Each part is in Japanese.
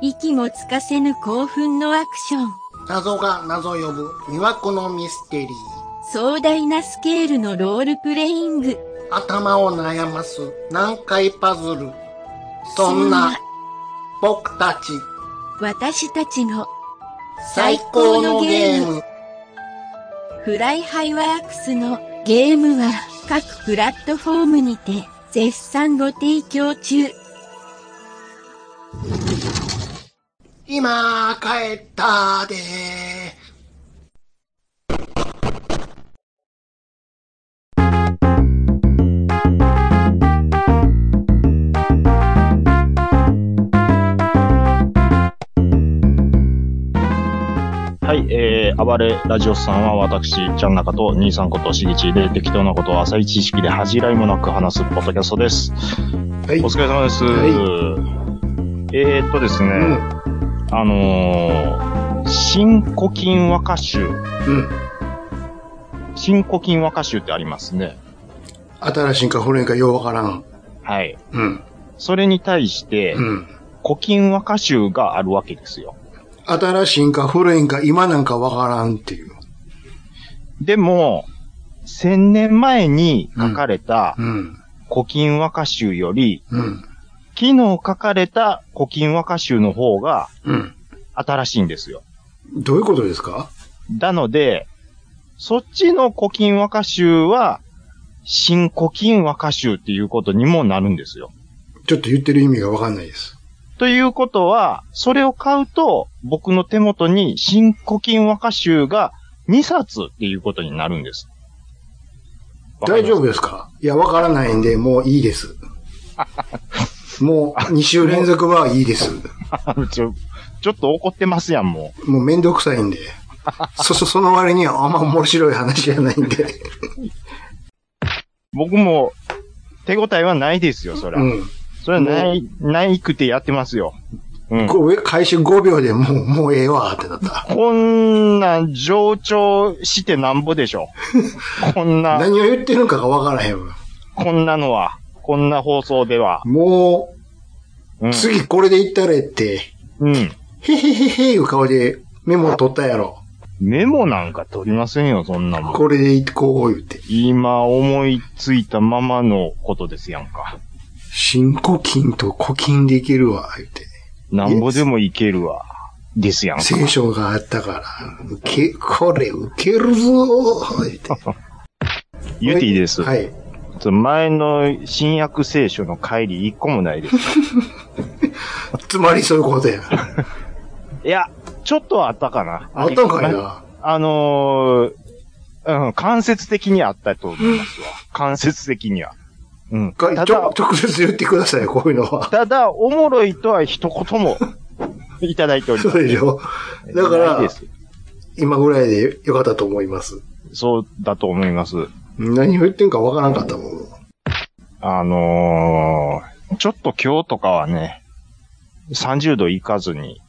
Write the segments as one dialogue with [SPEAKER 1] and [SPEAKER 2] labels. [SPEAKER 1] 息もつかせぬ興奮のアクション。
[SPEAKER 2] 謎が謎呼ぶ魅惑のミステリー。
[SPEAKER 1] 壮大なスケールのロールプレイング。
[SPEAKER 2] 頭を悩ます難解パズル。そんな、僕たち、
[SPEAKER 1] 私たちの
[SPEAKER 2] 最高のゲーム。
[SPEAKER 1] フライハイワークスのゲームは各プラットフォームにて絶賛ご提供中。
[SPEAKER 2] 今、帰ったで
[SPEAKER 3] はい、えー、暴れラジオスさんは私、ちゃん中と兄さんことしぎちで適当なことを浅い知識で恥じらいもなく話すポッドキャストです。
[SPEAKER 2] はい
[SPEAKER 3] お疲れ様です。えー、っとですね、
[SPEAKER 2] うん。
[SPEAKER 3] あのー、新古今和歌集、
[SPEAKER 2] うん。
[SPEAKER 3] 新古今和歌集ってありますね。
[SPEAKER 2] 新しいんか古いんかようわからん。
[SPEAKER 3] はい。
[SPEAKER 2] うん。
[SPEAKER 3] それに対して、
[SPEAKER 2] うん。
[SPEAKER 3] 古今和歌集があるわけですよ。
[SPEAKER 2] 新しいんか古いんか今なんかわからんっていう。
[SPEAKER 3] でも、千年前に書かれた
[SPEAKER 2] うん。
[SPEAKER 3] 古今和歌集より、
[SPEAKER 2] うん。
[SPEAKER 3] 昨日書かれた古今和歌集の方が
[SPEAKER 2] うん。
[SPEAKER 3] 新しいんですよ。
[SPEAKER 2] どういうことですか
[SPEAKER 3] なので、そっちの古今和歌集は、新古今和歌集っていうことにもなるんですよ。
[SPEAKER 2] ちょっと言ってる意味がわかんないです。
[SPEAKER 3] ということは、それを買うと、僕の手元に新古今和歌集が2冊っていうことになるんです。わか
[SPEAKER 2] 大
[SPEAKER 3] ります
[SPEAKER 2] 丈夫ですかいや、わからないんで、もういい です。もう、2週連続はいいです。
[SPEAKER 3] ちょ、ちょっと怒ってますやん、も
[SPEAKER 2] もうめんどくさい んで。そ、そ、その割にはあんま面白い話じゃないん で。
[SPEAKER 3] う。僕も、手応えはないですよ、それ
[SPEAKER 2] う
[SPEAKER 3] は。
[SPEAKER 2] ん。
[SPEAKER 3] それはない、ないくてやってますよ。うん。
[SPEAKER 2] こう開始5秒でもう、もうええわってな った。
[SPEAKER 3] こんなん、上長してなんぼで しょ。こんな、
[SPEAKER 2] 何を言ってるのかがわからへんわ。
[SPEAKER 3] こんなのは、こんな放送では。
[SPEAKER 2] も
[SPEAKER 3] うん
[SPEAKER 2] う、。次これでいったれって、
[SPEAKER 3] うん。
[SPEAKER 2] へへへへいう顔でメモ取ったやろ。
[SPEAKER 3] メモなんか取りませんよ、そんなもん。
[SPEAKER 2] これでいこう言って。
[SPEAKER 3] 今思いついたままのことですやんか。
[SPEAKER 2] 深呼吸と呼吸できるわ、言って。
[SPEAKER 3] なんぼでもいけるわ。ですやんか。
[SPEAKER 2] 聖書があったから、受け、これ受けるぞー言って。
[SPEAKER 3] 言っていいです。
[SPEAKER 2] はい。
[SPEAKER 3] ちょ前の新約聖書の帰り一個もないです。
[SPEAKER 2] つまりそういうことや。
[SPEAKER 3] いや、ちょっとはあったかな。
[SPEAKER 2] あったんかいな。
[SPEAKER 3] あのー、うん、間接的にあったと思 いますわ。間接的には。うん。
[SPEAKER 2] か
[SPEAKER 3] た
[SPEAKER 2] ちょ
[SPEAKER 3] だ、
[SPEAKER 2] 直接言ってください、こういうのは。
[SPEAKER 3] ただ、おもろいとは一 言もいただいており
[SPEAKER 2] そ
[SPEAKER 3] ま
[SPEAKER 2] う
[SPEAKER 3] す。
[SPEAKER 2] でしょだか
[SPEAKER 3] ない
[SPEAKER 2] ら
[SPEAKER 3] で、す
[SPEAKER 2] 今ぐらいでよかったと思います。
[SPEAKER 3] そうだと思います。
[SPEAKER 2] 何を言ってんかわからんかったもん。
[SPEAKER 3] あのー、ちょっと今日とかはね、30度いかずに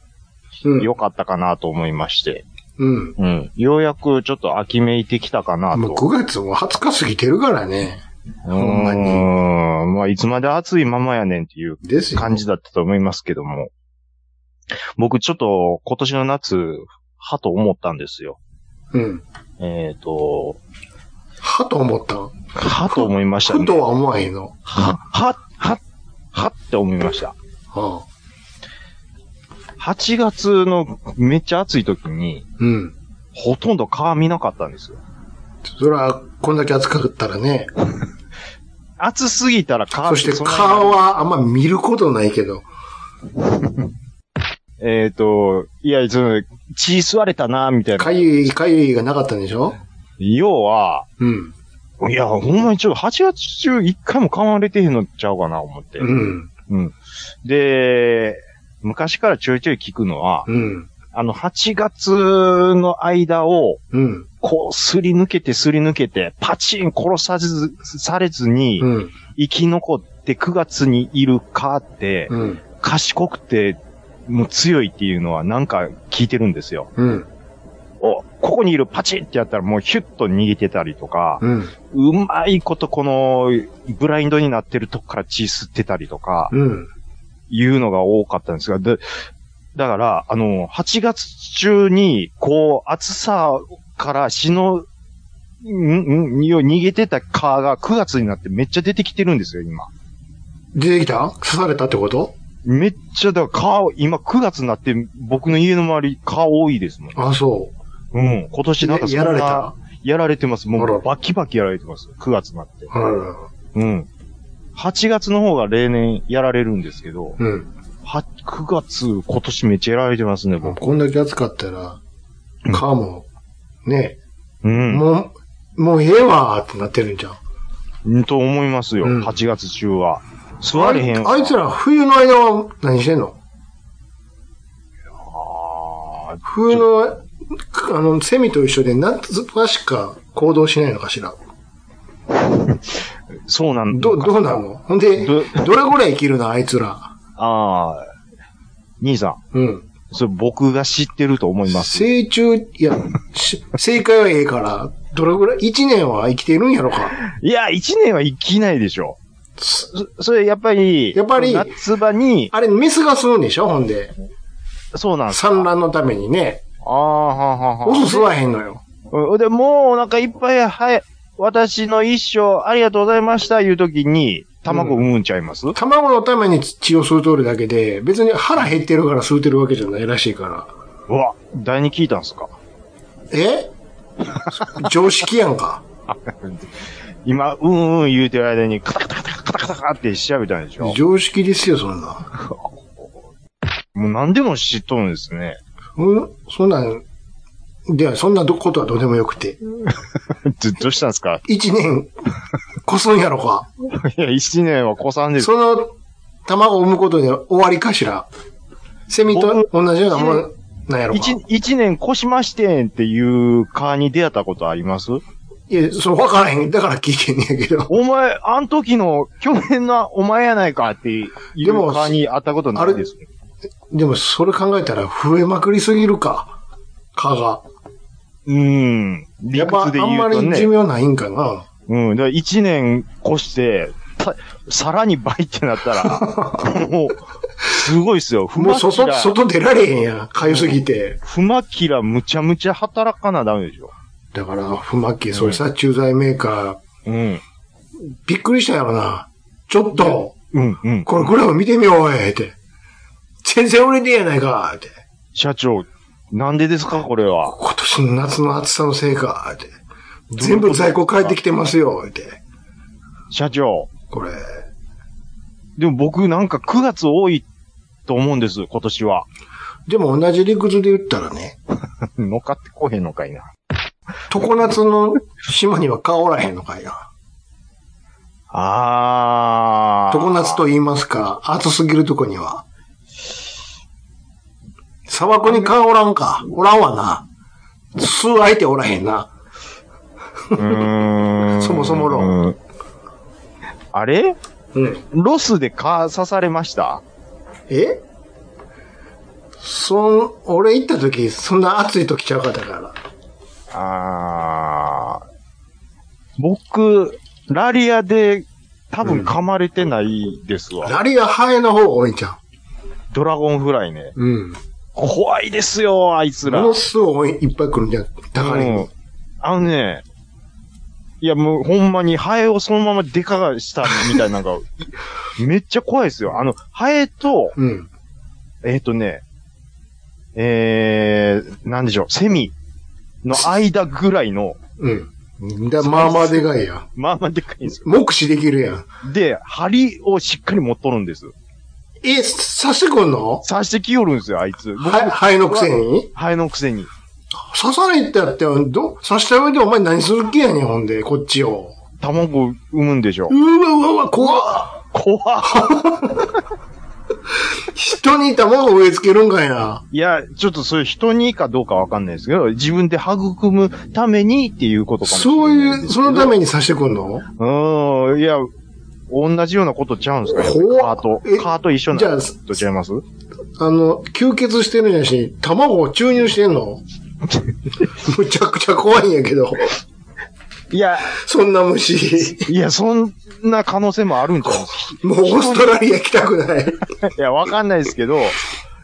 [SPEAKER 2] うん。
[SPEAKER 3] 良かったかなと思いまして、
[SPEAKER 2] うん。
[SPEAKER 3] うん。ようやくちょっと秋めいてきたかな
[SPEAKER 2] もう
[SPEAKER 3] と。
[SPEAKER 2] 9月も20日過ぎてるからね。
[SPEAKER 3] う
[SPEAKER 2] ほんまに
[SPEAKER 3] ーん。まあ、いつまで暑いままやねんっていう
[SPEAKER 2] ですよ。
[SPEAKER 3] 感じだったと思いますけども。僕ちょっと今年の夏、はと思ったんですよ。
[SPEAKER 2] うん。
[SPEAKER 3] えっ、と、
[SPEAKER 2] はと思ったん
[SPEAKER 3] はと思いました
[SPEAKER 2] ふ
[SPEAKER 3] ね。
[SPEAKER 2] とは思わへんの。
[SPEAKER 3] は、は、は、はって思いました。
[SPEAKER 2] はあ、
[SPEAKER 3] 8月のめっちゃ暑い時に、
[SPEAKER 2] うん。
[SPEAKER 3] ほとんど川見なかったんですよ。
[SPEAKER 2] そら、こんだけ暑かったらね。
[SPEAKER 3] 暑すぎたら川
[SPEAKER 2] そして、
[SPEAKER 3] んなにない
[SPEAKER 2] 顔はあんま見ることないけど。
[SPEAKER 3] えっ、と、いや、その、血吸われたな、みたいな
[SPEAKER 2] か。ゆい、かゆいがなかったんでしょ
[SPEAKER 3] 要は、
[SPEAKER 2] うん。
[SPEAKER 3] いや、ほんまにちょっと8月中一回も噛まれてへんのちゃうかな、思って。
[SPEAKER 2] うん。
[SPEAKER 3] で、昔からちょいちょい聞くのは、
[SPEAKER 2] うん。
[SPEAKER 3] あの、8月の間を、
[SPEAKER 2] うん。
[SPEAKER 3] こう、すり抜けてすり抜けて、パチン殺さず、されずに
[SPEAKER 2] う、ん。
[SPEAKER 3] 生き残って9月にいるかって、
[SPEAKER 2] うん。
[SPEAKER 3] 賢くて、もう強いっていうのはなんか聞いてるんですよ。
[SPEAKER 2] うん。
[SPEAKER 3] お、ここにいるパチンってやったらもうヒュッと逃げてたりとか、
[SPEAKER 2] うん。
[SPEAKER 3] うまいことこの、ブラインドになってるとこから血吸ってたりとか、
[SPEAKER 2] うん。
[SPEAKER 3] いうのが多かったんですが、で、だから、あの、8月中に、こう、暑さから死の、ん、ん、よ逃げてた蚊が9月になってめっちゃ出てきてるんですよ、今。
[SPEAKER 2] 出てきた刺されたってこと
[SPEAKER 3] めっちゃ、だから蚊、今9月になって僕の家の周り蚊多いですもん。
[SPEAKER 2] あ、そ
[SPEAKER 3] うん。今
[SPEAKER 2] う。
[SPEAKER 3] 年なんかそんな
[SPEAKER 2] ややられた
[SPEAKER 3] やられてます。も
[SPEAKER 2] あら
[SPEAKER 3] うバキバキやられてます。9月になって。
[SPEAKER 2] あらら
[SPEAKER 3] うん。8月の方が例年やられるんですけど、
[SPEAKER 2] うん。
[SPEAKER 3] は9月、今年めっちゃやられてますね、
[SPEAKER 2] もう
[SPEAKER 3] 僕。
[SPEAKER 2] こんだけ暑かったら、
[SPEAKER 3] うん
[SPEAKER 2] 蚊も、ね、
[SPEAKER 3] うん。
[SPEAKER 2] もう、もうええわーってなってるんじゃん。
[SPEAKER 3] うんと思いますよ、
[SPEAKER 2] うん
[SPEAKER 3] 8月中は。座れへんわ
[SPEAKER 2] あいあいつら冬の間は何してんの
[SPEAKER 3] あー
[SPEAKER 2] 冬の、あの、セミと一緒で夏場しか行動しないのかしら。
[SPEAKER 3] そうなん
[SPEAKER 2] ど、どうなのほんで、ど
[SPEAKER 3] ど
[SPEAKER 2] れぐらい生きるのあいつら。
[SPEAKER 3] ああ。兄さん、
[SPEAKER 2] うん。
[SPEAKER 3] それ僕が知ってると思います。
[SPEAKER 2] 成虫、いや、し正解はええから、どれぐらい、一年は生きてるんやろか。
[SPEAKER 3] いや、1年は生きないでしょ。
[SPEAKER 2] す
[SPEAKER 3] そそれ、やっぱり、
[SPEAKER 2] やっぱり
[SPEAKER 3] 夏場に、
[SPEAKER 2] あれ、メスが吸うんでしょほんで。
[SPEAKER 3] そうなんですか。
[SPEAKER 2] 産卵のためにね。
[SPEAKER 3] ああ、はんはんはん
[SPEAKER 2] オス吸わへんのよ。
[SPEAKER 3] うんで、もうお腹いっぱい、はい、私の一生ありがとうございました、いう時に、卵産むんちゃいます、
[SPEAKER 2] 卵のために血を吸うとるだけで、別に腹減ってるから吸うてるわけじゃないらしいから。
[SPEAKER 3] うわ、誰に聞いたんすか
[SPEAKER 2] え 常識やんか。
[SPEAKER 3] 今、うんうん言うてる間に、カタカタカタカタカタカタって調べたんでしょ
[SPEAKER 2] 常識ですよ、そんなん。
[SPEAKER 3] もう何でも知っとるんですね。
[SPEAKER 2] うん、そんなん、では、そんなことはどうでもよくて。
[SPEAKER 3] どどうしたんすか
[SPEAKER 2] 一年、こすんやろか。
[SPEAKER 3] いや、一年は子さんです。
[SPEAKER 2] その、卵を産むことで終わりかしら。セミと同じようなもんなんやろか。
[SPEAKER 3] 一、一年越しましてんっていう蚊に出会ったことあります
[SPEAKER 2] いや、そう、わからへん。だから聞いてんねやけど。
[SPEAKER 3] お前、あん時の去年のお前やないかってい
[SPEAKER 2] で
[SPEAKER 3] う
[SPEAKER 2] も
[SPEAKER 3] 蚊に会ったことないです。
[SPEAKER 2] でも、それ考えたら増えまくりすぎるか。蚊が。
[SPEAKER 3] うん。理
[SPEAKER 2] やっぱ、
[SPEAKER 3] 屈で
[SPEAKER 2] あん
[SPEAKER 3] 言
[SPEAKER 2] ま
[SPEAKER 3] うと
[SPEAKER 2] り
[SPEAKER 3] ね。
[SPEAKER 2] 寿命ないんかな。
[SPEAKER 3] うん。だから一年越して、たさらに倍ってなった ら、もう、すごいっすよ。ふ
[SPEAKER 2] もう
[SPEAKER 3] まき
[SPEAKER 2] 外、
[SPEAKER 3] ら、
[SPEAKER 2] 外出られへんやん。かゆすぎて。
[SPEAKER 3] ふまきらむちゃむちゃ働かなダメでしょ。
[SPEAKER 2] だから、ふまき、そういう殺虫剤メーカ
[SPEAKER 3] うん。
[SPEAKER 2] ー、びっくりしたやろな。ちょっと、
[SPEAKER 3] うん、うん。
[SPEAKER 2] これグラフ見てみよう、おい、って。全然売れてえやないか、って。
[SPEAKER 3] 社長、なんでですかこれは。
[SPEAKER 2] 今年の夏の暑さのせいか、って。全部在庫帰ってきてますよ、って。
[SPEAKER 3] 社長。
[SPEAKER 2] これ。
[SPEAKER 3] でも僕なんか9月多いと思うんです、今年は。
[SPEAKER 2] でも同じ理屈で言ったらね、
[SPEAKER 3] 乗っかってこへんのかいな。
[SPEAKER 2] 常夏の島には蚊おらへんのかいな。
[SPEAKER 3] あー。
[SPEAKER 2] 常夏と言いますか、暑すぎるとこには。砂漠に蚊おらんか。おらんわな。吸う相手おらへんな。
[SPEAKER 3] うー ん。
[SPEAKER 2] そもそも論
[SPEAKER 3] うん。あれ
[SPEAKER 2] うん。
[SPEAKER 3] ロスで蚊刺されました
[SPEAKER 2] えそん、俺行った時、そんな暑い時ちゃうかったから。
[SPEAKER 3] あー僕、ラリアで多分噛まれてないですわ。
[SPEAKER 2] ラリがハエの方が多いんちゃ
[SPEAKER 3] ドラゴンフライね。
[SPEAKER 2] ううん。
[SPEAKER 3] 怖いですよ、あいつら。
[SPEAKER 2] ものすごい多いいっぱい来るんじゃん。高い
[SPEAKER 3] うんあのね、いやもうほんまにハエをそのままデカがしたみたいなのが、 めっちゃ怖いですよ。あの、ハエと、
[SPEAKER 2] うん。
[SPEAKER 3] えっ、とね、えー、なんでしょう、セミの間ぐらいの、
[SPEAKER 2] うん。だまあまあでかいやん。
[SPEAKER 3] まあまあでかいんですよ。
[SPEAKER 2] 目視できるやん。
[SPEAKER 3] で、針をしっかり持っとるんです。
[SPEAKER 2] え、刺してくんの
[SPEAKER 3] 刺してきよるんですよ、あいつ。僕
[SPEAKER 2] はハエのくせに
[SPEAKER 3] ハエのくせに。
[SPEAKER 2] 刺されたって、ど、刺した上でお前何する気やねん、ほんで、こっちを。
[SPEAKER 3] 卵産むんでしょ
[SPEAKER 2] う。わうわうわ、怖っ
[SPEAKER 3] 怖っ
[SPEAKER 2] 人に卵植え付けるんかいな。
[SPEAKER 3] いや、ちょっとそれ人にかどうかわかんないですけど、自分で育むためにっていうことかもしれ
[SPEAKER 2] そう、
[SPEAKER 3] ないいうです
[SPEAKER 2] そ
[SPEAKER 3] けど
[SPEAKER 2] のために刺してくんの
[SPEAKER 3] うーん、いや、同じようなことちゃうんですかやっぱり
[SPEAKER 2] 怖っ
[SPEAKER 3] カー
[SPEAKER 2] え
[SPEAKER 3] ト。カート一緒なん
[SPEAKER 2] じゃあ
[SPEAKER 3] とちゃいます
[SPEAKER 2] あの、吸血してるんじゃなし、卵を注入してん のむちゃくちゃ怖いんやけど。
[SPEAKER 3] いや、
[SPEAKER 2] そんな虫。
[SPEAKER 3] いや、そんな可能性もあるんじゃないです か
[SPEAKER 2] もうオーストラリア行きたくない。
[SPEAKER 3] いや、わかんないですけど、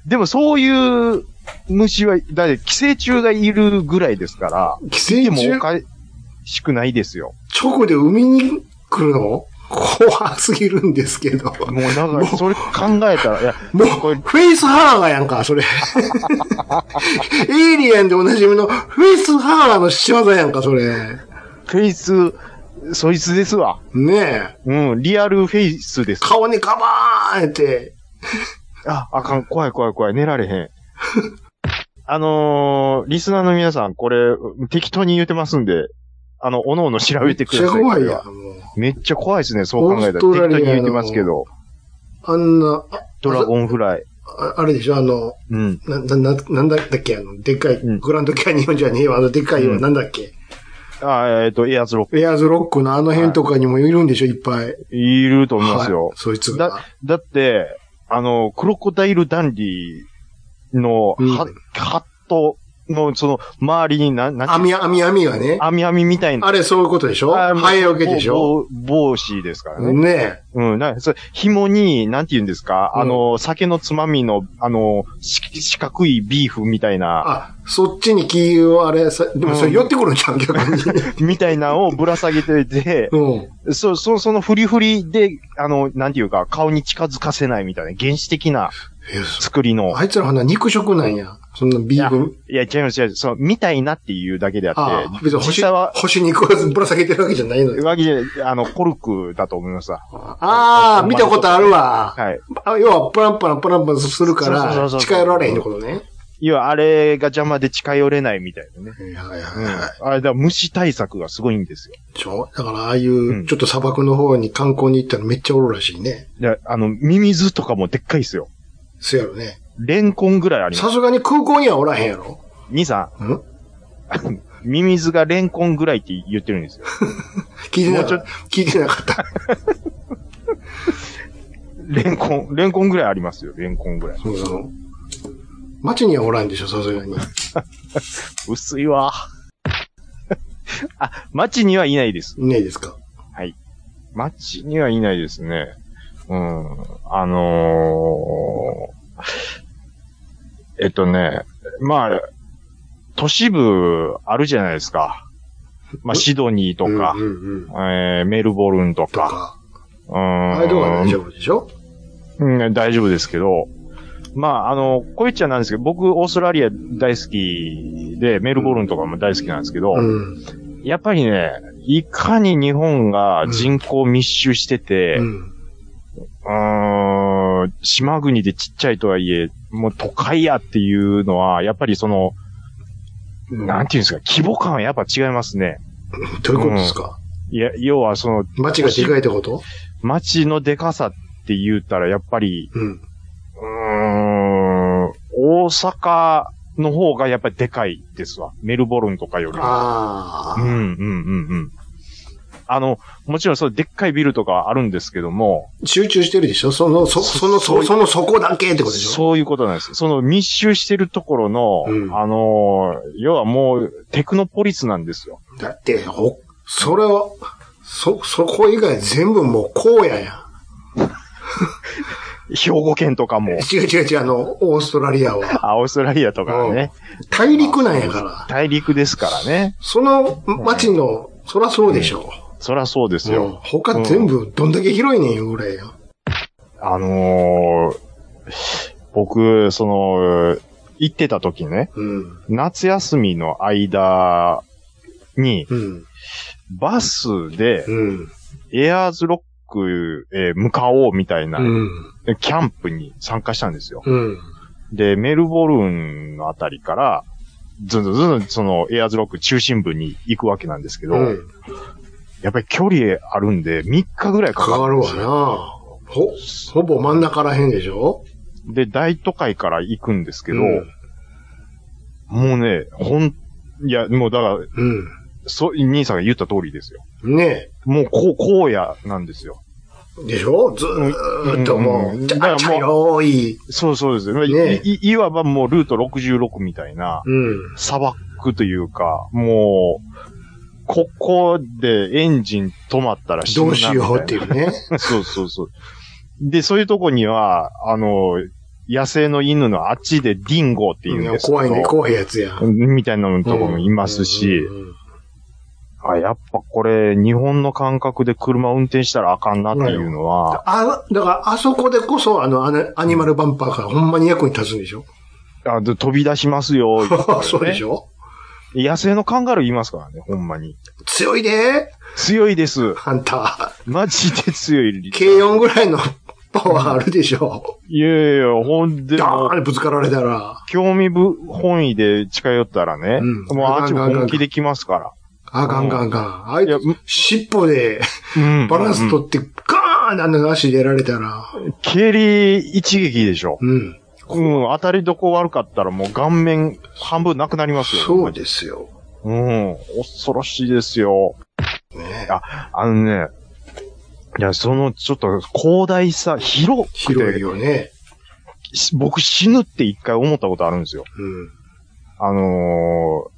[SPEAKER 3] でもそういう虫は、だって寄生虫がいるぐらいですから、
[SPEAKER 2] 寄
[SPEAKER 3] で
[SPEAKER 2] 生
[SPEAKER 3] も
[SPEAKER 2] 虫
[SPEAKER 3] おかしくないですよ。
[SPEAKER 2] 直で海に来るの怖すぎるんですけど。
[SPEAKER 3] もうだから、それ考えたら、いや、
[SPEAKER 2] もう、
[SPEAKER 3] これ
[SPEAKER 2] フェイスハーガーやんか、それ。エイリアンでおなじみのフェイスハーガーの仕業やんか、それ。
[SPEAKER 3] フェイス、そいつですわ。
[SPEAKER 2] ねえ。
[SPEAKER 3] うん、リアルフェイスです。
[SPEAKER 2] 顔にガバーンって。
[SPEAKER 3] あ、あかん、怖い怖い怖い、寝られへん。 あのー、リスナーの皆さん、これ、適当に言ってますんで、あの、おのおの調べてくださ
[SPEAKER 2] め
[SPEAKER 3] い。
[SPEAKER 2] っちゃ怖い
[SPEAKER 3] これ
[SPEAKER 2] や
[SPEAKER 3] は
[SPEAKER 2] ん、もう。
[SPEAKER 3] めっちゃ怖いですね、そう考
[SPEAKER 2] オー
[SPEAKER 3] えたら。
[SPEAKER 2] スト
[SPEAKER 3] 適
[SPEAKER 2] ラ
[SPEAKER 3] 当
[SPEAKER 2] リアの
[SPEAKER 3] に言ってますけど。
[SPEAKER 2] あんな、あ
[SPEAKER 3] ドラゴンフライ。
[SPEAKER 2] ああれでしょ、あの、
[SPEAKER 3] うん。
[SPEAKER 2] な、な、ななんだっけ、あの、でっかい、
[SPEAKER 3] うん
[SPEAKER 2] グランドキャニオンじゃねえわ、あの、でっかい
[SPEAKER 3] うん
[SPEAKER 2] はなんだっけ。
[SPEAKER 3] あ、えっ、と、エアーズロッ
[SPEAKER 2] エアーズロックのあの辺とかにもいるんでしょ、いっぱい。
[SPEAKER 3] ク、いると思いますよ。
[SPEAKER 2] はいそいつが。
[SPEAKER 3] だって、あの、クロコダイルダンディの、
[SPEAKER 2] うん
[SPEAKER 3] は、ハットの、その、周りに、な、なんていう
[SPEAKER 2] 網、網、網がね。
[SPEAKER 3] 網網みたいな。
[SPEAKER 2] あれ、そういうことでしょ
[SPEAKER 3] あ
[SPEAKER 2] ハエよけでしょ
[SPEAKER 3] ぼぼ帽子ですからね。
[SPEAKER 2] ねえ。
[SPEAKER 3] うん。な、それ、紐に、なんて言うんですか、
[SPEAKER 2] うん
[SPEAKER 3] あの、酒のつまみの、あの、し四角いビーフみたい
[SPEAKER 2] あ、
[SPEAKER 3] な、
[SPEAKER 2] そっちに気をあれ、さでもそれ寄ってくるんじゃん、逆 に。
[SPEAKER 3] みたいなのをぶら下げてて、
[SPEAKER 2] うん。
[SPEAKER 3] そ、そ、そのフリフリで、あの、なんていうか、顔に近づかせないみたいな、原始的な
[SPEAKER 2] えそ
[SPEAKER 3] 作りの。
[SPEAKER 2] あいつらはな、肉食なんや。そんなビーフ。
[SPEAKER 3] いや、違います、違います。そう、みたいなっていうだけであって、
[SPEAKER 2] ああ、別に
[SPEAKER 3] 実
[SPEAKER 2] 星
[SPEAKER 3] 際は、、
[SPEAKER 2] 星肉をぶら下げてるわけじゃないのよ。
[SPEAKER 3] 上着で、あの、コルクだと思いますわ。
[SPEAKER 2] ああ、見たことあるわ。
[SPEAKER 3] はい。
[SPEAKER 2] あ要は、プランプランプランプランするか
[SPEAKER 3] そうそう
[SPEAKER 2] ら、
[SPEAKER 3] そうそう
[SPEAKER 2] 近寄られへんってことね。
[SPEAKER 3] 要は、あれが邪魔で近寄れないみたいなね。
[SPEAKER 2] はいはい
[SPEAKER 3] うん。
[SPEAKER 2] は
[SPEAKER 3] あれ、だから虫対策がすごいんですよ。
[SPEAKER 2] い。でしょだから、ああい
[SPEAKER 3] ん
[SPEAKER 2] う、ちょっと砂漠の方に観光に行ったらめっちゃおるらしいね。
[SPEAKER 3] で、あの、ミミズとかもでっかいですよ。
[SPEAKER 2] そうやろね。
[SPEAKER 3] レンコンぐらいあります。
[SPEAKER 2] さすがに空港にはおらへんやろ。
[SPEAKER 3] 兄さ
[SPEAKER 2] ん聞
[SPEAKER 3] ん、 ミミズがレンコンぐらいって言ってるんですよ。
[SPEAKER 2] いてなか
[SPEAKER 3] も
[SPEAKER 2] った。聞いてなか った。
[SPEAKER 3] レンコン、レンコンぐらいありますよ、レンコンぐらい。
[SPEAKER 2] そうそう。街にはおらんでしょ、さすがに。
[SPEAKER 3] 薄いわ。あ、街にはいないです。
[SPEAKER 2] いないですか。
[SPEAKER 3] 街にはいないですね。うん。あのー、えっとね、まあ、都市部あるじゃないですか。まあ、シドニーとか
[SPEAKER 2] うん、うんうん。
[SPEAKER 3] えーメルボルンと
[SPEAKER 2] と
[SPEAKER 3] か。
[SPEAKER 2] か。
[SPEAKER 3] うん。
[SPEAKER 2] あれとか大丈夫でしょ
[SPEAKER 3] うん、大丈夫ですけど、まあ、あの、こう言っちゃなんですけど、僕、オーストラリア大好きで、メルボルンとかも大好きなんですけど、
[SPEAKER 2] うん。
[SPEAKER 3] やっぱりね、いかに日本が人口密集してて、
[SPEAKER 2] う。
[SPEAKER 3] うんーん、島国でちっちゃいとはいえ、もう都会やっていうのは、やっぱりその、なんていうんですか、規模感はやっぱ違いますね。
[SPEAKER 2] どういうことですか
[SPEAKER 3] いや、要はその、
[SPEAKER 2] 街がでかいってこと
[SPEAKER 3] 街のでかさって言ったら、やっぱり、
[SPEAKER 2] うん。
[SPEAKER 3] うーん、大阪の方がやっぱりでかいですわ。メルボルンとかよりも。
[SPEAKER 2] あ
[SPEAKER 3] うん、
[SPEAKER 2] あ。
[SPEAKER 3] うん、うん、うん。あの、もちろんそう、でっかいビルとかはあるんですけども、
[SPEAKER 2] 集中してるでしょその、そ、その、そ、その、そこだけってことでしょ
[SPEAKER 3] そういうことなんです。その密集してるところの、
[SPEAKER 2] うん
[SPEAKER 3] あのー、要はもう、テクノポリスなんですよ。
[SPEAKER 2] だって、ほ、それは、そ、そこ以外全部もう荒野や
[SPEAKER 3] 兵庫県とかも
[SPEAKER 2] ん。、違う違う違う、あの、オーストラリアは。
[SPEAKER 3] あオーストラリアとかね、
[SPEAKER 2] 大陸なんやから。
[SPEAKER 3] 大陸ですからね。
[SPEAKER 2] その街の、そらそうでしょ
[SPEAKER 3] そらそうで
[SPEAKER 2] う。
[SPEAKER 3] す
[SPEAKER 2] うん
[SPEAKER 3] よ。
[SPEAKER 2] 他全部どんだけ広いねんよ、ぐらいよ。
[SPEAKER 3] あのー、僕、その、行ってた時ね、
[SPEAKER 2] うん。
[SPEAKER 3] 夏休みの間に、
[SPEAKER 2] うん。
[SPEAKER 3] バスで
[SPEAKER 2] うん。
[SPEAKER 3] エアーズロックへ向かおうみたいな、
[SPEAKER 2] うん。
[SPEAKER 3] キャンプに参加したんですよ。
[SPEAKER 2] うん。
[SPEAKER 3] で、メルボルンのあたりから、ずんずんずんずんそのエアーズロック中心部に行くわけなんですけど、
[SPEAKER 2] うん。
[SPEAKER 3] やっぱり距離あるんで3日ぐらいか
[SPEAKER 2] か
[SPEAKER 3] か
[SPEAKER 2] か
[SPEAKER 3] るん
[SPEAKER 2] る
[SPEAKER 3] で
[SPEAKER 2] わ
[SPEAKER 3] す
[SPEAKER 2] な
[SPEAKER 3] よ。
[SPEAKER 2] ほ、ほぼ真ん中らへんでしょ
[SPEAKER 3] で、大都会から行くんですけど、
[SPEAKER 2] うん
[SPEAKER 3] もうね、ほん、いや、もうだから、そ、兄さんが言った通りですよ。
[SPEAKER 2] うん。ね
[SPEAKER 3] もう、こう、荒野なんですよ。
[SPEAKER 2] え。でしょずーっとも
[SPEAKER 3] うん
[SPEAKER 2] う、ち
[SPEAKER 3] だからも
[SPEAKER 2] ゃ、
[SPEAKER 3] う
[SPEAKER 2] 茶色い。
[SPEAKER 3] そうそうですよ。い
[SPEAKER 2] ねえ
[SPEAKER 3] いいわばもうルート66みたいな、
[SPEAKER 2] うん。
[SPEAKER 3] 砂漠というか、もう、ここでエンジン止まったら死ぬ
[SPEAKER 2] どう
[SPEAKER 3] なみた
[SPEAKER 2] し
[SPEAKER 3] いな
[SPEAKER 2] ようっていうね。
[SPEAKER 3] そうそうそう。で、そういうとこには、あの、野生の犬のあっちでディンゴって言うんですけど
[SPEAKER 2] 怖いね、怖いやつや。
[SPEAKER 3] みたいなのとこもいますし、
[SPEAKER 2] うんうんうん
[SPEAKER 3] あ、やっぱこれ、日本の感覚で車運転したらあかんなっていうのは、
[SPEAKER 2] あ、だから、あそこでこそ、あの、アナアニマルバンパーがほんまに役に立つんでしょ
[SPEAKER 3] あで飛び出しま すよ、言ってね
[SPEAKER 2] そうでしょ
[SPEAKER 3] 野生のカンガルーいますからね、ほんまに。
[SPEAKER 2] 強いで
[SPEAKER 3] 強いです。
[SPEAKER 2] ハンタ
[SPEAKER 3] マジで強い。
[SPEAKER 2] ー。K4 ぐらいのパワーあるでしょ
[SPEAKER 3] いやいや、ほんで、
[SPEAKER 2] ダ
[SPEAKER 3] もう
[SPEAKER 2] ーンぶつかられたら、
[SPEAKER 3] 興味本位で近寄ったらね、
[SPEAKER 2] うん
[SPEAKER 3] もうあっちも本気で来ますから。
[SPEAKER 2] あかんかんかん。あい
[SPEAKER 3] いや
[SPEAKER 2] つ、尻尾で
[SPEAKER 3] うん
[SPEAKER 2] バランス
[SPEAKER 3] うん
[SPEAKER 2] 取って、ガーンあの足入れられたら、
[SPEAKER 3] 蹴り一撃でしょ。
[SPEAKER 2] うん。
[SPEAKER 3] うん、当たりどこ悪かったらもう顔面半分なくなりますよ。
[SPEAKER 2] そうですよ。
[SPEAKER 3] うん、恐ろしいですよ。
[SPEAKER 2] ね
[SPEAKER 3] あのね、いや、そのちょっと広大さ、広く
[SPEAKER 2] 広い
[SPEAKER 3] て、
[SPEAKER 2] よね。
[SPEAKER 3] し僕死ぬって一回思ったことあるんですよ。
[SPEAKER 2] うん。
[SPEAKER 3] あのー、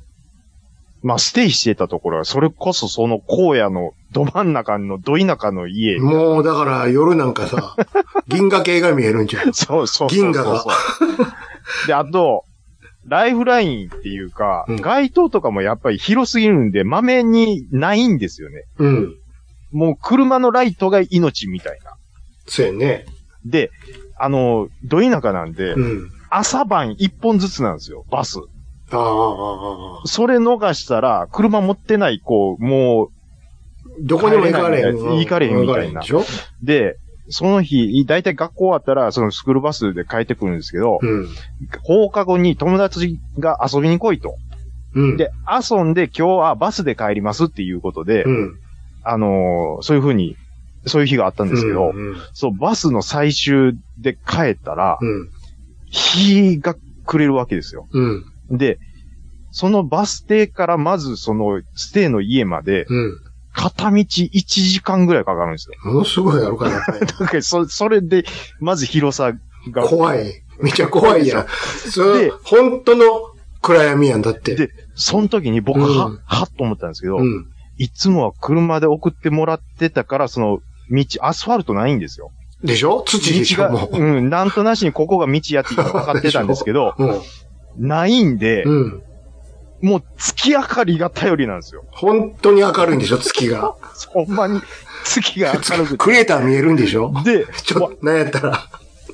[SPEAKER 3] まあ、ステイしてたところは、それこそその荒野のど真ん中のど田舎の家。
[SPEAKER 2] もうだから夜なんか さ、銀河系が見えるんじゃん。
[SPEAKER 3] そうそうそうそう。
[SPEAKER 2] 銀河が。
[SPEAKER 3] で、あと、ライフラインっていうか、
[SPEAKER 2] うん
[SPEAKER 3] 街灯とかもやっぱり広すぎるんで、まめにないんですよね。
[SPEAKER 2] うん。
[SPEAKER 3] もう車のライトが命みたいな。
[SPEAKER 2] そうやね。
[SPEAKER 3] で、あの、ど田舎なんで、
[SPEAKER 2] うん。
[SPEAKER 3] 朝晩一本ずつなんですよ、バス。
[SPEAKER 2] ああああ、ああ。
[SPEAKER 3] それ逃したら、車持ってない子、も
[SPEAKER 2] どこにも行かれへん。
[SPEAKER 3] 帰れない行かれへんみた
[SPEAKER 2] 行
[SPEAKER 3] いな
[SPEAKER 2] かれへんでしょ
[SPEAKER 3] う、で、その日、だいたい学校終わったら、そのスクールバスで帰ってくるんですけど、
[SPEAKER 2] うん。
[SPEAKER 3] 放課後に友達が遊びに来いと。
[SPEAKER 2] うん。
[SPEAKER 3] で、遊んで今日はバスで帰りますっていうことで、
[SPEAKER 2] うん。
[SPEAKER 3] あのーそういうふうに、そういう日があったんですけ
[SPEAKER 2] う
[SPEAKER 3] ど、
[SPEAKER 2] ん。
[SPEAKER 3] そう、バスの最終で帰ったら、
[SPEAKER 2] うん。
[SPEAKER 3] 日が暮れるわけですよ。
[SPEAKER 2] うん。
[SPEAKER 3] で、そのバス停からまずそのステイの家まで、
[SPEAKER 2] うん。
[SPEAKER 3] 片道1時間ぐらいかかるんですよ。
[SPEAKER 2] ものすごいやるからね。
[SPEAKER 3] だから そそれで、まず広さが。
[SPEAKER 2] 怖い。めっちゃ怖いやん。そ
[SPEAKER 3] で
[SPEAKER 2] れ、本当の暗闇やんだって。
[SPEAKER 3] で、その時に僕は、
[SPEAKER 2] うん
[SPEAKER 3] はっと思ったんですけど、
[SPEAKER 2] うん。
[SPEAKER 3] いつもは車で送ってもらってたから、その道、アスファルトないんですよ。
[SPEAKER 2] でしょ土でし
[SPEAKER 3] 道
[SPEAKER 2] ょ
[SPEAKER 3] が、
[SPEAKER 2] もう。
[SPEAKER 3] うん、なんとなしにここが道やっていうのが分かってたんですけど、
[SPEAKER 2] うん。
[SPEAKER 3] ないんで、
[SPEAKER 2] うん。
[SPEAKER 3] もう月明かりが頼りなんですよ。
[SPEAKER 2] 本当に明るいんでしょ月が。
[SPEAKER 3] ほんまに月が明るく
[SPEAKER 2] クレーター見えるんでしょ
[SPEAKER 3] て。で、
[SPEAKER 2] ちょっと、なんやったら。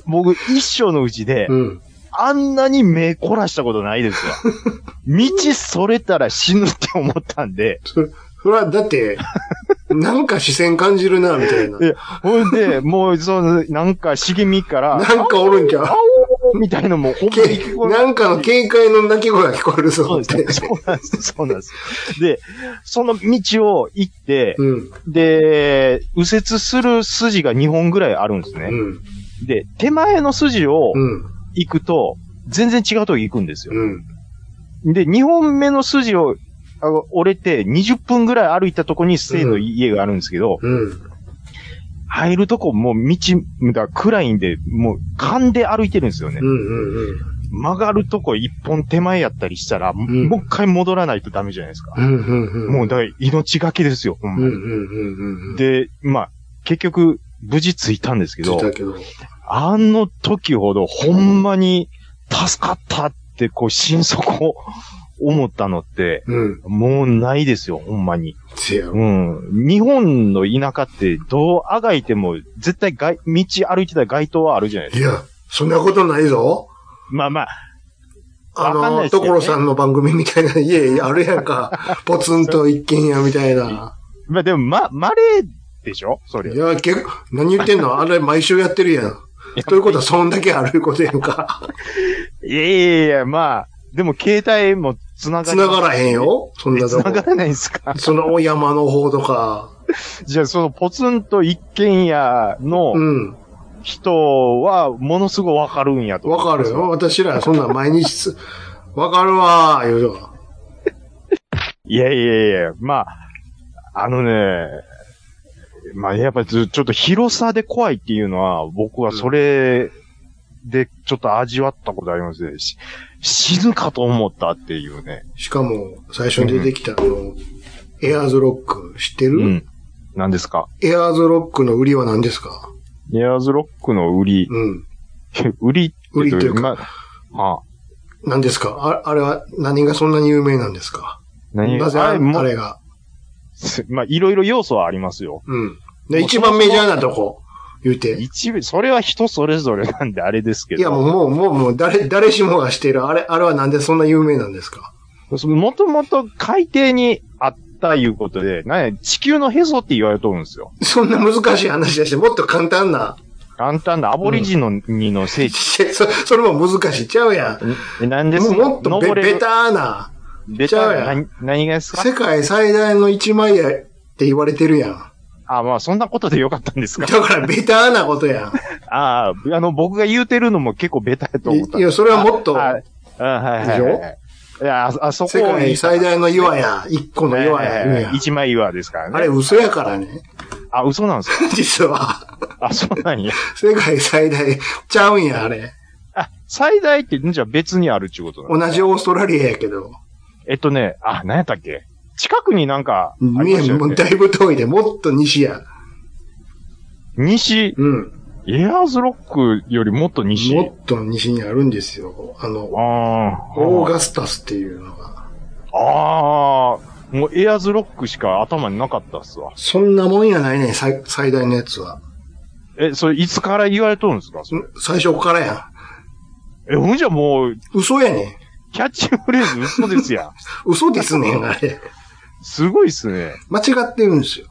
[SPEAKER 3] 僕一生のうちで、
[SPEAKER 2] うん。
[SPEAKER 3] あんなに目凝らしたことな いですわ。道それたら死ぬって思ったんで、
[SPEAKER 2] それ、それはだって、なんか視線感じるな、みたいな。
[SPEAKER 3] でほんで、もう、その、なんか茂みから、
[SPEAKER 2] なんかおるんじゃ
[SPEAKER 3] あ
[SPEAKER 2] ん。
[SPEAKER 3] おーみたいなの も、ほんまに
[SPEAKER 2] け
[SPEAKER 3] 聞こえ
[SPEAKER 2] なんかの警戒の鳴き声が聞こえる
[SPEAKER 3] そ
[SPEAKER 2] ぞ、
[SPEAKER 3] う
[SPEAKER 2] っ
[SPEAKER 3] ですね
[SPEAKER 2] て。
[SPEAKER 3] そうなんです。そうなんです。で、その道を行って、
[SPEAKER 2] うん。
[SPEAKER 3] で、右折する筋が2本ぐらいあるんです
[SPEAKER 2] う
[SPEAKER 3] ね。
[SPEAKER 2] ん。
[SPEAKER 3] で、手前の筋を
[SPEAKER 2] うん。
[SPEAKER 3] 行くと、全然違うとこ行くんですよ。
[SPEAKER 2] うん。
[SPEAKER 3] で、2本目の筋をあの折れて、20分ぐらい歩いたとこにステイの家があるんですけど、
[SPEAKER 2] うん。
[SPEAKER 3] 入るとこもう道が暗いんで、もう勘で歩いてるんですよね
[SPEAKER 2] うん。。うん。
[SPEAKER 3] 曲がるとこ1本手前やったりしたら、
[SPEAKER 2] ん
[SPEAKER 3] もう一回戻らないとダメじゃないですか。
[SPEAKER 2] うん。うん。うん。
[SPEAKER 3] もうだから命がけですよ、ほん
[SPEAKER 2] う
[SPEAKER 3] ま
[SPEAKER 2] ん。う
[SPEAKER 3] に
[SPEAKER 2] ん。うん。うん。
[SPEAKER 3] で、まあ、結局、無事着いたんですけ
[SPEAKER 2] つい
[SPEAKER 3] ど、
[SPEAKER 2] たけど。
[SPEAKER 3] あの時ほどほんまに助かったって、こう、心底を思ったのって、
[SPEAKER 2] うん。
[SPEAKER 3] もうないですよ、ほんまに。
[SPEAKER 2] せやろ。
[SPEAKER 3] うん。日本の田舎って、どうあがいても、絶対街、道歩いてたら街灯はあるじゃないです
[SPEAKER 2] いや、そんなことないぞ。
[SPEAKER 3] か。まあまあ、
[SPEAKER 2] あ
[SPEAKER 3] わかんない
[SPEAKER 2] の、
[SPEAKER 3] っすよね
[SPEAKER 2] 所さんの番組みたいな 家あるやんか。ポツンと一軒家みたいな。
[SPEAKER 3] まあでも、ま、まれでしょそ
[SPEAKER 2] い
[SPEAKER 3] れ。
[SPEAKER 2] や、結構、何言ってんのあれ毎週やってるやん。ということは、そんだけあることやん か。
[SPEAKER 3] いやいやいや、まあ、でも携帯も繋が
[SPEAKER 2] 繋がらへんよ。そんなと
[SPEAKER 3] 繋が
[SPEAKER 2] こ。
[SPEAKER 3] らないですか
[SPEAKER 2] そのお山の方とか。
[SPEAKER 3] じゃあ、そのポツンと一軒家の
[SPEAKER 2] うん。
[SPEAKER 3] 人は、ものすごいわかるんやと。
[SPEAKER 2] わかるよ。私ら、そんな毎日す、わかるわー、言うと。
[SPEAKER 3] いやいやいや、まあ、あのね、まあ、やっぱりずちょっと広さで怖いっていうのは、僕はそれでちょっと味わったことありますね。し死ぬかと思ったっていうね。
[SPEAKER 2] しかも、最初に出てきたあの、エアーズロック、知ってる、
[SPEAKER 3] うん。何ですか
[SPEAKER 2] エアーズロックの売りは何ですか
[SPEAKER 3] エアーズロックの売り。
[SPEAKER 2] うん。
[SPEAKER 3] 売り
[SPEAKER 2] 売りというか
[SPEAKER 3] まあ、
[SPEAKER 2] 何ですかああれは、何がそんなに有名なんですか
[SPEAKER 3] 何
[SPEAKER 2] なぜ
[SPEAKER 3] あ
[SPEAKER 2] あ
[SPEAKER 3] れ
[SPEAKER 2] れ
[SPEAKER 3] も
[SPEAKER 2] あれが。
[SPEAKER 3] まあ、いろいろ要素はありますよ。
[SPEAKER 2] うん。で、
[SPEAKER 3] もう
[SPEAKER 2] 一番メジャーなとこ、言うて。
[SPEAKER 3] 一部、それは人それぞれなんであれですけど。
[SPEAKER 2] いや、もう、もう、もう、もう、誰、誰しもがしている。あれ、あれはなんでそんな有名なんですか
[SPEAKER 3] もともと海底にあったいうことで、なんや地球のへそって言われとるんですよ。
[SPEAKER 2] そんな難しい話だして、もっと簡単な。
[SPEAKER 3] 簡単なアボリジノニの聖地。
[SPEAKER 2] そそれも難しい。ちゃうやん。
[SPEAKER 3] えなんです
[SPEAKER 2] もう
[SPEAKER 3] か
[SPEAKER 2] もっとベ
[SPEAKER 3] 登れる
[SPEAKER 2] ベターな。
[SPEAKER 3] ベ
[SPEAKER 2] ちゃう
[SPEAKER 3] タ
[SPEAKER 2] やん
[SPEAKER 3] 何何がですか
[SPEAKER 2] 世界最大の一枚やって言われてるやん。
[SPEAKER 3] あ、まあ、そんなことでよかったん ですか
[SPEAKER 2] だからベターなことやん。
[SPEAKER 3] ああ、あの、僕が言うてるのも結構ベタやと思った。
[SPEAKER 2] いいや、それはもっと、
[SPEAKER 3] ああはいはいはいはい。いや、ああそこ
[SPEAKER 2] 世界最
[SPEAKER 3] 大
[SPEAKER 2] 大の岩や、一個の岩や、言うやん
[SPEAKER 3] 一枚岩ですからね。
[SPEAKER 2] あれ嘘やからね。
[SPEAKER 3] あ、嘘なんです か
[SPEAKER 2] 実は。
[SPEAKER 3] あ、そうなんや。
[SPEAKER 2] 世界最大ちゃうんや、あれ。
[SPEAKER 3] あ、最大って、じゃあ別にあるっちゅうことなの
[SPEAKER 2] 同じオーストラリアやけど。
[SPEAKER 3] えっとね、あ、何やったっけ近くになんか、あ
[SPEAKER 2] 見
[SPEAKER 3] り
[SPEAKER 2] え
[SPEAKER 3] ました
[SPEAKER 2] ん、も
[SPEAKER 3] よ
[SPEAKER 2] う
[SPEAKER 3] ね
[SPEAKER 2] だいぶ遠いで、もっと西や。
[SPEAKER 3] 西、
[SPEAKER 2] うん。
[SPEAKER 3] エアーズロックよりもっと西。
[SPEAKER 2] もっと西にあるんですよ。あの、
[SPEAKER 3] あー
[SPEAKER 2] オーガスタスっていうのが。
[SPEAKER 3] あー、もうエアーズロックしか頭になかったっすわ。
[SPEAKER 2] そんなもんやないねん、最最大のやつは。
[SPEAKER 3] え、それいつから言われとるんですかそれ
[SPEAKER 2] ん最初からやん。
[SPEAKER 3] え、ほんじゃもう、
[SPEAKER 2] 嘘やねん。
[SPEAKER 3] キャッチフレーズ嘘ですやん。
[SPEAKER 2] 嘘ですねん、あれ。
[SPEAKER 3] すごいっすね。
[SPEAKER 2] 間違ってるんですよ。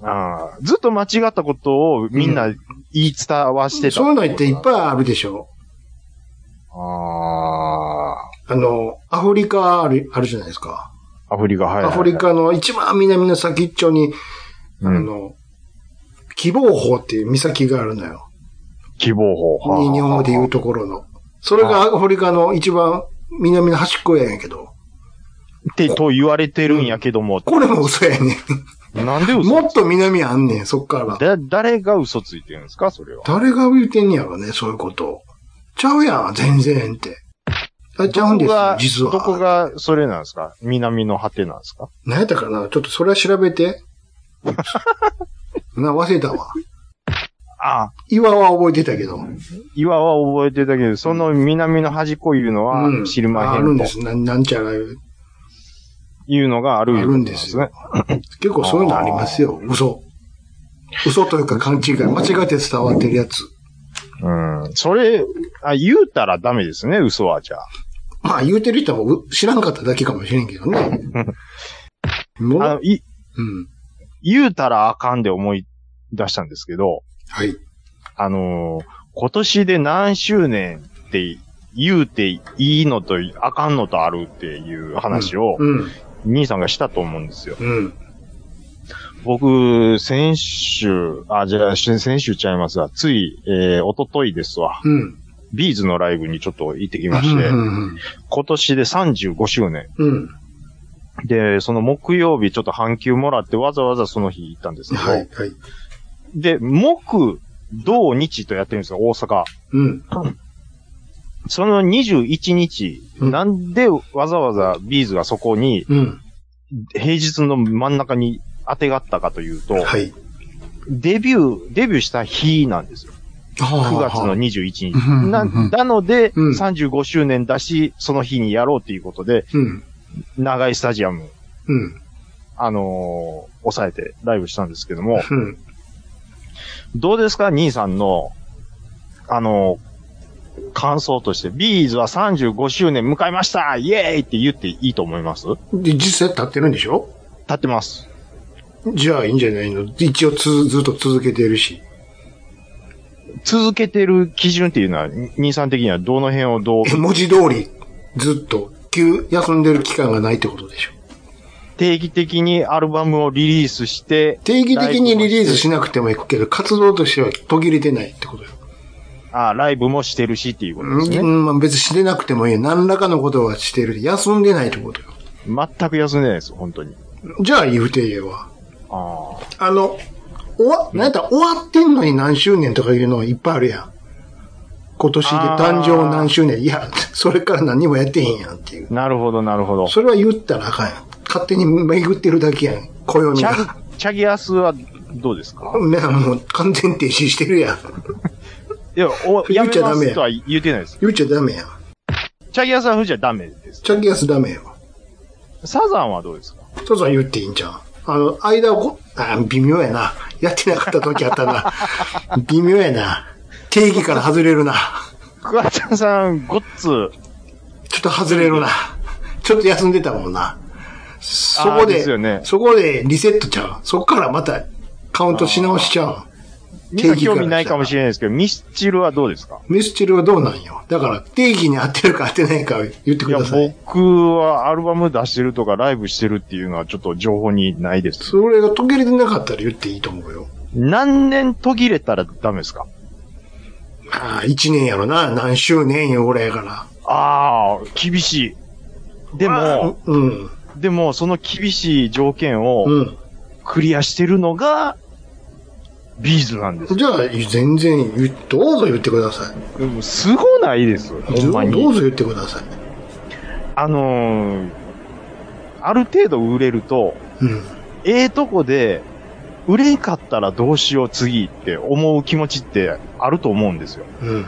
[SPEAKER 3] あーずっと間違ったことをみんな言い伝わしてた。
[SPEAKER 2] そういうのっていっぱいあるでしょ。
[SPEAKER 3] あ
[SPEAKER 2] あの、アフリカある、あるじゃないですか。
[SPEAKER 3] あ、アフリカ、はいはい、
[SPEAKER 2] ア
[SPEAKER 3] はい。
[SPEAKER 2] フリカの一番南の先っちょに、
[SPEAKER 3] う
[SPEAKER 2] あ
[SPEAKER 3] ん、
[SPEAKER 2] の、希望峰っていう岬があるのよ。
[SPEAKER 3] 希望法。はあ
[SPEAKER 2] に日本語で言うところの。それがアフリカの一番南の端っこやねんけど。
[SPEAKER 3] って、と言われてるんやけども、
[SPEAKER 2] これも嘘やね
[SPEAKER 3] なんで
[SPEAKER 2] ん。
[SPEAKER 3] 嘘
[SPEAKER 2] もっと南あんねん、そっから。
[SPEAKER 3] だ、誰が嘘ついてるんですかそれは。
[SPEAKER 2] 誰が言うてんねやろね、そういうこと。ちゃうやん、全然って。あちゃうんですよ、実は。
[SPEAKER 3] どこが、それなんですか南の果てなんですか
[SPEAKER 2] 何やったかなちょっとそれは調べて。 な、忘れたわ。
[SPEAKER 3] ああ、
[SPEAKER 2] 岩は覚えてたけど。
[SPEAKER 3] 岩は覚えてたけど、その南の端っこいうのは
[SPEAKER 2] う、ん
[SPEAKER 3] 知るま
[SPEAKER 2] ああ
[SPEAKER 3] へ
[SPEAKER 2] るん
[SPEAKER 3] んと
[SPEAKER 2] です。なんなんちゃらいう。
[SPEAKER 3] いうのがあるいうことなん
[SPEAKER 2] あ
[SPEAKER 3] ね。
[SPEAKER 2] 結構そういうのありますよ。嘘。嘘というか勘違い。間違って伝わってるやつ。
[SPEAKER 3] うん。それ、あ、言うたらダメですね、嘘は、じゃあ。
[SPEAKER 2] まあ言うてる人もう知らんかっただけかもしれんけど ね。も
[SPEAKER 3] あ
[SPEAKER 2] う
[SPEAKER 3] の、い、
[SPEAKER 2] うん。
[SPEAKER 3] 言うたらあかんで思い出したんですけど、
[SPEAKER 2] はい。
[SPEAKER 3] あのー今年で何周年って言うていいのとあかんのとあるっていう話を、
[SPEAKER 2] うん。
[SPEAKER 3] 兄さんがしたと思うんですよ。
[SPEAKER 2] うん。
[SPEAKER 3] 僕、先週、あ、じゃあ、し先週ちゃいますわ。つい、えー、おとといですわ。
[SPEAKER 2] うん。
[SPEAKER 3] ビーズのライブにちょっと行ってき
[SPEAKER 2] い
[SPEAKER 3] まして
[SPEAKER 2] う、ん。
[SPEAKER 3] 今年で35周年。
[SPEAKER 2] うん。
[SPEAKER 3] で、その木曜日ちょっと半休もらってわざわざその日行ったんですけど、
[SPEAKER 2] はい。はい。
[SPEAKER 3] で、木、土、日とやってるんですよ、大阪。
[SPEAKER 2] うん。
[SPEAKER 3] その21日、
[SPEAKER 2] うん
[SPEAKER 3] なんでわざわざビーズがそこに
[SPEAKER 2] うん。
[SPEAKER 3] 平日の真ん中に当てがったかというと、
[SPEAKER 2] はい。
[SPEAKER 3] デビュー、デビューした日なんですよ。9
[SPEAKER 2] 9
[SPEAKER 3] 月の21日。
[SPEAKER 2] うん
[SPEAKER 3] な、なので、
[SPEAKER 2] うん
[SPEAKER 3] 35周年だし、その日にやろうということで、
[SPEAKER 2] うん。
[SPEAKER 3] 長いスタジアム、
[SPEAKER 2] うん。
[SPEAKER 3] あのー抑えてライブしたんですけども、
[SPEAKER 2] うん。
[SPEAKER 3] どうですか、兄さんの、あのー感想として、ビーズは35周年迎えましたイエーイって言っていいと思います
[SPEAKER 2] で、実際立ってるんでしょ
[SPEAKER 3] 立ってます。
[SPEAKER 2] じゃあいいんじゃないの一応つずっと続けてるし。
[SPEAKER 3] 続けてる基準っていうのは、に兄さん的にはどの辺をどう
[SPEAKER 2] え、文字通り、ずっと、休、休んでる期間がないってことでしょ。
[SPEAKER 3] 定期的にアルバムをリリースして、
[SPEAKER 2] 定期的にリリースしなくてもいくけど、活動としては途切れてないってことよ。
[SPEAKER 3] あライブもしてるしっていうことですね
[SPEAKER 2] う。ん、まあ別にしてなくてもいいよ。何らかのことはしてる。休んでないってことよ。
[SPEAKER 3] 全く休んでないです、本当に。
[SPEAKER 2] じゃあ言うてええわ。
[SPEAKER 3] ああ。
[SPEAKER 2] あの、終わ、なんやったら終わってんのに何周年とかいうのいっぱいあるやん。今年で誕生何周年。いや、それから何もやってへんやんっていう。
[SPEAKER 3] なるほど、なるほど。
[SPEAKER 2] それは言ったらあかんやん。勝手に巡ってるだけやん。暦
[SPEAKER 3] チ
[SPEAKER 2] が。
[SPEAKER 3] ャギ、チャギアスはどうですか
[SPEAKER 2] ね、もう完全停止してるやん。
[SPEAKER 3] いや、お、
[SPEAKER 2] 言
[SPEAKER 3] や
[SPEAKER 2] っ
[SPEAKER 3] め
[SPEAKER 2] ちゃダ
[SPEAKER 3] ま
[SPEAKER 2] メ
[SPEAKER 3] す
[SPEAKER 2] や
[SPEAKER 3] とは言ってないです。
[SPEAKER 2] 言っちゃダメや。
[SPEAKER 3] チャギアさん風じゃダメです。
[SPEAKER 2] チャギアスダメよ。
[SPEAKER 3] サザンはどうですか
[SPEAKER 2] 父さん言っていいんじゃん。あの、間をこ、あ微妙やな。やってなかった時あった な。微妙やな。定義から外れるな。
[SPEAKER 3] クワちゃんさん、ごっつ、
[SPEAKER 2] ちょっと外れるな。ちょっと休んでたもんな。そこ
[SPEAKER 3] あー
[SPEAKER 2] で、
[SPEAKER 3] ですよね
[SPEAKER 2] そこでリセットちゃう。そこからまたカウントし直しちゃう。
[SPEAKER 3] みんな興味ないかもしれないですけど、ミスチルはどうですか
[SPEAKER 2] ミスチルはどうなんよ。だから定義に合ってるか合ってないか言って
[SPEAKER 3] い
[SPEAKER 2] く
[SPEAKER 3] や
[SPEAKER 2] ださい。、
[SPEAKER 3] 僕はアルバム出してるとかライブしてるっていうのはちょっと情報にないです。
[SPEAKER 2] それが途切れてなかったら言っていいと思うよ。
[SPEAKER 3] 何年途切れたらダメですか
[SPEAKER 2] まあ、一年やろな。何周年よ、俺やから。
[SPEAKER 3] ああ、厳しい。でも、
[SPEAKER 2] うん。
[SPEAKER 3] でも、その厳しい条件を
[SPEAKER 2] うん。
[SPEAKER 3] クリアしてるのが、ビーズなんです。
[SPEAKER 2] じゃあ、全然言う、どうぞ言ってください。
[SPEAKER 3] でもすごないです。ほんま
[SPEAKER 2] どう
[SPEAKER 3] に。
[SPEAKER 2] ぞ言ってください。
[SPEAKER 3] あのーある程度売れると、
[SPEAKER 2] うん。
[SPEAKER 3] ええとこで、売れんかったらどうしよう次って思う気持ちってあると思うんですよ。
[SPEAKER 2] うん。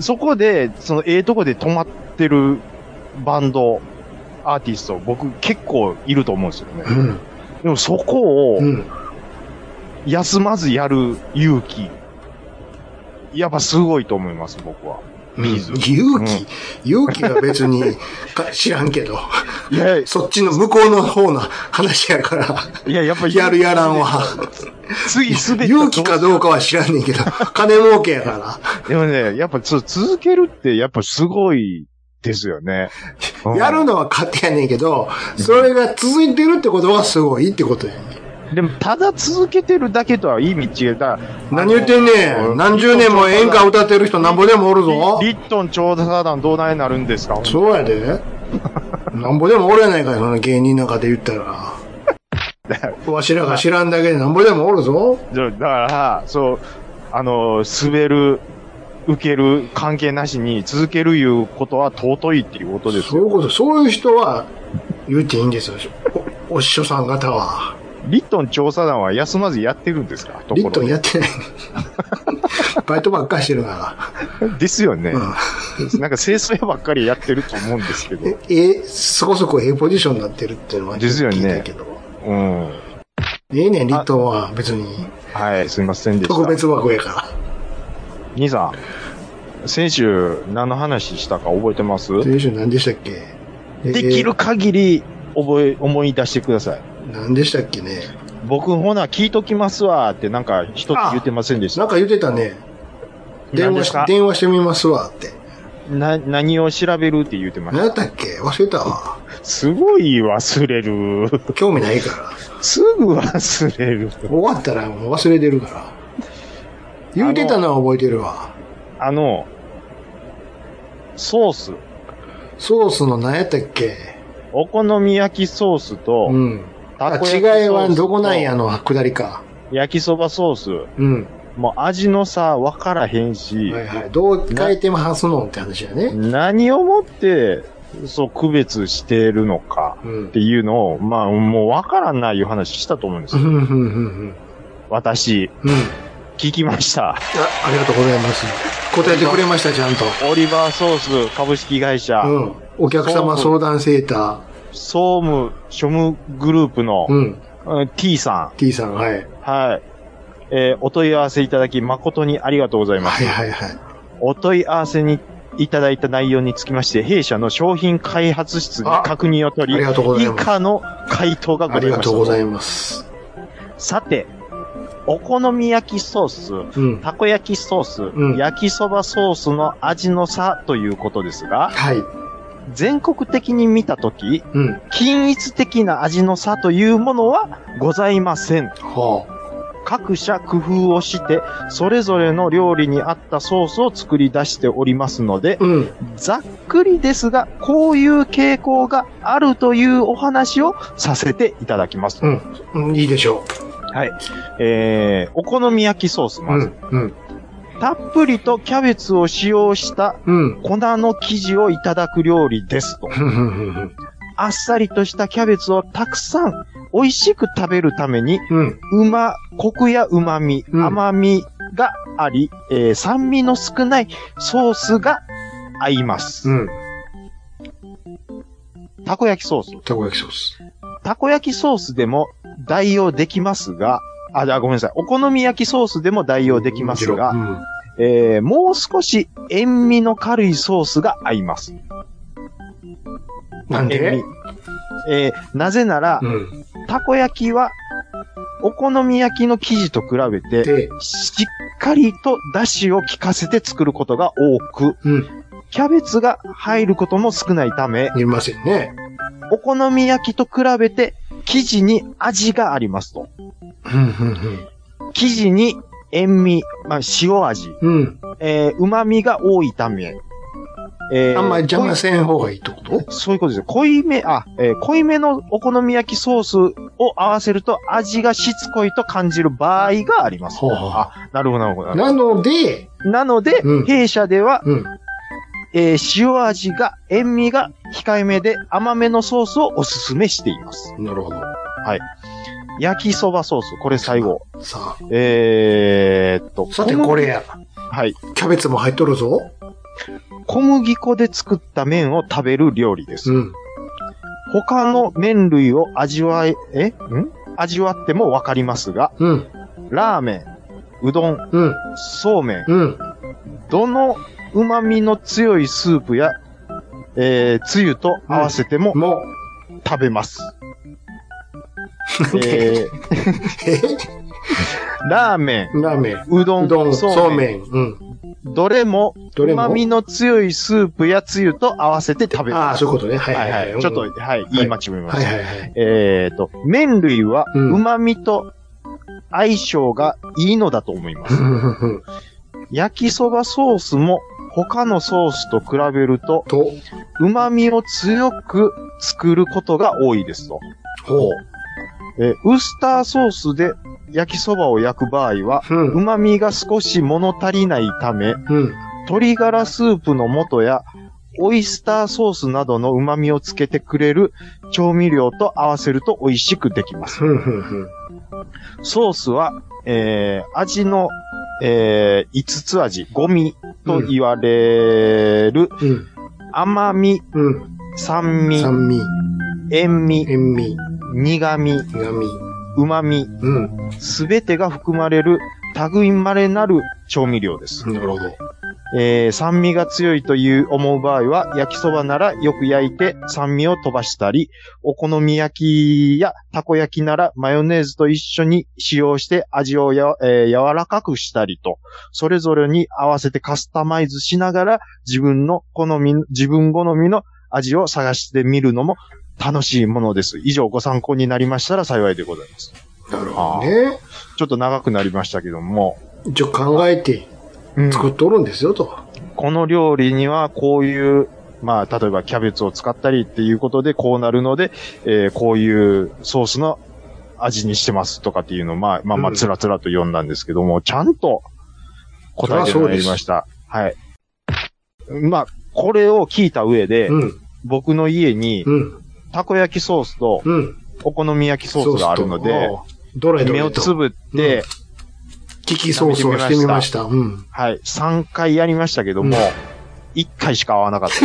[SPEAKER 3] そこで、そのええとこで止まってるバンド、アーティスト、僕結構いると思うんですよ
[SPEAKER 2] う
[SPEAKER 3] ね。
[SPEAKER 2] ん。
[SPEAKER 3] でもそこを
[SPEAKER 2] うん。
[SPEAKER 3] 休まずやる勇気、やっぱすごいと思います、僕は。水
[SPEAKER 2] 勇
[SPEAKER 3] う
[SPEAKER 2] 気、勇気は別 にか知らんけど、
[SPEAKER 3] いや、い
[SPEAKER 2] そっちの向こうの方の話や から、
[SPEAKER 3] や、やっぱ
[SPEAKER 2] やるやらんは。
[SPEAKER 3] 次すべて。
[SPEAKER 2] 勇気かどうかは知らんねんけど、金儲けやから。
[SPEAKER 3] でもね、やっぱつ続けるってやっぱすごいですよね。うん
[SPEAKER 2] やるのは勝手やねんけど、それが続いてるってことはすごいってことやねん。
[SPEAKER 3] でも、ただ続けてるだけとは意味違う。だ
[SPEAKER 2] 何言ってんねん。何十年も演歌歌ってる人なんぼでもおるぞ。
[SPEAKER 3] リリットン調査団どうなになるんですか
[SPEAKER 2] そうやで。 なんぼでもおるやないかい、その芸人なんかで言った ら。わしらが知らんだけでなんぼでもおるぞ。
[SPEAKER 3] だから、そう、あの、滑る、受ける、関係なしに続けるいうことは尊いっていうことです
[SPEAKER 2] そうい
[SPEAKER 3] よ。
[SPEAKER 2] うこと、そういう人は言っていいんですよ。おお師匠さん方は。
[SPEAKER 3] リットン調査団は休まずやってるんですかところ
[SPEAKER 2] リットン
[SPEAKER 3] で
[SPEAKER 2] やって ない。バイトばっかりしてるか
[SPEAKER 3] ですよね。
[SPEAKER 2] ら。う
[SPEAKER 3] なんんか清掃屋ばっかりやってると思うんですけど。
[SPEAKER 2] え、え、そこそこええポジションになってるっていうのは
[SPEAKER 3] ですよね
[SPEAKER 2] 聞いたけど。
[SPEAKER 3] うん。
[SPEAKER 2] ええねん、リットンは別に
[SPEAKER 3] はい、すいませんでした。
[SPEAKER 2] 特別枠やか
[SPEAKER 3] 兄さん、先週何の話したか覚えてます
[SPEAKER 2] ら。選手何でしたっけ
[SPEAKER 3] できる限り覚え、思い出してください。
[SPEAKER 2] え何でしたっけね。
[SPEAKER 3] 僕、ほな、聞いときますわってなんか一つ言ってませんでし
[SPEAKER 2] な
[SPEAKER 3] た
[SPEAKER 2] ん。か言ってたね。電
[SPEAKER 3] 何で
[SPEAKER 2] 話
[SPEAKER 3] す
[SPEAKER 2] し
[SPEAKER 3] か
[SPEAKER 2] 電話してみますわって。
[SPEAKER 3] な、何を調べるって言ってまし
[SPEAKER 2] 何
[SPEAKER 3] た。
[SPEAKER 2] やったっけ忘れたわ。
[SPEAKER 3] すごい忘れる。
[SPEAKER 2] 興味ないから。
[SPEAKER 3] すぐ忘れる。
[SPEAKER 2] 終わったらもう忘れてるから。言うてたのは覚えてるわ。
[SPEAKER 3] あの、ソース。
[SPEAKER 2] ソースの何やったっけ
[SPEAKER 3] お好み焼きソースと、
[SPEAKER 2] うん。あ
[SPEAKER 3] たこ焼きソースと
[SPEAKER 2] 違いはどこなんやの下りか。
[SPEAKER 3] 焼きそばソース。
[SPEAKER 2] うん。
[SPEAKER 3] もう味の差分からへんし、
[SPEAKER 2] はいはい。どう変えてもすのって話やね。
[SPEAKER 3] 何をもって、そう、区別してるのか
[SPEAKER 2] う
[SPEAKER 3] っ
[SPEAKER 2] ん
[SPEAKER 3] て。いうのを、まあ、もう分からんないいう話したと思うんです
[SPEAKER 2] うん、
[SPEAKER 3] よ。
[SPEAKER 2] うん、うん、うん。
[SPEAKER 3] 私、
[SPEAKER 2] うん。あ
[SPEAKER 3] 聞きました。
[SPEAKER 2] ありがとうございます。答えてくれました、ちゃんと。
[SPEAKER 3] オリバーソース株式会社、
[SPEAKER 2] うん。お客様相談セータ
[SPEAKER 3] 総務庶務グループの
[SPEAKER 2] ー。、うん。
[SPEAKER 3] うん T さ
[SPEAKER 2] T さん、はい。
[SPEAKER 3] ん。はい。えーお問い合わせいただき誠にありがとうございます。
[SPEAKER 2] はいはいはい。
[SPEAKER 3] お問い合わせにいただいた内容につきまして、弊社の商品開発室に確認を取
[SPEAKER 2] ああ
[SPEAKER 3] り、
[SPEAKER 2] りがとうござい
[SPEAKER 3] 以
[SPEAKER 2] ます
[SPEAKER 3] 下の回答が
[SPEAKER 2] あ
[SPEAKER 3] ござ
[SPEAKER 2] り
[SPEAKER 3] い
[SPEAKER 2] が
[SPEAKER 3] ま
[SPEAKER 2] とうご
[SPEAKER 3] し
[SPEAKER 2] ざいます。
[SPEAKER 3] た。さて、お好み焼きソース、
[SPEAKER 2] うん。
[SPEAKER 3] たこ焼きソース、
[SPEAKER 2] うん
[SPEAKER 3] 焼きそばソースの味の差ということですが、
[SPEAKER 2] はい。
[SPEAKER 3] 全国的に見たとき、
[SPEAKER 2] うん。
[SPEAKER 3] 均一的な味の差というものはございません。
[SPEAKER 2] はあ。
[SPEAKER 3] 各社工夫をして、それぞれの料理に合ったソースを作り出しておりますので、
[SPEAKER 2] うん。
[SPEAKER 3] ざっくりですが、こういう傾向があるというお話をさせていただきます。
[SPEAKER 2] うん。いいでしょ
[SPEAKER 3] はい。えー、お好み焼きソース、
[SPEAKER 2] う。う
[SPEAKER 3] まず。
[SPEAKER 2] ん。うん。
[SPEAKER 3] たっぷりとキャベツを使用した
[SPEAKER 2] うん。
[SPEAKER 3] 粉の生地をいただく料理ですと。
[SPEAKER 2] ふんふんふんふん
[SPEAKER 3] あっさりとしたキャベツをたくさん美味しく食べるために、
[SPEAKER 2] うん。
[SPEAKER 3] うま、コクや旨味、
[SPEAKER 2] うん
[SPEAKER 3] 甘味、があり、えー酸味の少ないソースが合います。
[SPEAKER 2] うん。
[SPEAKER 3] たこ焼きソース。
[SPEAKER 2] たこ焼きソース。
[SPEAKER 3] たこ焼きソースでも代用できますが、あ、あごめんなさい。お好み焼きソースでも代用できますが、
[SPEAKER 2] うん。
[SPEAKER 3] えーもう少し塩味の軽いソースが合います。
[SPEAKER 2] なん
[SPEAKER 3] 塩
[SPEAKER 2] で
[SPEAKER 3] 味。えーなぜなら
[SPEAKER 2] う、ん。
[SPEAKER 3] たこ焼きは、お好み焼きの生地と比べて、
[SPEAKER 2] で、
[SPEAKER 3] しっかりと出汁を効かせて作ることが多く、
[SPEAKER 2] うん。
[SPEAKER 3] キャベツが入ることも少ないため、
[SPEAKER 2] いりませんね。
[SPEAKER 3] お好み焼きと比べて、生地に味がありますと。
[SPEAKER 2] うん、うん、
[SPEAKER 3] 生地に塩味、まあ、塩味、
[SPEAKER 2] うん。うん。
[SPEAKER 3] えー、旨味が多いため、えー
[SPEAKER 2] あんまり邪魔せん方がいいってこと
[SPEAKER 3] そういうことです。濃いめ、あ、えー濃いめのお好み焼きソースを合わせると味がしつこいと感じる場合があります。
[SPEAKER 2] ほうほう
[SPEAKER 3] あ、なるほど、なるほど。な
[SPEAKER 2] なので、
[SPEAKER 3] ので、
[SPEAKER 2] うん
[SPEAKER 3] 弊社では、
[SPEAKER 2] うん。
[SPEAKER 3] えー塩味が、塩味が控えめで甘めのソースをおすすめしています。
[SPEAKER 2] なるほど。
[SPEAKER 3] 焼きそばソース、これ最後。
[SPEAKER 2] さあ、
[SPEAKER 3] えーっと、
[SPEAKER 2] さて
[SPEAKER 3] 小麦
[SPEAKER 2] これや。
[SPEAKER 3] はい。
[SPEAKER 2] キャベツも入っとるぞ。
[SPEAKER 3] 小麦粉で作った麺を食べる料理です。
[SPEAKER 2] うん。
[SPEAKER 3] 他の麺類を味わえ、えん味わってもわかりますが、
[SPEAKER 2] うん。
[SPEAKER 3] ラーメン、うどん、
[SPEAKER 2] うん。
[SPEAKER 3] そうめん、
[SPEAKER 2] うん。
[SPEAKER 3] どの旨味の強いスープや、えー、つゆと合わせても
[SPEAKER 2] も
[SPEAKER 3] 食べます。
[SPEAKER 2] う、 え
[SPEAKER 3] えー、ラーメ
[SPEAKER 2] ラーメン、
[SPEAKER 3] ン、うどん、
[SPEAKER 2] うどん、
[SPEAKER 3] そ
[SPEAKER 2] そうう
[SPEAKER 3] めん、
[SPEAKER 2] めん。うん。
[SPEAKER 3] どれも
[SPEAKER 2] どれも
[SPEAKER 3] 旨味の強いスープやつゆと合わせて食べ
[SPEAKER 2] あ
[SPEAKER 3] ま
[SPEAKER 2] あ、
[SPEAKER 3] す。
[SPEAKER 2] そういうことね。はい
[SPEAKER 3] は
[SPEAKER 2] はいい
[SPEAKER 3] はい。ちょっと、
[SPEAKER 2] うん
[SPEAKER 3] はい、言い間違えました。
[SPEAKER 2] はいはいはい。
[SPEAKER 3] えー、と、麺類は、
[SPEAKER 2] うん
[SPEAKER 3] 旨味と相性がいいのだと思いま
[SPEAKER 2] う
[SPEAKER 3] す。
[SPEAKER 2] んうんうん
[SPEAKER 3] 焼きそばソースも、他のソースと比べると、
[SPEAKER 2] と、
[SPEAKER 3] 旨味を強く作ることが多いですと。
[SPEAKER 2] ほ
[SPEAKER 3] えーウスターソースで焼きそばを焼く場合は、
[SPEAKER 2] う。うん。
[SPEAKER 3] 旨味が少し物足りないため、
[SPEAKER 2] うん。
[SPEAKER 3] 鶏ガラスープの素や、オイスターソースなどの旨味をつけてくれる調味料と合わせると美味しくできます。
[SPEAKER 2] うん。うん。
[SPEAKER 3] ソースは、えー、味の、えー、5つ味、ゴミと言われる、
[SPEAKER 2] うん。
[SPEAKER 3] 甘み、
[SPEAKER 2] うん。
[SPEAKER 3] 酸味、
[SPEAKER 2] 酸味、
[SPEAKER 3] 塩味、
[SPEAKER 2] 塩味、
[SPEAKER 3] 苦味、
[SPEAKER 2] 苦味。
[SPEAKER 3] 旨味、
[SPEAKER 2] うん。
[SPEAKER 3] すべてが含まれる、類まれなる調味料です。
[SPEAKER 2] なるほど。
[SPEAKER 3] えー、酸味が強いという思う場合は、焼きそばならよく焼いて酸味を飛ばしたり、お好み焼きやたこ焼きならマヨネーズと一緒に使用して味をや、えー柔らかくしたりと、それぞれに合わせてカスタマイズしながら自分の好み、自分好みの味を探してみるのも楽しいものです。以上ご参考になりましたら幸いでございます。
[SPEAKER 2] なるほどね。
[SPEAKER 3] ちょっと長くなりましたけども、
[SPEAKER 2] 一応考えて
[SPEAKER 3] うん
[SPEAKER 2] 作っとるんですよ、と。
[SPEAKER 3] この料理にはこういう、まあ、例えばキャベツを使ったりっていうことでこうなるので、えーこういうソースの味にしてますとかっていうのを、まあ、まあ、まあ、
[SPEAKER 2] うん
[SPEAKER 3] つらつらと読んだんですけども、ちゃんと答えてもらいました。はい。まあ、これを聞いた上で、
[SPEAKER 2] うん。
[SPEAKER 3] 僕の家に
[SPEAKER 2] うん。
[SPEAKER 3] たこ焼きソースと
[SPEAKER 2] うん。
[SPEAKER 3] お好み焼きソースがあるので、
[SPEAKER 2] ソースと、どれど
[SPEAKER 3] 目
[SPEAKER 2] れ
[SPEAKER 3] をつ
[SPEAKER 2] と、
[SPEAKER 3] ぶって、
[SPEAKER 2] キキソースをしてみました。うん。
[SPEAKER 3] はい、3回やりましたけども、
[SPEAKER 2] うん
[SPEAKER 3] 1回しか合わなかった。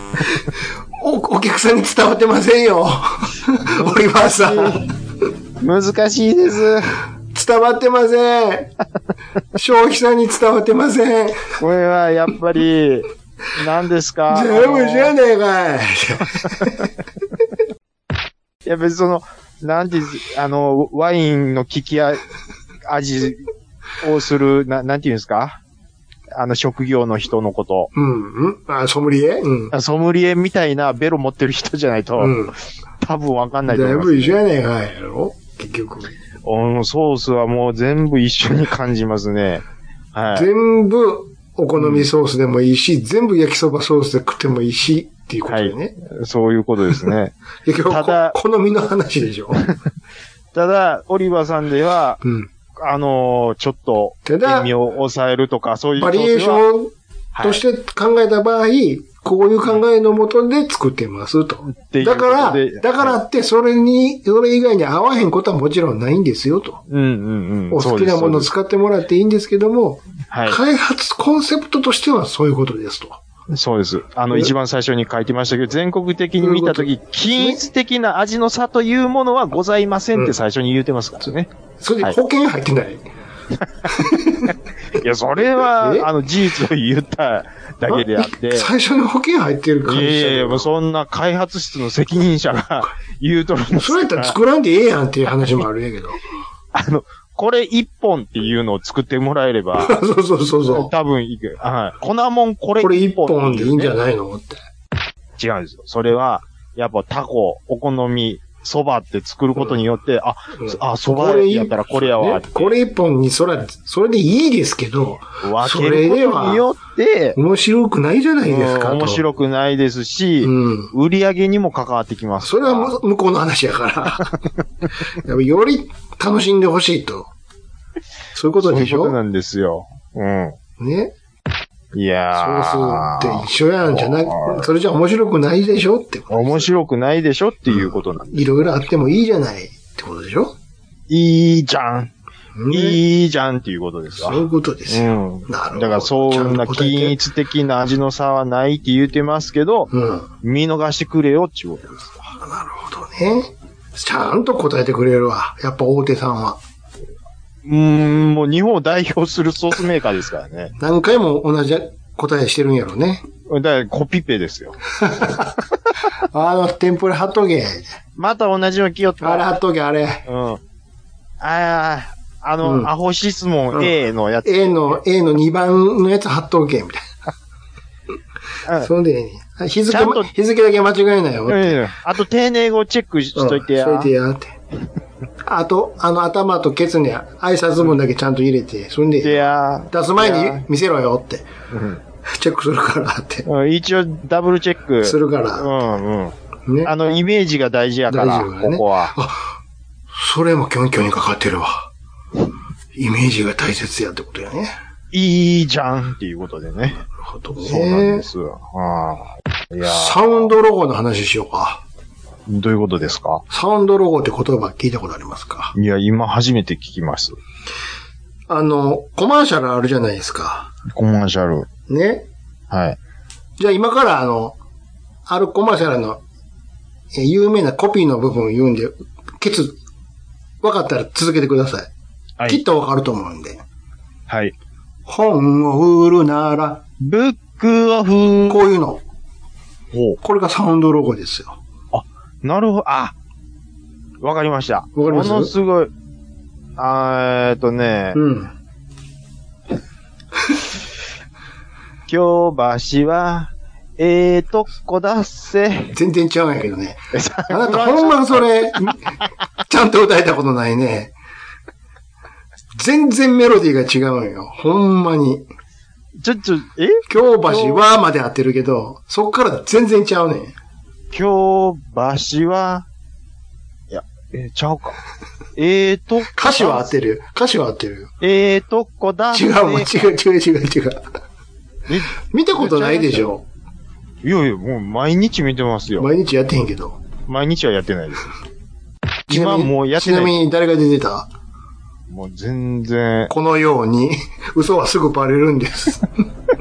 [SPEAKER 2] お、お客さんに伝わってません よ。オリバーさん。
[SPEAKER 3] 難しいです。
[SPEAKER 2] 伝わってませ ん。消費者に伝わってません。
[SPEAKER 3] これはやっ ぱり、何ですか
[SPEAKER 2] 全部じゃねえかい。
[SPEAKER 3] いや、別にその、なんていう、あの、ワインの利きあ味をする、ななんていうんですかあの、職業の人のこと。
[SPEAKER 2] うん、うん。あ、ソムリエうん。
[SPEAKER 3] ソムリエみたいなベロ持ってる人じゃないと、
[SPEAKER 2] うん。
[SPEAKER 3] 多分わかん
[SPEAKER 2] だ
[SPEAKER 3] ないと思い
[SPEAKER 2] い
[SPEAKER 3] ま
[SPEAKER 2] ぶ
[SPEAKER 3] す。
[SPEAKER 2] 一緒やねえかいやろ結局。
[SPEAKER 3] うんソースはもう全部一緒に感じますね。はい。
[SPEAKER 2] 全部お好みソースでもいいし、全部焼きそばソースで食ってもいいし、っていうことでね。
[SPEAKER 3] そういうことで すね。
[SPEAKER 2] いや、今
[SPEAKER 3] ただ
[SPEAKER 2] 日こ、好みの話でしょ。
[SPEAKER 3] ただ、オリバーさんでは、
[SPEAKER 2] うん。
[SPEAKER 3] あのーちょっと、
[SPEAKER 2] ただ
[SPEAKER 3] 塩味を抑えるとか、そういう
[SPEAKER 2] バ
[SPEAKER 3] 調整
[SPEAKER 2] リエーシ
[SPEAKER 3] は
[SPEAKER 2] ョン
[SPEAKER 3] はい
[SPEAKER 2] として考えた場合、こういう考えのもとで作ってますと。
[SPEAKER 3] ていうこ
[SPEAKER 2] だ
[SPEAKER 3] と
[SPEAKER 2] から、
[SPEAKER 3] で
[SPEAKER 2] だからって、それに、それ以外に合わへんことはもちろんないんですよと。
[SPEAKER 3] うんうんうん。
[SPEAKER 2] お好きなものを
[SPEAKER 3] そう
[SPEAKER 2] 使ってもらっていいんですけども、
[SPEAKER 3] ですはい。
[SPEAKER 2] 開発コンセプトとしてはそういうことですと。
[SPEAKER 3] そうです。あの、
[SPEAKER 2] え
[SPEAKER 3] 一番最初に書いてましたけど、全国的に見たと
[SPEAKER 2] どうい
[SPEAKER 3] き、均一的な味の差というものはございませんって最初に言うてますからね。
[SPEAKER 2] それで
[SPEAKER 3] はい
[SPEAKER 2] 保険入ってない。
[SPEAKER 3] いや、それ
[SPEAKER 2] え
[SPEAKER 3] は、あの、事実を言っただけであって。
[SPEAKER 2] 最初の保険入ってる感
[SPEAKER 3] い
[SPEAKER 2] じ
[SPEAKER 3] や
[SPEAKER 2] した
[SPEAKER 3] いやいや、も
[SPEAKER 2] け
[SPEAKER 3] うそんな開発室の責任者が言うとるんで
[SPEAKER 2] ど
[SPEAKER 3] す
[SPEAKER 2] それやったら作らんでええやんっていう話もあるんやけ ど。
[SPEAKER 3] あの、これ一本っていうのを作ってもらえれば、
[SPEAKER 2] そうそう そうそう。
[SPEAKER 3] 多分いく。はい。粉もんこれ
[SPEAKER 2] これ一
[SPEAKER 3] 一本ってうね、
[SPEAKER 2] 本でいいんじゃないのって。
[SPEAKER 3] 違うんですよ。それは、やっぱタコ、お好み、蕎麦って作ることによって、あ、
[SPEAKER 2] うん
[SPEAKER 3] あ、蕎麦やったらこれやわって
[SPEAKER 2] ね、これ一本に、そら、それでいいですけど、
[SPEAKER 3] 分けることによって、
[SPEAKER 2] 面白くないじゃないですか
[SPEAKER 3] う
[SPEAKER 2] と。
[SPEAKER 3] ん面白くないですし、
[SPEAKER 2] うん。
[SPEAKER 3] 売り上げにも関わってきます。
[SPEAKER 2] それはむ向こうの話や から。より楽しんでほしいと。そういうこと
[SPEAKER 3] そうい
[SPEAKER 2] で
[SPEAKER 3] う
[SPEAKER 2] し
[SPEAKER 3] こ
[SPEAKER 2] ょ
[SPEAKER 3] となんですよ。うん。
[SPEAKER 2] ね。ソ
[SPEAKER 3] いや
[SPEAKER 2] ースっ
[SPEAKER 3] ー。
[SPEAKER 2] て一緒やんじゃない
[SPEAKER 3] あ、
[SPEAKER 2] それじゃ面白くないでしょってこと。
[SPEAKER 3] 面白くないでしょっていうことなんで。
[SPEAKER 2] いろいろあってもいいじゃないってことでしょ、
[SPEAKER 3] いいじゃん。
[SPEAKER 2] ね
[SPEAKER 3] いいじゃんっていうことです
[SPEAKER 2] そ
[SPEAKER 3] わ。
[SPEAKER 2] ういうことですよ。
[SPEAKER 3] うん。
[SPEAKER 2] なるほど。
[SPEAKER 3] だからそんな均
[SPEAKER 2] 金。
[SPEAKER 3] 一的な味の差はないって言うてますけど、
[SPEAKER 2] うん。なる
[SPEAKER 3] 見逃してくれよっていうことですわ。
[SPEAKER 2] ほどね。ちゃんと答えてくれるわ。やっぱ大手さんは。
[SPEAKER 3] うーん、もう日本を代表するソースメーカーですからね。
[SPEAKER 2] 何回も同じ答えしてるんやろね。
[SPEAKER 3] だからコピペですよ。
[SPEAKER 2] あの、天ぷら貼っとけ。
[SPEAKER 3] また同じの気を
[SPEAKER 2] あれ貼っとけ、あれ。
[SPEAKER 3] うん。ああ、あの、
[SPEAKER 2] うん
[SPEAKER 3] アホ質
[SPEAKER 2] う
[SPEAKER 3] 問
[SPEAKER 2] ん
[SPEAKER 3] A のやつ。
[SPEAKER 2] A の、A の2番のやつ貼っとけ、みたいな。
[SPEAKER 3] うん
[SPEAKER 2] それでいいね、日付
[SPEAKER 3] ちゃんと
[SPEAKER 2] も、日付だけ間違えないよ。
[SPEAKER 3] うんうんあと、丁寧語チェックしといてや。
[SPEAKER 2] うんしといてやって。あと、あの、頭とケツに挨拶文だけちゃんと入れて、そん
[SPEAKER 3] で
[SPEAKER 2] で、
[SPEAKER 3] や。
[SPEAKER 2] 出す前
[SPEAKER 3] いや
[SPEAKER 2] に見せろよって、チェックするからって。
[SPEAKER 3] うん一応、ダブルチェック。
[SPEAKER 2] するか
[SPEAKER 3] う
[SPEAKER 2] ら。
[SPEAKER 3] んうん。
[SPEAKER 2] ね
[SPEAKER 3] あ。の、イメージが大事やから、
[SPEAKER 2] 大事やからね
[SPEAKER 3] ここは。
[SPEAKER 2] それもキョンキョンにかかってるわ。イメージが大切やってことやね。なる
[SPEAKER 3] いいじゃんっていうことでね。
[SPEAKER 2] ほど
[SPEAKER 3] そうなん
[SPEAKER 2] ね
[SPEAKER 3] で。す。ああいやー
[SPEAKER 2] サウンドロゴの話しようか。
[SPEAKER 3] どういうことですか
[SPEAKER 2] サウンドロゴって言葉聞いたことありますか
[SPEAKER 3] いや、今初めて聞きます。
[SPEAKER 2] あの、コマーシャルあるじゃないですか。
[SPEAKER 3] コマーシャル。
[SPEAKER 2] ね。
[SPEAKER 3] はい。
[SPEAKER 2] じゃあ今からあの、あるコマーシャルの、えー有名なコピーの部分を言うんで、ケツ、分かったら続けてください。
[SPEAKER 3] は
[SPEAKER 2] きっ。と分かると思うんで。
[SPEAKER 3] はい。
[SPEAKER 2] 本を売るなら、
[SPEAKER 3] ブックオフ。
[SPEAKER 2] こういうの。
[SPEAKER 3] ほ
[SPEAKER 2] これがサウンドロゴですよ。
[SPEAKER 3] うなるほど。あ、わかりました。
[SPEAKER 2] わかります
[SPEAKER 3] ものすごい。あーえっとね、
[SPEAKER 2] うん。
[SPEAKER 3] 京橋は、ええとこだっせ。
[SPEAKER 2] 全然違うんやけど ね。あなたほんまそ れ、ちゃんと歌えたことないね。全然メロディーが違うんよ。ほんまに。
[SPEAKER 3] ちょ、ちょ、え
[SPEAKER 2] 京橋はまで合ってるけど、そっから全然ちゃうねん。
[SPEAKER 3] 京橋は、いや、えーちゃうか。ええと、
[SPEAKER 2] 歌詞は合ってるよ。歌詞は合ってるよ。
[SPEAKER 3] ええとこだっせ。
[SPEAKER 2] 違うもん、違う違う違う違う。見たことないでしょ。
[SPEAKER 3] えいやいや、もう毎日見てますよ。
[SPEAKER 2] 毎日やってへんけど。
[SPEAKER 3] 毎日はやってないです。
[SPEAKER 2] ちな
[SPEAKER 3] 今
[SPEAKER 2] みに
[SPEAKER 3] もうやって
[SPEAKER 2] ちな
[SPEAKER 3] な
[SPEAKER 2] み
[SPEAKER 3] い。
[SPEAKER 2] に誰が出てた
[SPEAKER 3] もう全然、
[SPEAKER 2] このように、 嘘はすぐバレるんです。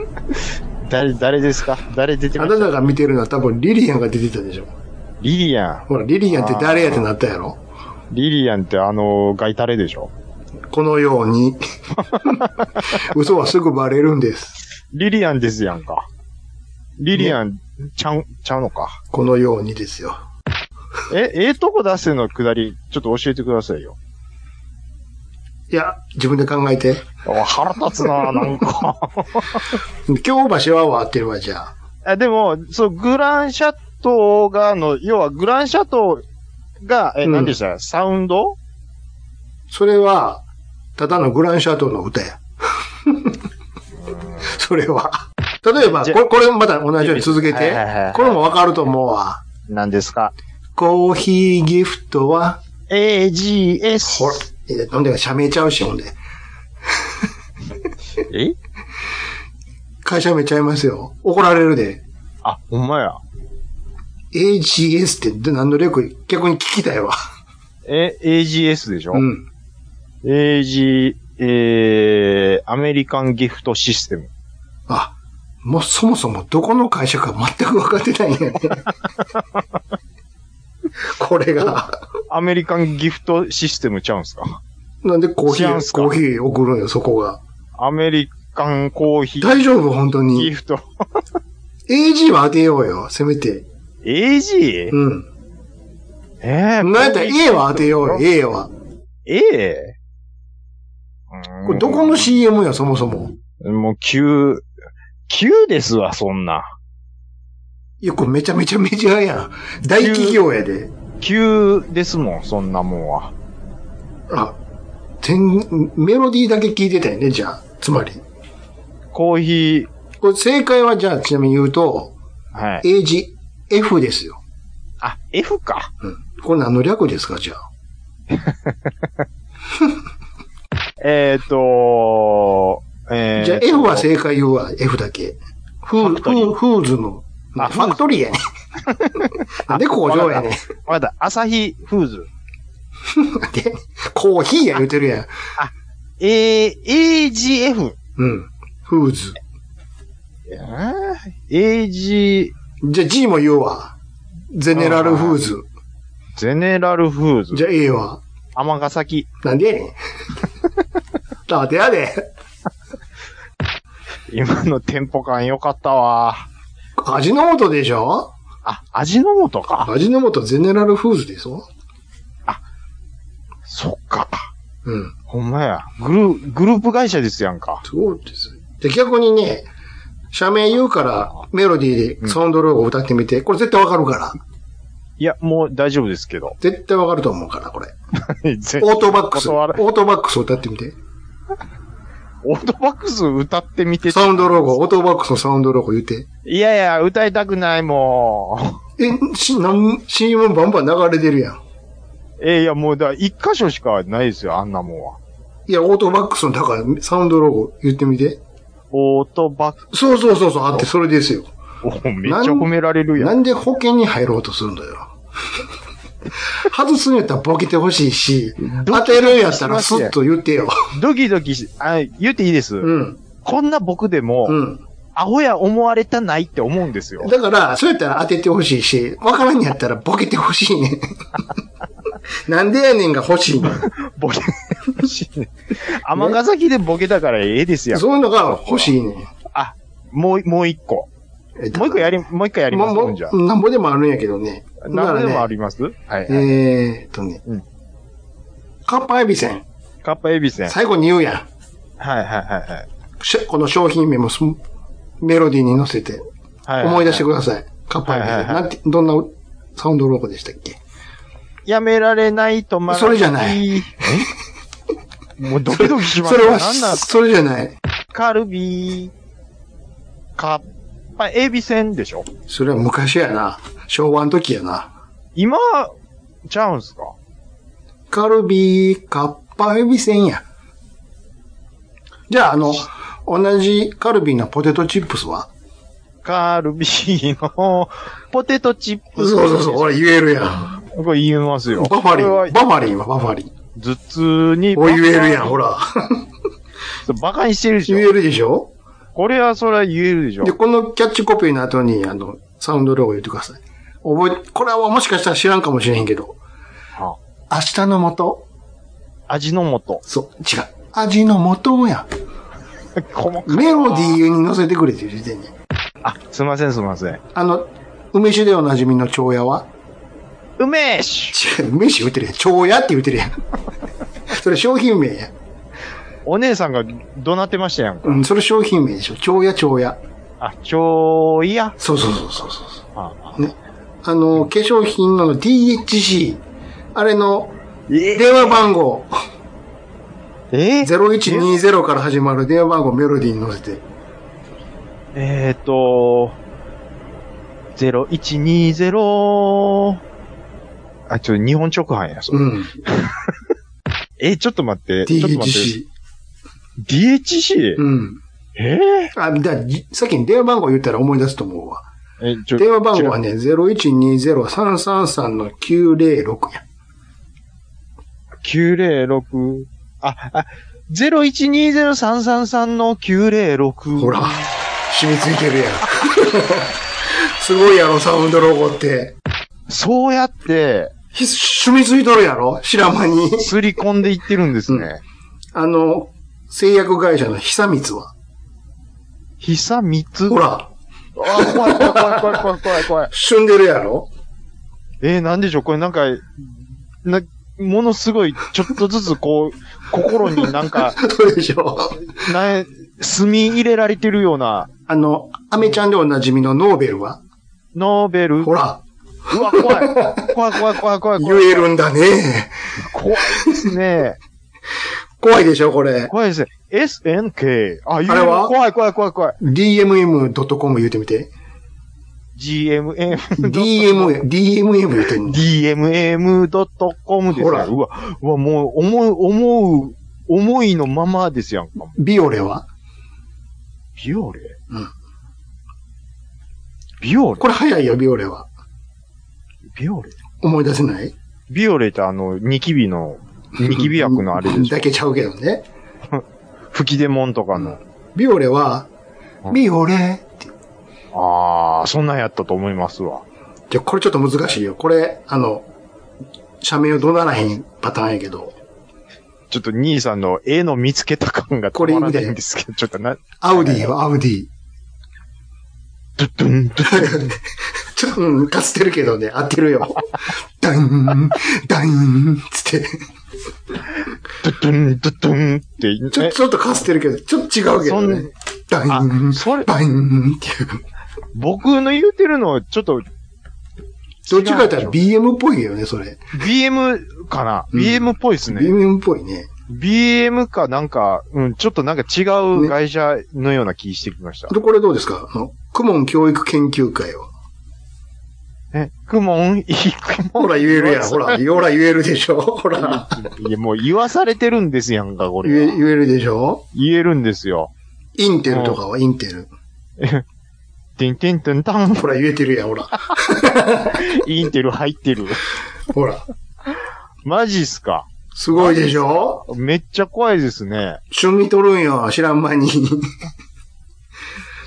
[SPEAKER 3] 誰、誰ですか誰出て
[SPEAKER 2] あ
[SPEAKER 3] ま
[SPEAKER 2] な
[SPEAKER 3] した
[SPEAKER 2] たが見てるのは多分リリアンが出てたでしょ。
[SPEAKER 3] リリアン。
[SPEAKER 2] ほら、リリアンって誰やってなったやろ
[SPEAKER 3] リリアンってあの、ガイタレでしょ
[SPEAKER 2] このよう に。嘘はすぐバレるんです。
[SPEAKER 3] リリアンですやんか。リリアン、ちゃう、ちゃうのか。
[SPEAKER 2] このようにですよ。
[SPEAKER 3] え、ええとこ出せのくだり、ちょっと教えてくださいよ。
[SPEAKER 2] いや、自分で考えて。
[SPEAKER 3] あ腹立つ な、なんか。
[SPEAKER 2] 京橋は合ってるわ、じゃあ。
[SPEAKER 3] あでも、そう、グランシャトーがの、要はグランシャトーが、え、
[SPEAKER 2] うん
[SPEAKER 3] 何でしたサウンド
[SPEAKER 2] それは、ただのグランシャトーの歌や。 それは。例えば、
[SPEAKER 3] じゃ
[SPEAKER 2] これ、これまた同じように続け
[SPEAKER 3] はいはいはいは
[SPEAKER 2] て
[SPEAKER 3] い。
[SPEAKER 2] これもわかると思うわ。
[SPEAKER 3] 何ですか
[SPEAKER 2] コーヒーギフトは、
[SPEAKER 3] ?AGS
[SPEAKER 2] ほ。ら、え飲んでか、社名ちゃうし、ほんで。
[SPEAKER 3] え
[SPEAKER 2] 会社名ちゃいますよ。怒られるで。
[SPEAKER 3] あ、ほんまや。
[SPEAKER 2] AGS って何の略逆に聞きたいわ。
[SPEAKER 3] え、AGS でしょ、
[SPEAKER 2] うん。
[SPEAKER 3] ?AG、えー、アメリカンギフトシステム。
[SPEAKER 2] あ、もうそもそもどこの会社か全く分かってないん やね。これが。
[SPEAKER 3] アメリカンギフトシステムちゃうんすか
[SPEAKER 2] なんでコーヒ
[SPEAKER 3] 知ら
[SPEAKER 2] ー、
[SPEAKER 3] んすか
[SPEAKER 2] コーヒー送るんよ、そこが。
[SPEAKER 3] アメリカンコーヒー
[SPEAKER 2] 大丈夫、本当
[SPEAKER 3] ギ
[SPEAKER 2] に。
[SPEAKER 3] フト。
[SPEAKER 2] AG は当てようよ、せめて。
[SPEAKER 3] AG?
[SPEAKER 2] うん。
[SPEAKER 3] え
[SPEAKER 2] な
[SPEAKER 3] ー、
[SPEAKER 2] んやったら A は当てようよ、A は。
[SPEAKER 3] ええ
[SPEAKER 2] これどこの CM よ、そもそも。
[SPEAKER 3] もう急、急ですわ、そんな。
[SPEAKER 2] いや、これめちゃめちゃメジャーやん。大企業やで。
[SPEAKER 3] 急ですもん、そんなもんは。
[SPEAKER 2] あ、全、メロディーだけ聞いてたよね、じゃあ。つまり。
[SPEAKER 3] コーヒー、
[SPEAKER 2] これ正解はじゃあ、ちなみに言うと、
[SPEAKER 3] はい。
[SPEAKER 2] 英字 F ですよ。
[SPEAKER 3] あ、F か。
[SPEAKER 2] うん。これ何の略ですか、じゃあ。
[SPEAKER 3] えっ、ー、とえー、
[SPEAKER 2] じゃあ F は正解言うわ、F だけ。フ
[SPEAKER 3] ファ
[SPEAKER 2] ー
[SPEAKER 3] クトリー
[SPEAKER 2] フーフーズの。
[SPEAKER 3] あ
[SPEAKER 2] ファクトリーやね。なんで工場やね。
[SPEAKER 3] わかった、アサヒフーズ。
[SPEAKER 2] なんで、コーヒーや言うてるやん。
[SPEAKER 3] えー、AGF。
[SPEAKER 2] うん。フーズ。
[SPEAKER 3] えー AG、
[SPEAKER 2] じゃあ G も言うわ。ゼネラルフーズ。
[SPEAKER 3] ゼネラルフー
[SPEAKER 2] じ
[SPEAKER 3] ズ。
[SPEAKER 2] ゃあ A は。
[SPEAKER 3] 天ヶ崎。
[SPEAKER 2] なんでやねん。 だってやで。
[SPEAKER 3] 今のテンポ感良かったわ。
[SPEAKER 2] 味の素でしょ
[SPEAKER 3] あ、味の素か。
[SPEAKER 2] 味の素ゼネラルフーズでしょ
[SPEAKER 3] そっか。
[SPEAKER 2] うん。
[SPEAKER 3] ほんまや。グル、グループ会社ですやんか。
[SPEAKER 2] そうです。で、逆にね、社名言うから、メロディーでサウンドロゴを歌ってみて、これ絶対わかるから。
[SPEAKER 3] いや、もう大丈夫です けど。
[SPEAKER 2] 絶対わかると思うから、これ。
[SPEAKER 3] ぜ
[SPEAKER 2] オートバックス。オ
[SPEAKER 3] 断ら
[SPEAKER 2] ートバックスを歌ってみて。
[SPEAKER 3] オートバックス歌ってみて。
[SPEAKER 2] サウンドロゴ、オートバックスのサウンドロゴ言って。
[SPEAKER 3] いやいや、歌いたくないも
[SPEAKER 2] え、し、なん、CM バンバン流れてるやん。
[SPEAKER 3] ん。え、いや、もうだ、一箇所しかないですよ、あんなもんは。
[SPEAKER 2] いや、オートバックスの、だから、サウンドロゴ言ってみて。
[SPEAKER 3] オートバック
[SPEAKER 2] そうそうそう、そうあって、それですよ。
[SPEAKER 3] ス、おめっちゃ褒められるや。
[SPEAKER 2] なんんで保険に入ろうとするんだよ。 外すんやったらボケてほしいし、当てるんやったらスッと言ってよ。
[SPEAKER 3] ドキドキし、あ、言っていいです。
[SPEAKER 2] うん。
[SPEAKER 3] こんな僕でも、
[SPEAKER 2] うん。
[SPEAKER 3] アホや思われたないって思うんですよ。
[SPEAKER 2] だから、そうやったら当ててほしいし、わからんやったらボケてほしいねん。 なんでやねんが欲しいねん。
[SPEAKER 3] ボケ、天ヶ崎でボケたからええですやん。
[SPEAKER 2] そういうのが欲しいねん。
[SPEAKER 3] あ、もう、もう一個。もう一個やり、もう一回やります
[SPEAKER 2] もう
[SPEAKER 3] もんじゃあ。
[SPEAKER 2] もうなんぼでもあるんやけどね。
[SPEAKER 3] 何でもあ
[SPEAKER 2] る。
[SPEAKER 3] りますはいはい。
[SPEAKER 2] えーっとね
[SPEAKER 3] うん。
[SPEAKER 2] カッパエビセン。
[SPEAKER 3] カッパエビセン。はい
[SPEAKER 2] 最後に言うやん。
[SPEAKER 3] はいはいはい。
[SPEAKER 2] しこの商品名もすメロディーに乗せて
[SPEAKER 3] はい
[SPEAKER 2] 思い出して
[SPEAKER 3] く
[SPEAKER 2] ください。カッパエビセン。
[SPEAKER 3] はいはいはい
[SPEAKER 2] なんて、どんなサウンドロゴでしたっけ
[SPEAKER 3] やめられないとま。
[SPEAKER 2] それじゃない
[SPEAKER 3] えもうドキドキします
[SPEAKER 2] それは、
[SPEAKER 3] なんなん
[SPEAKER 2] それじゃない。
[SPEAKER 3] カルビー、カッパエビセンでしょ
[SPEAKER 2] それは昔やな。昭和の時やな。
[SPEAKER 3] 今、ちゃうんすか
[SPEAKER 2] カルビー、カッパエビセンや。じゃあ、あの、同じカルビーのポテトチップスは
[SPEAKER 3] カルビーのポテトチップ
[SPEAKER 2] そう
[SPEAKER 3] ス。
[SPEAKER 2] そうそう、俺言えるやん。
[SPEAKER 3] う。これ言えますよ。
[SPEAKER 2] バファリ
[SPEAKER 3] これ
[SPEAKER 2] ン、
[SPEAKER 3] は
[SPEAKER 2] バファリンはバファリン。
[SPEAKER 3] 頭痛に。
[SPEAKER 2] お、言えるやん、ほ。ら。
[SPEAKER 3] バカにしてるでし
[SPEAKER 2] 言
[SPEAKER 3] ょ
[SPEAKER 2] えるでしょ
[SPEAKER 3] これはそれは言えるでしょ
[SPEAKER 2] で、このキャッチコピーの後に、あの、サウンドロゴ言ってください。覚え、これはもしかしたら知らんかもしれへんけど。
[SPEAKER 3] あ
[SPEAKER 2] 明日の素
[SPEAKER 3] 味の素。
[SPEAKER 2] そう、違う。味の素や
[SPEAKER 3] 細かい
[SPEAKER 2] ん。メロディーに乗せてくれって言ってんねん
[SPEAKER 3] あ、すいませんすいません。
[SPEAKER 2] あの、梅酒でおなじみの蝶屋は
[SPEAKER 3] 梅酒
[SPEAKER 2] 違う、梅酒言ってるやん。蝶屋って言ってるやん。 それ商品名やん。
[SPEAKER 3] お姉さんが怒鳴ってましたやんか。
[SPEAKER 2] うん、それ商品名でしょ。蝶屋、蝶屋。
[SPEAKER 3] あ、ちょーいや。
[SPEAKER 2] そうそうそうそうそう。
[SPEAKER 3] あ
[SPEAKER 2] ね。あの、化粧品の DHC、あれの
[SPEAKER 3] え
[SPEAKER 2] 電話番号、
[SPEAKER 3] えー
[SPEAKER 2] 0120から始まる電話番号メロディーに乗せて、
[SPEAKER 3] えーっと、0120、あ、ちょ、日本直販や、そうれ。
[SPEAKER 2] ん、
[SPEAKER 3] え、ちょっと待って。ちょっと待って。
[SPEAKER 2] DHC、
[SPEAKER 3] DHC?
[SPEAKER 2] うん、
[SPEAKER 3] え
[SPEAKER 2] あ、だじさっきに電話番号言ったら思い出すと思うわ。
[SPEAKER 3] ー、え、ちょ、
[SPEAKER 2] 電話番号はね、0120-333-906や。
[SPEAKER 3] 906。あ、あ、0120333の906。
[SPEAKER 2] ほら、染みついてるやん。 すごいやろ、サウンドロゴって。
[SPEAKER 3] そうやって、
[SPEAKER 2] ひ染みついとるやろ知らん間に。
[SPEAKER 3] すり込んでいってるんですね。
[SPEAKER 2] あの、製薬会社の久光は。
[SPEAKER 3] 久光。
[SPEAKER 2] ほ。ら、
[SPEAKER 3] あ、怖い怖い怖い怖い怖い怖い怖い。
[SPEAKER 2] 旬でるやろ
[SPEAKER 3] えー、なんでしょうこれなんか、な、ものすごい、ちょっとずつこう、心になんか、
[SPEAKER 2] どうでしょう
[SPEAKER 3] な、墨入れられてるような、
[SPEAKER 2] あの、アメちゃんでおなじみのノーベルは
[SPEAKER 3] ノーベル。う
[SPEAKER 2] ほら、
[SPEAKER 3] わ、怖い。怖い怖い怖い怖い
[SPEAKER 2] 言
[SPEAKER 3] 怖い。
[SPEAKER 2] えるんだね。
[SPEAKER 3] 怖いですね。
[SPEAKER 2] 怖いでしょ、これ。
[SPEAKER 3] 怖いですね。SNK。あ、言え
[SPEAKER 2] あ
[SPEAKER 3] る
[SPEAKER 2] れは
[SPEAKER 3] 怖い怖い怖い怖い。
[SPEAKER 2] dmm.com 言うてみて。
[SPEAKER 3] GMM。
[SPEAKER 2] dmm、dmm 言うてんの
[SPEAKER 3] dmm.com ですね。
[SPEAKER 2] ほ
[SPEAKER 3] う
[SPEAKER 2] ら
[SPEAKER 3] わ、うわ、もう、思う、思う、思いのままですやんか。
[SPEAKER 2] ビオレは
[SPEAKER 3] ビオレ
[SPEAKER 2] うん
[SPEAKER 3] ビオレ
[SPEAKER 2] これ早いよ、ビオレは。
[SPEAKER 3] ビオレ
[SPEAKER 2] 思い出せない
[SPEAKER 3] ビオレってあの、ニキビの、ニキビ薬の あれでしょ
[SPEAKER 2] だけちゃうけどね。
[SPEAKER 3] 吹き出もんとかの。
[SPEAKER 2] ビオレは
[SPEAKER 3] う、ん
[SPEAKER 2] ビオレ。
[SPEAKER 3] あー、そんなんやったと思いますわ。
[SPEAKER 2] じゃ、これちょっと難しいよ。これ、あの、社名をどならへんパターンやけど、
[SPEAKER 3] ちょっと兄さんの絵の見つけた感が
[SPEAKER 2] こ
[SPEAKER 3] 止
[SPEAKER 2] れ
[SPEAKER 3] ま
[SPEAKER 2] 見
[SPEAKER 3] ら
[SPEAKER 2] て
[SPEAKER 3] ないんですけど、ちょっとな、
[SPEAKER 2] アウディはアウディ。
[SPEAKER 3] ドゥドゥン、ドゥドゥン。
[SPEAKER 2] ちょっと、うん、かすってるけどね、合ってる よ。ダイン、ダイン、つって。
[SPEAKER 3] ドゥドゥン、ドゥドゥンって。
[SPEAKER 2] ちょ、
[SPEAKER 3] え
[SPEAKER 2] ちょっとかすってるけど、ちょっと違うけどね。ダイ
[SPEAKER 3] あ
[SPEAKER 2] ン、、
[SPEAKER 3] それ、
[SPEAKER 2] ダインっていう。
[SPEAKER 3] 僕の言うてるの、ちょっと、
[SPEAKER 2] どっちかやったら BM っぽいよね、それ。
[SPEAKER 3] BM かな、
[SPEAKER 2] うん
[SPEAKER 3] ?BM っぽいですね。
[SPEAKER 2] BM っぽいね。
[SPEAKER 3] BM かなんか、うん、ちょっとなんか違う会社のような気してきました。
[SPEAKER 2] で、これどうですかあの、クモン教育研究会は。
[SPEAKER 3] え、クモ ン、いいクモン。
[SPEAKER 2] ほら言えるやん、ほら、ほら言えるでしょ、ほら。
[SPEAKER 3] いや、もう言わされてるんですやんか、こ
[SPEAKER 2] 言え
[SPEAKER 3] れ。
[SPEAKER 2] 言えるでしょ
[SPEAKER 3] 言えるんですよ。
[SPEAKER 2] インテルとかはインテル。
[SPEAKER 3] てんてんてんたん。
[SPEAKER 2] ほら言えてるやん、ほら。
[SPEAKER 3] インテル入ってる。
[SPEAKER 2] ほら。
[SPEAKER 3] マジっすか。
[SPEAKER 2] すごいでしょ
[SPEAKER 3] めっちゃ怖いですね。
[SPEAKER 2] 趣味取るんよ、知らん間に。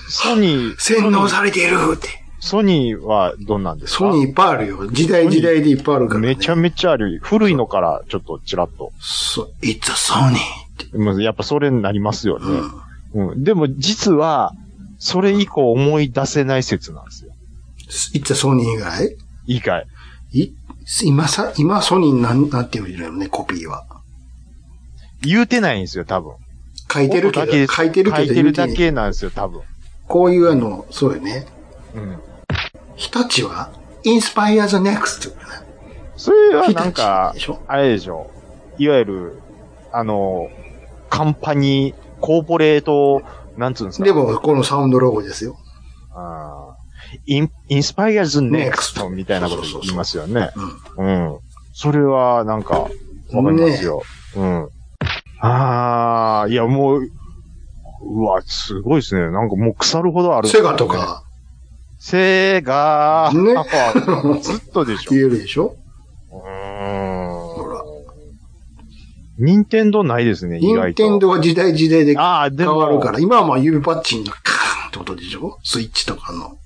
[SPEAKER 3] ソニー、
[SPEAKER 2] 洗脳されているって。
[SPEAKER 3] ソニーはどんなんですか
[SPEAKER 2] ソニーいっぱいあるよ。時代時代でいっぱいあるから、ね。
[SPEAKER 3] めちゃめちゃある。古いのから、ちょっとちらっと。
[SPEAKER 2] そう、It's a Sony って。
[SPEAKER 3] まあやっぱそれになりますよね。
[SPEAKER 2] うん。
[SPEAKER 3] うん。でも実は、それ以降思い出せない説なんですよ。
[SPEAKER 2] It's a Sony 以外
[SPEAKER 3] いいかい。
[SPEAKER 2] い今さ、今ソニーなん、なんていうのよね、コピーは。
[SPEAKER 3] 言うてないんですよ、多分。
[SPEAKER 2] 書いてるけ
[SPEAKER 3] 音だけで
[SPEAKER 2] ど、
[SPEAKER 3] す
[SPEAKER 2] 書いてる
[SPEAKER 3] 書
[SPEAKER 2] け
[SPEAKER 3] い
[SPEAKER 2] ど
[SPEAKER 3] て
[SPEAKER 2] 言
[SPEAKER 3] る
[SPEAKER 2] うて
[SPEAKER 3] だ
[SPEAKER 2] んねん
[SPEAKER 3] けなんですよ、多分。
[SPEAKER 2] こういうあの、そうよね。
[SPEAKER 3] うん。
[SPEAKER 2] 日立は、Inspire the Next って
[SPEAKER 3] それは
[SPEAKER 2] 日
[SPEAKER 3] なん
[SPEAKER 2] 立
[SPEAKER 3] か
[SPEAKER 2] で、しょ
[SPEAKER 3] あれでしょ。いわゆる、あの、カンパニー、コーポレート、なんつうんですか。
[SPEAKER 2] でも、このサウンドロゴですよ。
[SPEAKER 3] あーイン、インスパイアズネクス
[SPEAKER 2] Next
[SPEAKER 3] トみたいなこと言いますよね。
[SPEAKER 2] うん。
[SPEAKER 3] うん。それは、なんか、わかりますよ。うん。ああ、いや、もう、うわ、すごいですね。なんかもう腐るほどある。
[SPEAKER 2] セガと。か、
[SPEAKER 3] セガー。
[SPEAKER 2] ね
[SPEAKER 3] やっぱずっとでしょ。
[SPEAKER 2] 言えるでしょ
[SPEAKER 3] う
[SPEAKER 2] ほら
[SPEAKER 3] ーん。任天堂ないですね、意
[SPEAKER 2] 任
[SPEAKER 3] 外と。
[SPEAKER 2] 天堂は時代時代で
[SPEAKER 3] ああ、で
[SPEAKER 2] 変
[SPEAKER 3] も、
[SPEAKER 2] わるから、今はまあ指パッチンのカーンってことでしょスイッチとかの。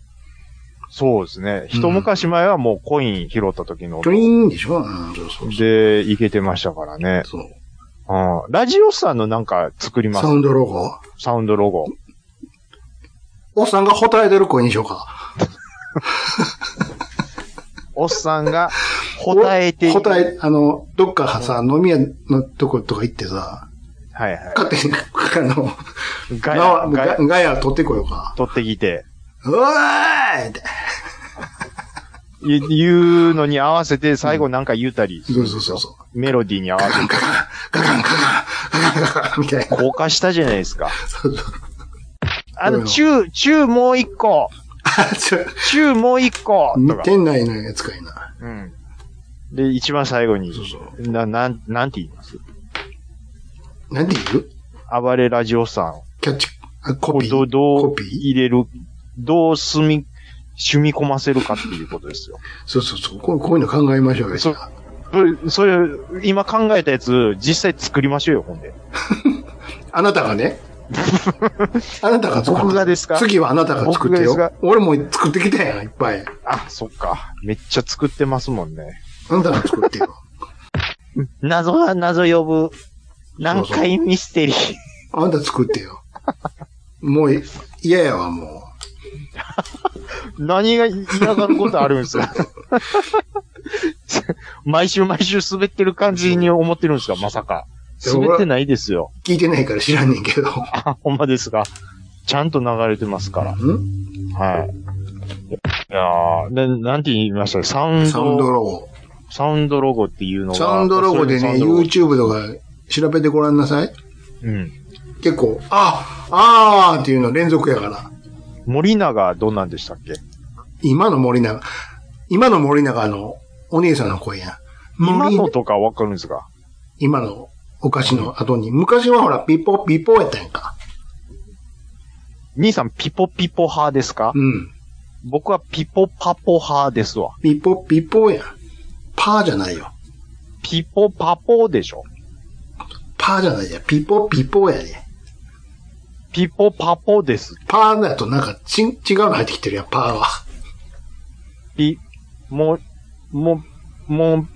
[SPEAKER 3] そうですね。一昔前はもうコイン拾った時の
[SPEAKER 2] トゥイーンでしょうん、そうそうそう。
[SPEAKER 3] で、いけてましたからね。
[SPEAKER 2] そう
[SPEAKER 3] うん。ラジオさんのなんか作ります
[SPEAKER 2] サウンドロゴ。
[SPEAKER 3] サウンドロゴ。
[SPEAKER 2] おっさんがほたえてる声にしようか。
[SPEAKER 3] おっさんが、答えてい
[SPEAKER 2] ほたえ、あの、どっかさ、飲み屋のとことか行ってさ、
[SPEAKER 3] はいはい。
[SPEAKER 2] 勝手に、あの、
[SPEAKER 3] ガ
[SPEAKER 2] 縄
[SPEAKER 3] ヤ、
[SPEAKER 2] ガ
[SPEAKER 3] ガ
[SPEAKER 2] ヤ
[SPEAKER 3] ヤ、
[SPEAKER 2] ガヤ取ってこようか。
[SPEAKER 3] 取ってきて、
[SPEAKER 2] うわーいって。
[SPEAKER 3] い言うのに合わせて最後なんか言うたり、
[SPEAKER 2] そうそうそうそう。
[SPEAKER 3] メロディーに合わ
[SPEAKER 2] ガ
[SPEAKER 3] せ
[SPEAKER 2] カ
[SPEAKER 3] て
[SPEAKER 2] ンガカン、ガカンガカン、ガカンガカン、みたいな。
[SPEAKER 3] 硬化したじゃないですか。
[SPEAKER 2] そうそう
[SPEAKER 3] あ
[SPEAKER 2] う
[SPEAKER 3] の、
[SPEAKER 2] ん
[SPEAKER 3] 中、中もう一個、
[SPEAKER 2] あ、ちょ、
[SPEAKER 3] 中もう一個とか。
[SPEAKER 2] 店内のやつかいな。
[SPEAKER 3] うん。で、一番最後に
[SPEAKER 2] そう、そう。
[SPEAKER 3] な、なん、なんて言います
[SPEAKER 2] なんて言う
[SPEAKER 3] 暴れラジオさん。
[SPEAKER 2] キャッチ、あコ
[SPEAKER 3] こ
[SPEAKER 2] ピ
[SPEAKER 3] うど
[SPEAKER 2] ー。
[SPEAKER 3] う、ど
[SPEAKER 2] コ
[SPEAKER 3] う
[SPEAKER 2] ピー
[SPEAKER 3] 入れる、どう住み、染み込ませるかっていうことですよ。
[SPEAKER 2] そうそうそう。こうこういうの考えましょうよ。
[SPEAKER 3] そうそそれ、今考えたやつ、実際作りましょうよ、ほんで。
[SPEAKER 2] あなたがね。あなたが作って
[SPEAKER 3] 僕がですか
[SPEAKER 2] 次はあなたが作ってよ
[SPEAKER 3] 僕がで。
[SPEAKER 2] 俺も作ってきたやん、いっぱい。
[SPEAKER 3] あ、そっか。めっちゃ作ってますもんね。
[SPEAKER 2] あなたが作ってよ。
[SPEAKER 3] 謎は謎呼ぶ。難解ミステリー。
[SPEAKER 2] あなた作ってよ。 もうい嫌やわ、も
[SPEAKER 3] 何が嫌がることあるんですか 毎週毎週滑ってる感じに思ってるんですかまさか。
[SPEAKER 2] いや俺
[SPEAKER 3] 滑ってないですよ。
[SPEAKER 2] う。聞いてないから知らんねんけど。
[SPEAKER 3] あ、ほんまですか。ちゃんと流れてますから。
[SPEAKER 2] ん
[SPEAKER 3] はい。いやーな、なんて言いましたサウン
[SPEAKER 2] サウンド
[SPEAKER 3] ド、
[SPEAKER 2] ロゴ。
[SPEAKER 3] サウンドロゴっていうのが。
[SPEAKER 2] サウンドロゴで
[SPEAKER 3] サウ
[SPEAKER 2] ね、
[SPEAKER 3] ンドロゴ
[SPEAKER 2] YouTube とか調べてごらんなさい。
[SPEAKER 3] うん。
[SPEAKER 2] 結構、あ、あーっていうの連続やから。
[SPEAKER 3] 森永どんなんでしたっけ
[SPEAKER 2] 今の森永、今の森永のお姉さんの声やん。
[SPEAKER 3] 今
[SPEAKER 2] 森
[SPEAKER 3] のとかわかるんですか
[SPEAKER 2] 今のお菓子の後に、昔はほら、ピッポピッポやったやんか。
[SPEAKER 3] 兄さんピポピポ派ですか
[SPEAKER 2] うん。
[SPEAKER 3] 僕はピポパポ派ですわ。
[SPEAKER 2] ピッポピッポやん。パーじゃないよ。
[SPEAKER 3] ピポパポでしょ
[SPEAKER 2] パーじゃないや。ピッポピッポやで。
[SPEAKER 3] ピポパポです。
[SPEAKER 2] パーだとなんかち、違うの入ってきてるやん、パーは。
[SPEAKER 3] ピ、も、も、も、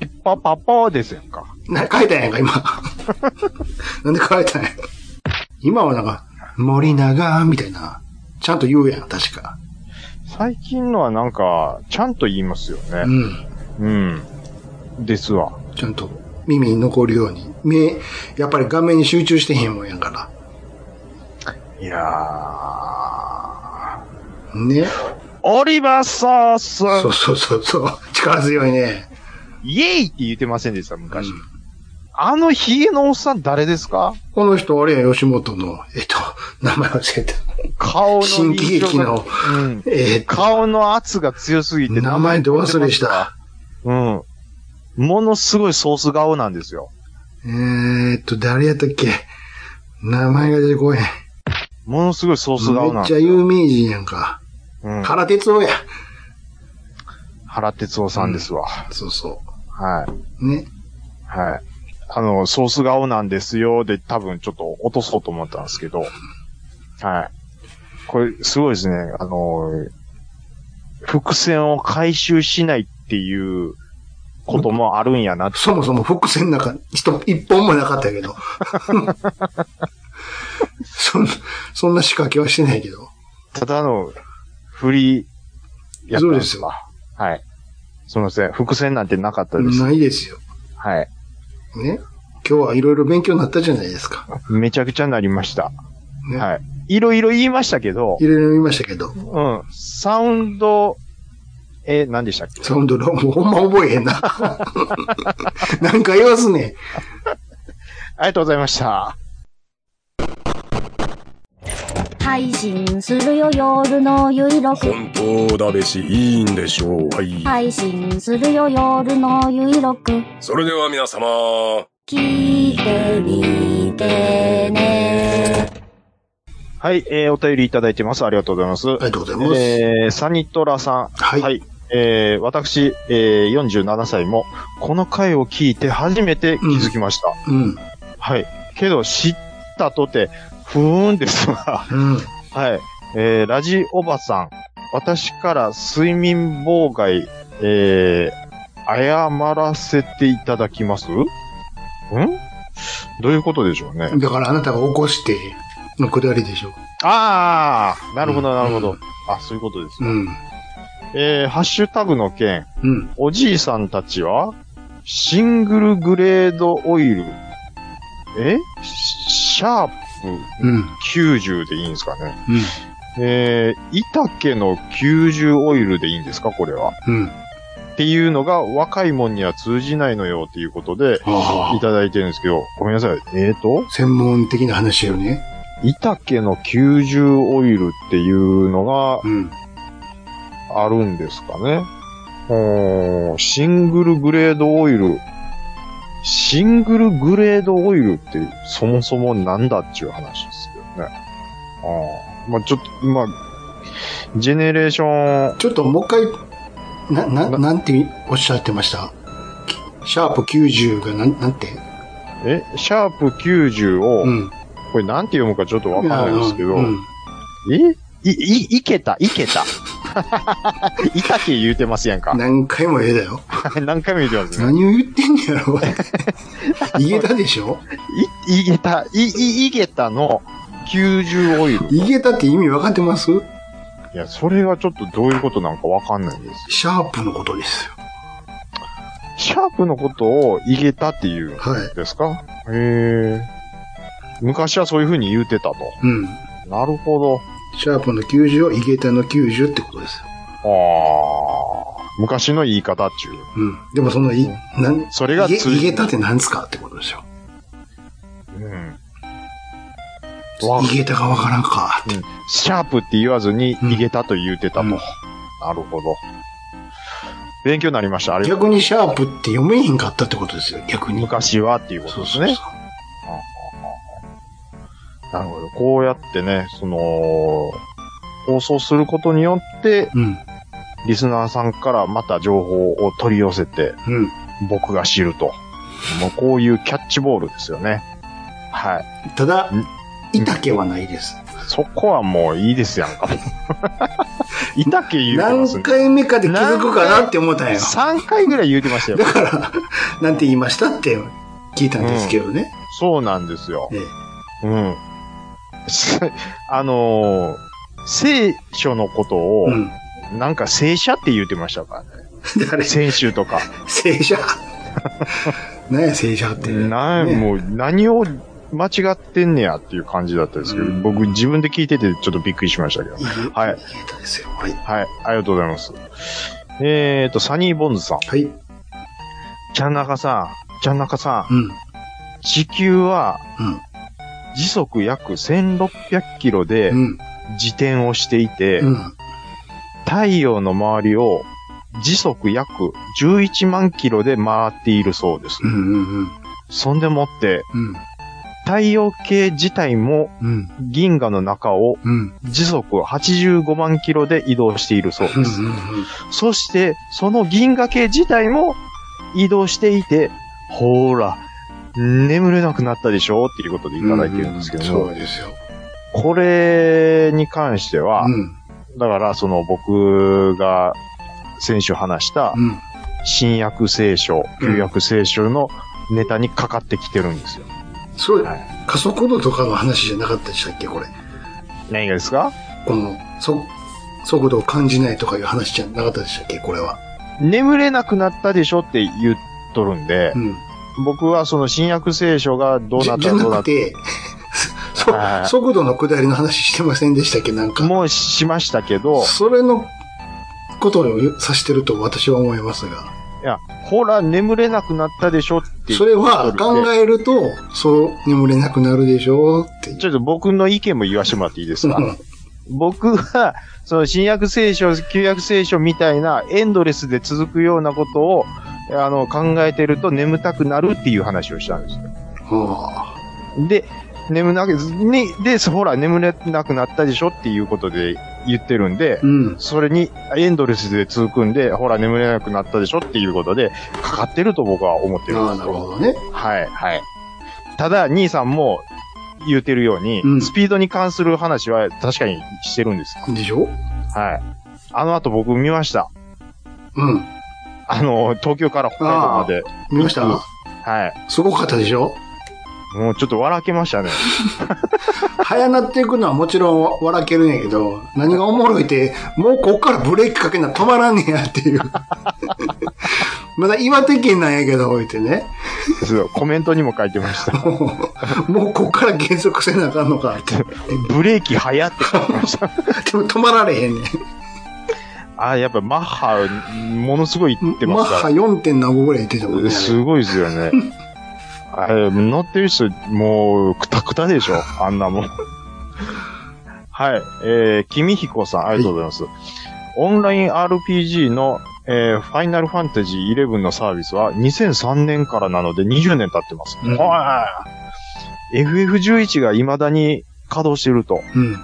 [SPEAKER 3] ピッパパパですやんか。
[SPEAKER 2] な、書いたやんか、今。 なんで書いたんや今はなんか、森永みたいな。ちゃんと言うやん、確か。
[SPEAKER 3] 最近のはなんか、ちゃんと言いますよ
[SPEAKER 2] う
[SPEAKER 3] ね。
[SPEAKER 2] ん。
[SPEAKER 3] うん。ですわ。
[SPEAKER 2] ちゃんと耳に残るように。目、やっぱり画面に集中してへんもんやか
[SPEAKER 3] いやー。
[SPEAKER 2] ら。ね。
[SPEAKER 3] オリバーサーさ
[SPEAKER 2] そ
[SPEAKER 3] ん
[SPEAKER 2] うそうそうそう。力強いね。
[SPEAKER 3] イエイって言ってませんでした、昔。あのヒゲのおっさん誰ですか
[SPEAKER 2] この人、あれや、吉本の、えっと、名前忘れた。
[SPEAKER 3] 顔の
[SPEAKER 2] 新喜劇
[SPEAKER 3] 印象が
[SPEAKER 2] の、
[SPEAKER 3] うん。
[SPEAKER 2] えっと、
[SPEAKER 3] 顔の圧が強すぎて。
[SPEAKER 2] 名前ど忘れし。た。
[SPEAKER 3] うん。ものすごいソース顔なんですよ。
[SPEAKER 2] えーっと、誰やったっけ名前が出てこへん。
[SPEAKER 3] ものすごいソース顔
[SPEAKER 2] め
[SPEAKER 3] なん
[SPEAKER 2] っち
[SPEAKER 3] で
[SPEAKER 2] ゃ
[SPEAKER 3] すよ。
[SPEAKER 2] 有名人やんか。
[SPEAKER 3] うん、
[SPEAKER 2] 原哲夫や。
[SPEAKER 3] 原哲夫さんですわ。
[SPEAKER 2] そうそ
[SPEAKER 3] はい。
[SPEAKER 2] う。ね。
[SPEAKER 3] はい。あの、ソース顔なんですよ。で、多分ちょっと落とそうと思ったんですけど。はい。これ、すごいですね。あの、伏線を回収しないっていうこともあるんやな。
[SPEAKER 2] そもそも伏線なんか、一一本もなかったけ ど。そんな、そんな仕掛けはしてないけど。
[SPEAKER 3] ただの、振り、やったんですわ。はい。すみません。伏線なんてなかったです。
[SPEAKER 2] ないですよ。
[SPEAKER 3] はい。
[SPEAKER 2] ね。今日はいろいろ勉強になったじゃないですか。
[SPEAKER 3] めちゃくちゃなりました。
[SPEAKER 2] ね。
[SPEAKER 3] はい。いろいろ言いましたけど、
[SPEAKER 2] いろいろ見ましたけど。
[SPEAKER 3] うん。サウンド、え、何でしたっけ
[SPEAKER 2] サウンドロゴ、ほんま覚えへんな。 なんか言わすね。
[SPEAKER 3] ありがとうございました。
[SPEAKER 4] 配信するよ夜のゆいろく
[SPEAKER 5] 本当だべし、いいんでしょう。はい。
[SPEAKER 4] 配信するよ夜のゆいろく
[SPEAKER 5] それでは皆様。
[SPEAKER 4] 聞いてみてね
[SPEAKER 3] はい、えー、お便りいただいてます。ありがとうございます。
[SPEAKER 2] ありがとうございます。
[SPEAKER 3] えー、サニトラさん。
[SPEAKER 2] はい。
[SPEAKER 3] えー、私、えー、47歳も、この回を聞いて初めて気づきました。
[SPEAKER 2] うん。
[SPEAKER 3] はい。けど、知ったとて、ふーんですわ。
[SPEAKER 2] うん。
[SPEAKER 3] はい。えー、ラジおばさん。私から睡眠妨害、えー、謝らせていただきますんどういうことでしょうね。
[SPEAKER 2] だからあなたが起こしてのくだりでしょ。
[SPEAKER 3] ああなるほど、
[SPEAKER 2] うん
[SPEAKER 3] なるほど。あ、そういうことです
[SPEAKER 2] う
[SPEAKER 3] ね。
[SPEAKER 2] ん。
[SPEAKER 3] えー、ハッシュタグの件、
[SPEAKER 2] うん。
[SPEAKER 3] おじいさんたちは、シングルグレードオイル、えシシャープ
[SPEAKER 2] うん。うん。
[SPEAKER 3] 90でいいんですかね。えー、イタケの90オイルでいいんですかこれは。
[SPEAKER 2] うん。
[SPEAKER 3] っていうのが若いもんには通じないのよっていうことで、い
[SPEAKER 2] ああ。
[SPEAKER 3] ただいてるんですけど、ごめんなさい。えーと、
[SPEAKER 2] 専門的な話よね。
[SPEAKER 3] イタケの90オイルっていうのが
[SPEAKER 2] うん。
[SPEAKER 3] あるんですかね。うーんシングルグレードオイル。シングルグレードオイルってそもそもなんだっていう話ですけどね。ああ。まあちょっと、まあジェネレーション、
[SPEAKER 2] ちょっともう一回、な、な、なんておっしゃってましたきシャープ90がなん、なんて
[SPEAKER 3] え、シャープ90を、
[SPEAKER 2] うん。
[SPEAKER 3] これなんて読むかちょっとわかんないんですけど、
[SPEAKER 2] うん
[SPEAKER 3] えい、い、いけた、いけた。 いたけ言うてますやんか。
[SPEAKER 2] 何回もええだよ。
[SPEAKER 3] 何回も言うてますね。
[SPEAKER 2] 何を言ってんねやろ、 言えたでしょ
[SPEAKER 3] い、いげた、い、い、いげたの90オイル。い
[SPEAKER 2] 言えたって意味分かってます
[SPEAKER 3] や、それがちょっとどういうことなんかわかんないんです。
[SPEAKER 2] シャープのことですよ。
[SPEAKER 3] シャープのことをいげたっていうん
[SPEAKER 2] はい。
[SPEAKER 3] ですかへえ。昔はそういう風に言うてたと。
[SPEAKER 2] うん。
[SPEAKER 3] なるほど。
[SPEAKER 2] シャープの90をイゲタの90ってことですよ。
[SPEAKER 3] ああ。昔の言い方っていう。
[SPEAKER 2] うん。でもそのい、なん、
[SPEAKER 3] それが
[SPEAKER 2] イゲ
[SPEAKER 3] 通じ
[SPEAKER 2] イゲタって何ですかってことでしょ。
[SPEAKER 3] うん。わ
[SPEAKER 2] イゲタがわからんか。
[SPEAKER 3] シャープって言わずに、
[SPEAKER 2] うん
[SPEAKER 3] いげたと言うてたと。
[SPEAKER 2] うん
[SPEAKER 3] なるほど。勉強になりました。あれ、
[SPEAKER 2] 逆にシャープって読めへんかったってことですよ。逆に。
[SPEAKER 3] 昔はっていうこと
[SPEAKER 2] そう
[SPEAKER 3] です
[SPEAKER 2] そう
[SPEAKER 3] ね
[SPEAKER 2] そ。う。
[SPEAKER 3] なるほど。こうやってね、その、放送することによって、
[SPEAKER 2] うん。
[SPEAKER 3] リスナーさんからまた情報を取り寄せて、
[SPEAKER 2] うん。
[SPEAKER 3] 僕が知ると。もうこういうキャッチボールですよね。はい。
[SPEAKER 2] ただ
[SPEAKER 3] ん、
[SPEAKER 2] いたけはないです。
[SPEAKER 3] そこはもういいですや んか。いたけ言うてます
[SPEAKER 2] 何
[SPEAKER 3] ね。
[SPEAKER 2] 回目かで気づくかなって思ったんや。
[SPEAKER 3] 3回ぐらい言うてましたよ
[SPEAKER 2] だ。 から、なんて言いましたって聞いたんですけどね。
[SPEAKER 3] そうなんですよ。
[SPEAKER 2] ええ
[SPEAKER 3] うん。あのー聖書のことを、
[SPEAKER 2] うん。
[SPEAKER 3] なんか聖者って言うてましたからね。
[SPEAKER 2] 誰
[SPEAKER 3] 先週とか。
[SPEAKER 2] 正社。 何や正社って。
[SPEAKER 3] な
[SPEAKER 2] ね
[SPEAKER 3] もう何を間違ってんねやっていう感じだったんですけど、
[SPEAKER 2] うん
[SPEAKER 3] 僕自分で聞いててちょっとびっくりしましたけど。
[SPEAKER 2] いい
[SPEAKER 3] はい
[SPEAKER 2] 言えたですよ。はい。
[SPEAKER 3] はい、ありがとうございます。えーと、サニーボンズさん。
[SPEAKER 2] はい。う
[SPEAKER 3] ちゃんなかさん、ちゃんなかさん、
[SPEAKER 2] ん。
[SPEAKER 3] 地球は
[SPEAKER 2] うん
[SPEAKER 3] 時速約1600キロで
[SPEAKER 2] うん。
[SPEAKER 3] 自転をしていて、
[SPEAKER 2] うん。
[SPEAKER 3] 太陽の周りを時速約11万キロで回っているそうです。
[SPEAKER 2] うん。うん。
[SPEAKER 3] そんでもって、
[SPEAKER 2] うん。
[SPEAKER 3] 太陽系自体も
[SPEAKER 2] うん。
[SPEAKER 3] 銀河の中を
[SPEAKER 2] うん。
[SPEAKER 3] 時速85万キロで移動しているそう
[SPEAKER 2] うん。う
[SPEAKER 3] です。
[SPEAKER 2] ん。
[SPEAKER 3] そして、その銀河系自体も移動していて、ほーら、眠れなくなったでしょうっていうことでいただいてるんですけども、
[SPEAKER 2] そうですよ。
[SPEAKER 3] これに関しては
[SPEAKER 2] う、ん。
[SPEAKER 3] だからその僕が先週話した、
[SPEAKER 2] うん。
[SPEAKER 3] 新約聖書、
[SPEAKER 2] うん
[SPEAKER 3] 旧約聖書のネタにかかってきてるんですよ。
[SPEAKER 2] そう
[SPEAKER 3] はい、
[SPEAKER 2] 加速度とかの話じゃなかったでしたっけ、これ。
[SPEAKER 3] 何がですか
[SPEAKER 2] この、そ、速度を感じないとかいう話じゃなかったでしたっけ、これは。
[SPEAKER 3] 眠れなくなったでしょって言っとるんで
[SPEAKER 2] う、ん。
[SPEAKER 3] 僕はその新約聖書がどう
[SPEAKER 2] じ
[SPEAKER 3] な
[SPEAKER 2] ゃ
[SPEAKER 3] っ
[SPEAKER 2] じ
[SPEAKER 3] た
[SPEAKER 2] ゃな
[SPEAKER 3] どうな
[SPEAKER 2] く、
[SPEAKER 3] って
[SPEAKER 2] そ
[SPEAKER 3] はい
[SPEAKER 2] 速度の下りの話してませんでしたっけ、なん
[SPEAKER 3] た、
[SPEAKER 2] か。
[SPEAKER 3] もうしましたけど、
[SPEAKER 2] それのことを指してると私は思いますが、
[SPEAKER 3] いや、ほら、眠れなくなったでしょって
[SPEAKER 2] それは考
[SPEAKER 3] え
[SPEAKER 2] えると、そう眠れなくなるでしょうっていう
[SPEAKER 3] ちょっと僕の意見も言わせてもらっていいです
[SPEAKER 2] う
[SPEAKER 3] か
[SPEAKER 2] ん
[SPEAKER 3] 僕は、その新約聖書、旧約聖書みたいなエンドレスで続くようなことを、あの、考えてると眠たくなるっていう話をしたんですよ。
[SPEAKER 2] はあ
[SPEAKER 3] で、眠なく、に、で、ほら、眠れなくなったでしょっていうことで言ってるんで
[SPEAKER 2] う、ん。
[SPEAKER 3] それにエンドレスで続くんで、ほら、眠れなくなったでしょっていうことで、かかってると僕は思ってるん
[SPEAKER 2] ああ、
[SPEAKER 3] です
[SPEAKER 2] なるほど
[SPEAKER 3] よ。
[SPEAKER 2] ね。
[SPEAKER 3] はい、はい。ただ、兄さんも言ってるように、
[SPEAKER 2] うん
[SPEAKER 3] スピードに関する話は確かにしてるんです。
[SPEAKER 2] でしょ
[SPEAKER 3] はい。あの後僕見ました。
[SPEAKER 2] うん。
[SPEAKER 3] あの、東京から北海道まで。
[SPEAKER 2] 見まし
[SPEAKER 3] うん
[SPEAKER 2] た
[SPEAKER 3] はい。
[SPEAKER 2] すごかったでしょ
[SPEAKER 3] もうちょっと笑けましたね。
[SPEAKER 2] 早なっていくのはもちろんわ笑けるんやけど、何がおもろいって、もうこっからブレーキかけな止まらんねやっていう。 まだ岩手県なんやけど、置いてね。
[SPEAKER 3] そうコメントにも書いてました。
[SPEAKER 2] もう、もうこっから減速せなあかんのかって。
[SPEAKER 3] ブレーキ早って書いてました。
[SPEAKER 2] でも止まられへんねん。
[SPEAKER 3] あやっぱマッハ、ものすごい行って
[SPEAKER 2] マ
[SPEAKER 3] ま
[SPEAKER 2] ッ
[SPEAKER 3] す
[SPEAKER 2] ハ
[SPEAKER 3] か
[SPEAKER 2] 4.75ぐらい出てたもん
[SPEAKER 3] ら。
[SPEAKER 2] ね。
[SPEAKER 3] すごいです よね。あれ、乗ってる人、もう、くたくたでしょあんなもん。はい。えー、君彦さん、ありがとうございます。オンライン RPG の、えー、ファイナルファンタジー11のサービスは2003年からなので20年経ってます。
[SPEAKER 2] うん
[SPEAKER 3] はい。FF11 が未だに稼働してると。
[SPEAKER 2] うん。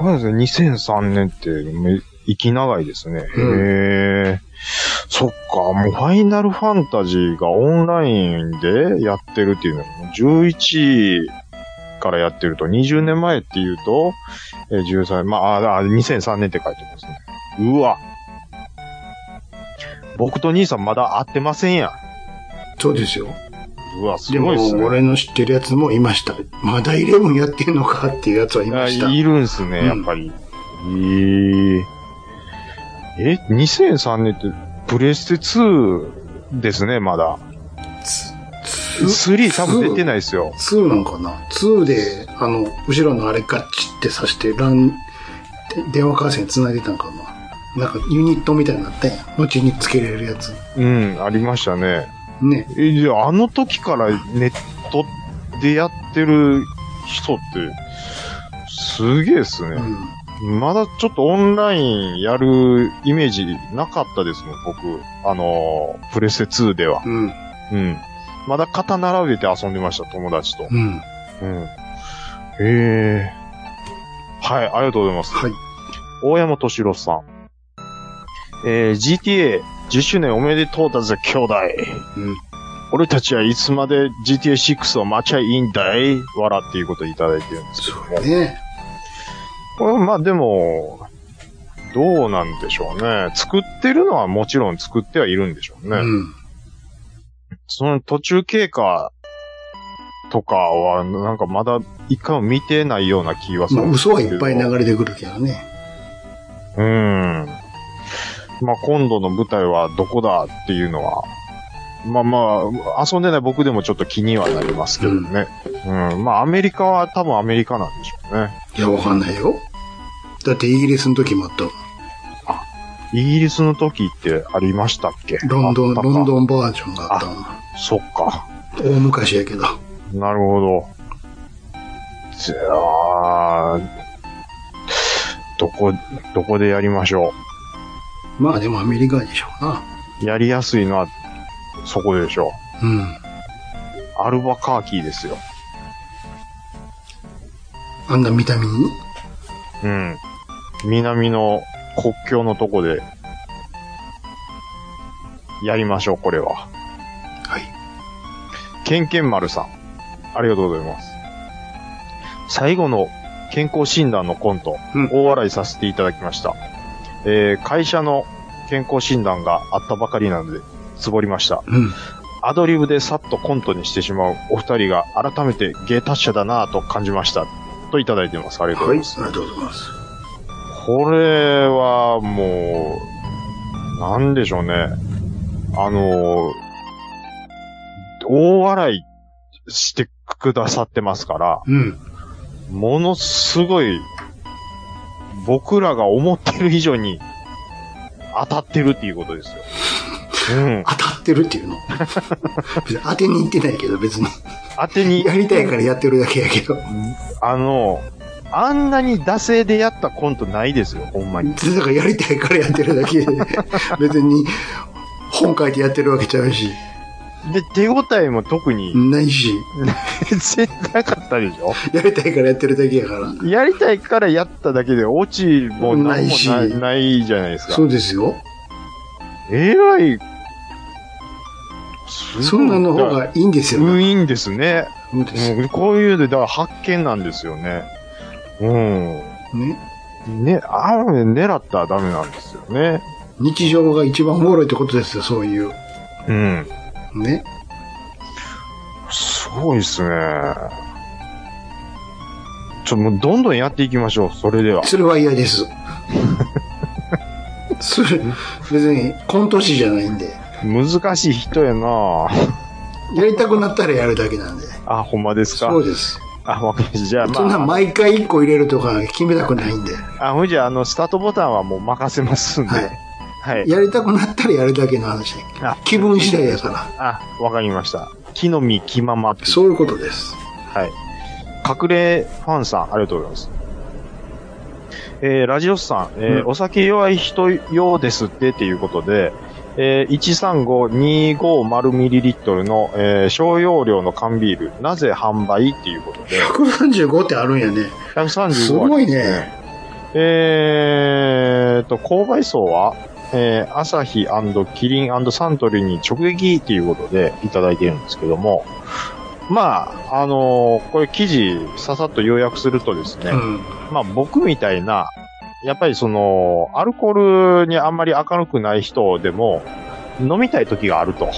[SPEAKER 3] そうですね、2003年って、め生き長いですね。
[SPEAKER 2] うん
[SPEAKER 3] へえ。そっか、もうファイナルファンタジーがオンラインでやってるっていうのは、11からやってると、20年前っていうと、えー13、まああ、あ2003年って書いてますね。うわ。僕と兄さんまだ会ってませんやん。
[SPEAKER 2] そうですよ。
[SPEAKER 3] うわ、す
[SPEAKER 2] で
[SPEAKER 3] ご
[SPEAKER 2] も
[SPEAKER 3] いっす、ね。
[SPEAKER 2] 俺の知ってるやつもいました。まだ11やってんのかっていうやつはいました
[SPEAKER 3] あ。いるんすね、やっぱり。えええ、2003年って、プレステ2ですね、まだ。3多分出てない
[SPEAKER 2] い。
[SPEAKER 3] ですよ。
[SPEAKER 2] 2なんかな ?2 で、あの、後ろのあれガッチって刺して、ラン、で電話回線繋いでたんかななんかユニットみたいになったやん。後につけれるやつ。
[SPEAKER 3] うん、ありましたね。
[SPEAKER 2] ね。
[SPEAKER 3] え、じゃあ、あの時からネットでやってる人って、すげえっす
[SPEAKER 2] う
[SPEAKER 3] ね。
[SPEAKER 2] ん。
[SPEAKER 3] まだちょっとオンラインやるイメージなかったですもん、僕。あのープレステ2では。
[SPEAKER 2] うん。
[SPEAKER 3] うん。まだ肩並べて遊んでました、友達と。
[SPEAKER 2] うん。
[SPEAKER 3] うん。ええはい、ありがとうございます。
[SPEAKER 2] はい。
[SPEAKER 3] 大山敏郎さん。えー、GTA10 周年おめでとうだぜ、兄弟。
[SPEAKER 2] うん。
[SPEAKER 3] 俺たちはいつまで GTA6 を待ちゃいいんだいわらっていうことをいただいてるんですけ
[SPEAKER 2] そ
[SPEAKER 3] ど
[SPEAKER 2] う
[SPEAKER 3] も。
[SPEAKER 2] ね。
[SPEAKER 3] これまあでも、どうなんでしょうね。作ってるのはもちろん作ってはいるんでしょうね。
[SPEAKER 2] うん。
[SPEAKER 3] その途中経過とかは、なんかまだ一回も見てないような気はす
[SPEAKER 2] ま
[SPEAKER 3] る
[SPEAKER 2] あ、
[SPEAKER 3] んですけ
[SPEAKER 2] 嘘
[SPEAKER 3] ど。
[SPEAKER 2] はいっぱい流れてくるけどね。
[SPEAKER 3] うーん。まあ、今度の舞台はどこだっていうのは、まあまあ、遊んでない僕でもちょっと気にはなりますけどね。うん。まあ、アメリカは多分アメリカなんでしょうね。
[SPEAKER 2] いや、わかんないよ。だってイギリスの時もあったもん。
[SPEAKER 3] イギリスの時ってありましたっけ
[SPEAKER 2] ロンドン、ロン
[SPEAKER 3] ン。
[SPEAKER 2] ドンバージョンがあったも
[SPEAKER 3] そっか。
[SPEAKER 2] ん。大昔やけど。
[SPEAKER 3] なるほど。じゃあ、どこ、どこでやりましょ
[SPEAKER 2] まあでもアメリカでしょうな。
[SPEAKER 3] う。やりやすいのは、そこでしょ
[SPEAKER 2] うん。
[SPEAKER 3] う。アルバカーキーですよ。
[SPEAKER 2] あんな見た目に
[SPEAKER 3] うん。南の国境のとこで、やりましょう、これは。
[SPEAKER 2] はい。
[SPEAKER 3] ケンケン丸さん。ありがとうございます。最後の健康診断のコント、
[SPEAKER 2] うん
[SPEAKER 3] 大笑いさせていただきました。えー会社の健康診断があったばかりなので、つぼりました。
[SPEAKER 2] うん。
[SPEAKER 3] アドリブでさっとコントにしてしまうお二人が改めて芸達者だなぁと感じました。といただいてます。ありがとうご
[SPEAKER 2] は
[SPEAKER 3] ざ
[SPEAKER 2] い。ありが
[SPEAKER 3] います。
[SPEAKER 2] とうございます。
[SPEAKER 3] これはもう、なんでしょうね。あの、大笑いしてくださってますから、
[SPEAKER 2] うん。
[SPEAKER 3] ものすごい、僕らが思ってる以上に当たってるっていうことですよ。うん。
[SPEAKER 2] 当たってるっていうの。 別に当てに行ってないけど、別に。
[SPEAKER 3] 当てに、
[SPEAKER 2] やりたいからやってるだけやけど。
[SPEAKER 3] あの、あんなに惰性でやったコントないですよ、ほんまに。
[SPEAKER 2] だからやりたいからやってるだけで。別に、本書いてやってるわけちゃうし、
[SPEAKER 3] で、手応えも特に
[SPEAKER 2] ないし、
[SPEAKER 3] 全然なかったでしょ
[SPEAKER 2] やりたいからやってるだけやから。
[SPEAKER 3] やりたいからやっただけで、落ちも
[SPEAKER 2] な
[SPEAKER 3] 何
[SPEAKER 2] い
[SPEAKER 3] も
[SPEAKER 2] し
[SPEAKER 3] ないないじゃないです
[SPEAKER 2] そ
[SPEAKER 3] か。
[SPEAKER 2] うですよ。
[SPEAKER 3] えらい。すごい
[SPEAKER 2] そんなの方。がいいんですよ。
[SPEAKER 3] うん、いいんですね。
[SPEAKER 2] そうですよ
[SPEAKER 3] うんこういうで、だから発見なんですよね。う
[SPEAKER 2] ね。
[SPEAKER 3] ん。ね、あのね、狙ったらダメなんですよね。
[SPEAKER 2] 日常が一番おもろいってことですよ、そういう。
[SPEAKER 3] うん。
[SPEAKER 2] ね。
[SPEAKER 3] すごいですね。ちょ、もうどんどんやっていきましょう。それでは。
[SPEAKER 2] それは嫌です。 それ、別に、コント師じゃないんで。
[SPEAKER 3] 難しい人やな
[SPEAKER 2] やりたくなったらやるだけなんで。
[SPEAKER 3] あ、ほんまですか
[SPEAKER 2] そうです。
[SPEAKER 3] あ、わかりました。じゃあ、まあ。
[SPEAKER 2] そんな毎回一個入れるとか決めたくないんで。
[SPEAKER 3] あ、ほいじゃあ、あの、スタートボタンはもう任せますんで。
[SPEAKER 2] はい
[SPEAKER 3] はい。
[SPEAKER 2] やりたくなったらやるだけの話だ
[SPEAKER 3] あ
[SPEAKER 2] 気分次第やから。
[SPEAKER 3] あ、わかりました。木の実気ままっていう
[SPEAKER 2] そういうことです。
[SPEAKER 3] はい。隠れファンさん、ありがとうございます。えーラジオスさん、えー
[SPEAKER 2] うん
[SPEAKER 3] お酒弱い人用ですってっていうことで、えー、135-250ml の、えー小容量の缶ビール、なぜ販売っていうことで、
[SPEAKER 2] 135ってあるんやね。
[SPEAKER 3] 135
[SPEAKER 2] すごいね。
[SPEAKER 3] えーと、購買層は、えー、アサヒキリンサントリーに直撃っていうことでいただいてるんですけども、まあ、あのーこれ記事、ささっと要約するとですね、
[SPEAKER 2] うん。
[SPEAKER 3] まあ僕みたいな、やっぱりその、アルコールにあんまり明るくない人でも、飲みたい時があると。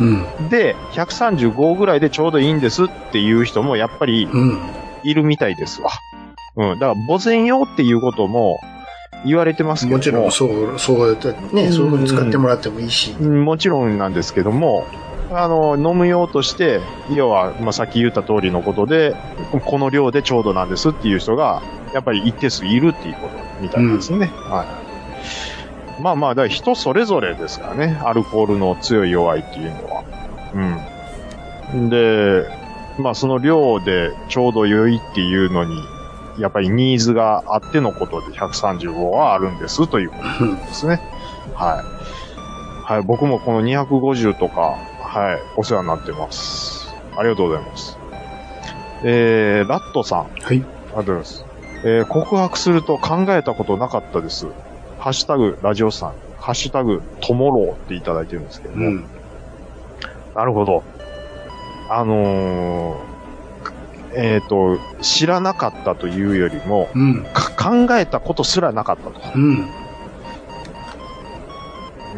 [SPEAKER 2] うん。
[SPEAKER 3] で、135ぐらいでちょうどいいんですっていう人もやっぱり
[SPEAKER 2] うん。
[SPEAKER 3] いるみたいですわ。うん。だから、墓前用っていうことも言われてますけども。
[SPEAKER 2] もちろん、そう、そうやってね、そういうふうに使ってもらってもいいし。
[SPEAKER 3] うんもちろんなんですけども、あの、飲む用として、要は、まあ、さっき言った通りのことで、この量でちょうどなんですっていう人が、やっぱり一定数いるっていうことみたいなんですね。はい。まあまあ、だから人それぞれですからね、アルコールの強い弱いっていうのは。うん。で、まあその量でちょうど良いっていうのに、やっぱりニーズがあってのことで135はあるんですという
[SPEAKER 2] うん。
[SPEAKER 3] ですね。はい。はい、僕もこの250とか、はい、お世話になってます。ありがとうございます。えー、ラットさん。はい。
[SPEAKER 2] はい。
[SPEAKER 3] ありがとうございます。えー、告白すると考えたことなかったです。ハッシュタグ、ラジオさん。ハッシュタグ、トモローっていただいてるんですけど
[SPEAKER 2] う
[SPEAKER 3] も。
[SPEAKER 2] ん。
[SPEAKER 3] なるほど。あのー、えっ、と、知らなかったというよりも、
[SPEAKER 2] うん。
[SPEAKER 3] か考えたことすらなかったと。
[SPEAKER 2] うん。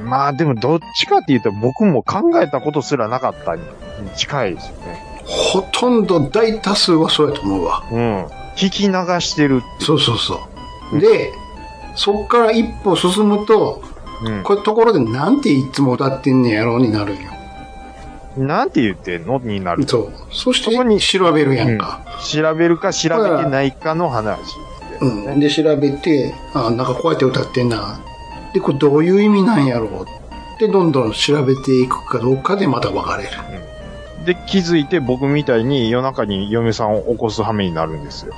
[SPEAKER 3] まあでもどっちかって言うと僕も考えたことすらなかったに近いですよね。
[SPEAKER 2] ほとんど大多数はそうやと思うわ。
[SPEAKER 3] うん。聞き流してる。
[SPEAKER 2] そうそうそう。で、そっから一歩進むと、
[SPEAKER 3] うん。
[SPEAKER 2] こういうところでなんていつも歌ってんねやろうになるんよ。
[SPEAKER 3] なんて言ってんのになる。
[SPEAKER 2] そう。そし
[SPEAKER 3] そこに
[SPEAKER 2] て調べるやんか。
[SPEAKER 3] 調べるか調べてないかの話です
[SPEAKER 2] う
[SPEAKER 3] ね。
[SPEAKER 2] ん。で、調べて、あ、なんかこうやって歌ってんな。で、これどういう意味なんやろうって、どんどん調べていくかどうかでまた分かれる。
[SPEAKER 3] で、気づいて僕みたいに夜中に嫁さんを起こす羽目になるんですよ。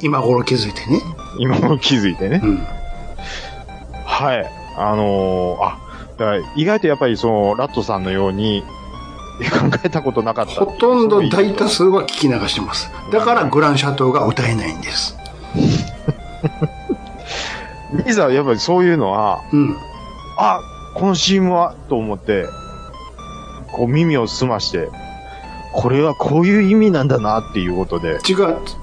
[SPEAKER 2] 今頃気づいてね。
[SPEAKER 3] 今も気づいてね。
[SPEAKER 2] うん。
[SPEAKER 3] はい。あのーあ、だから意外とやっぱりその、ラットさんのように、考えたことなかった。
[SPEAKER 2] ほとんど大多数は聞き流してます。だからグランシャトーが歌えないんです。
[SPEAKER 3] いざやっぱりそういうのは、
[SPEAKER 2] うん。
[SPEAKER 3] あ、この CM は、と思って、こう耳を澄まして、これはこういう意味なんだなっていうことで、
[SPEAKER 2] 違う、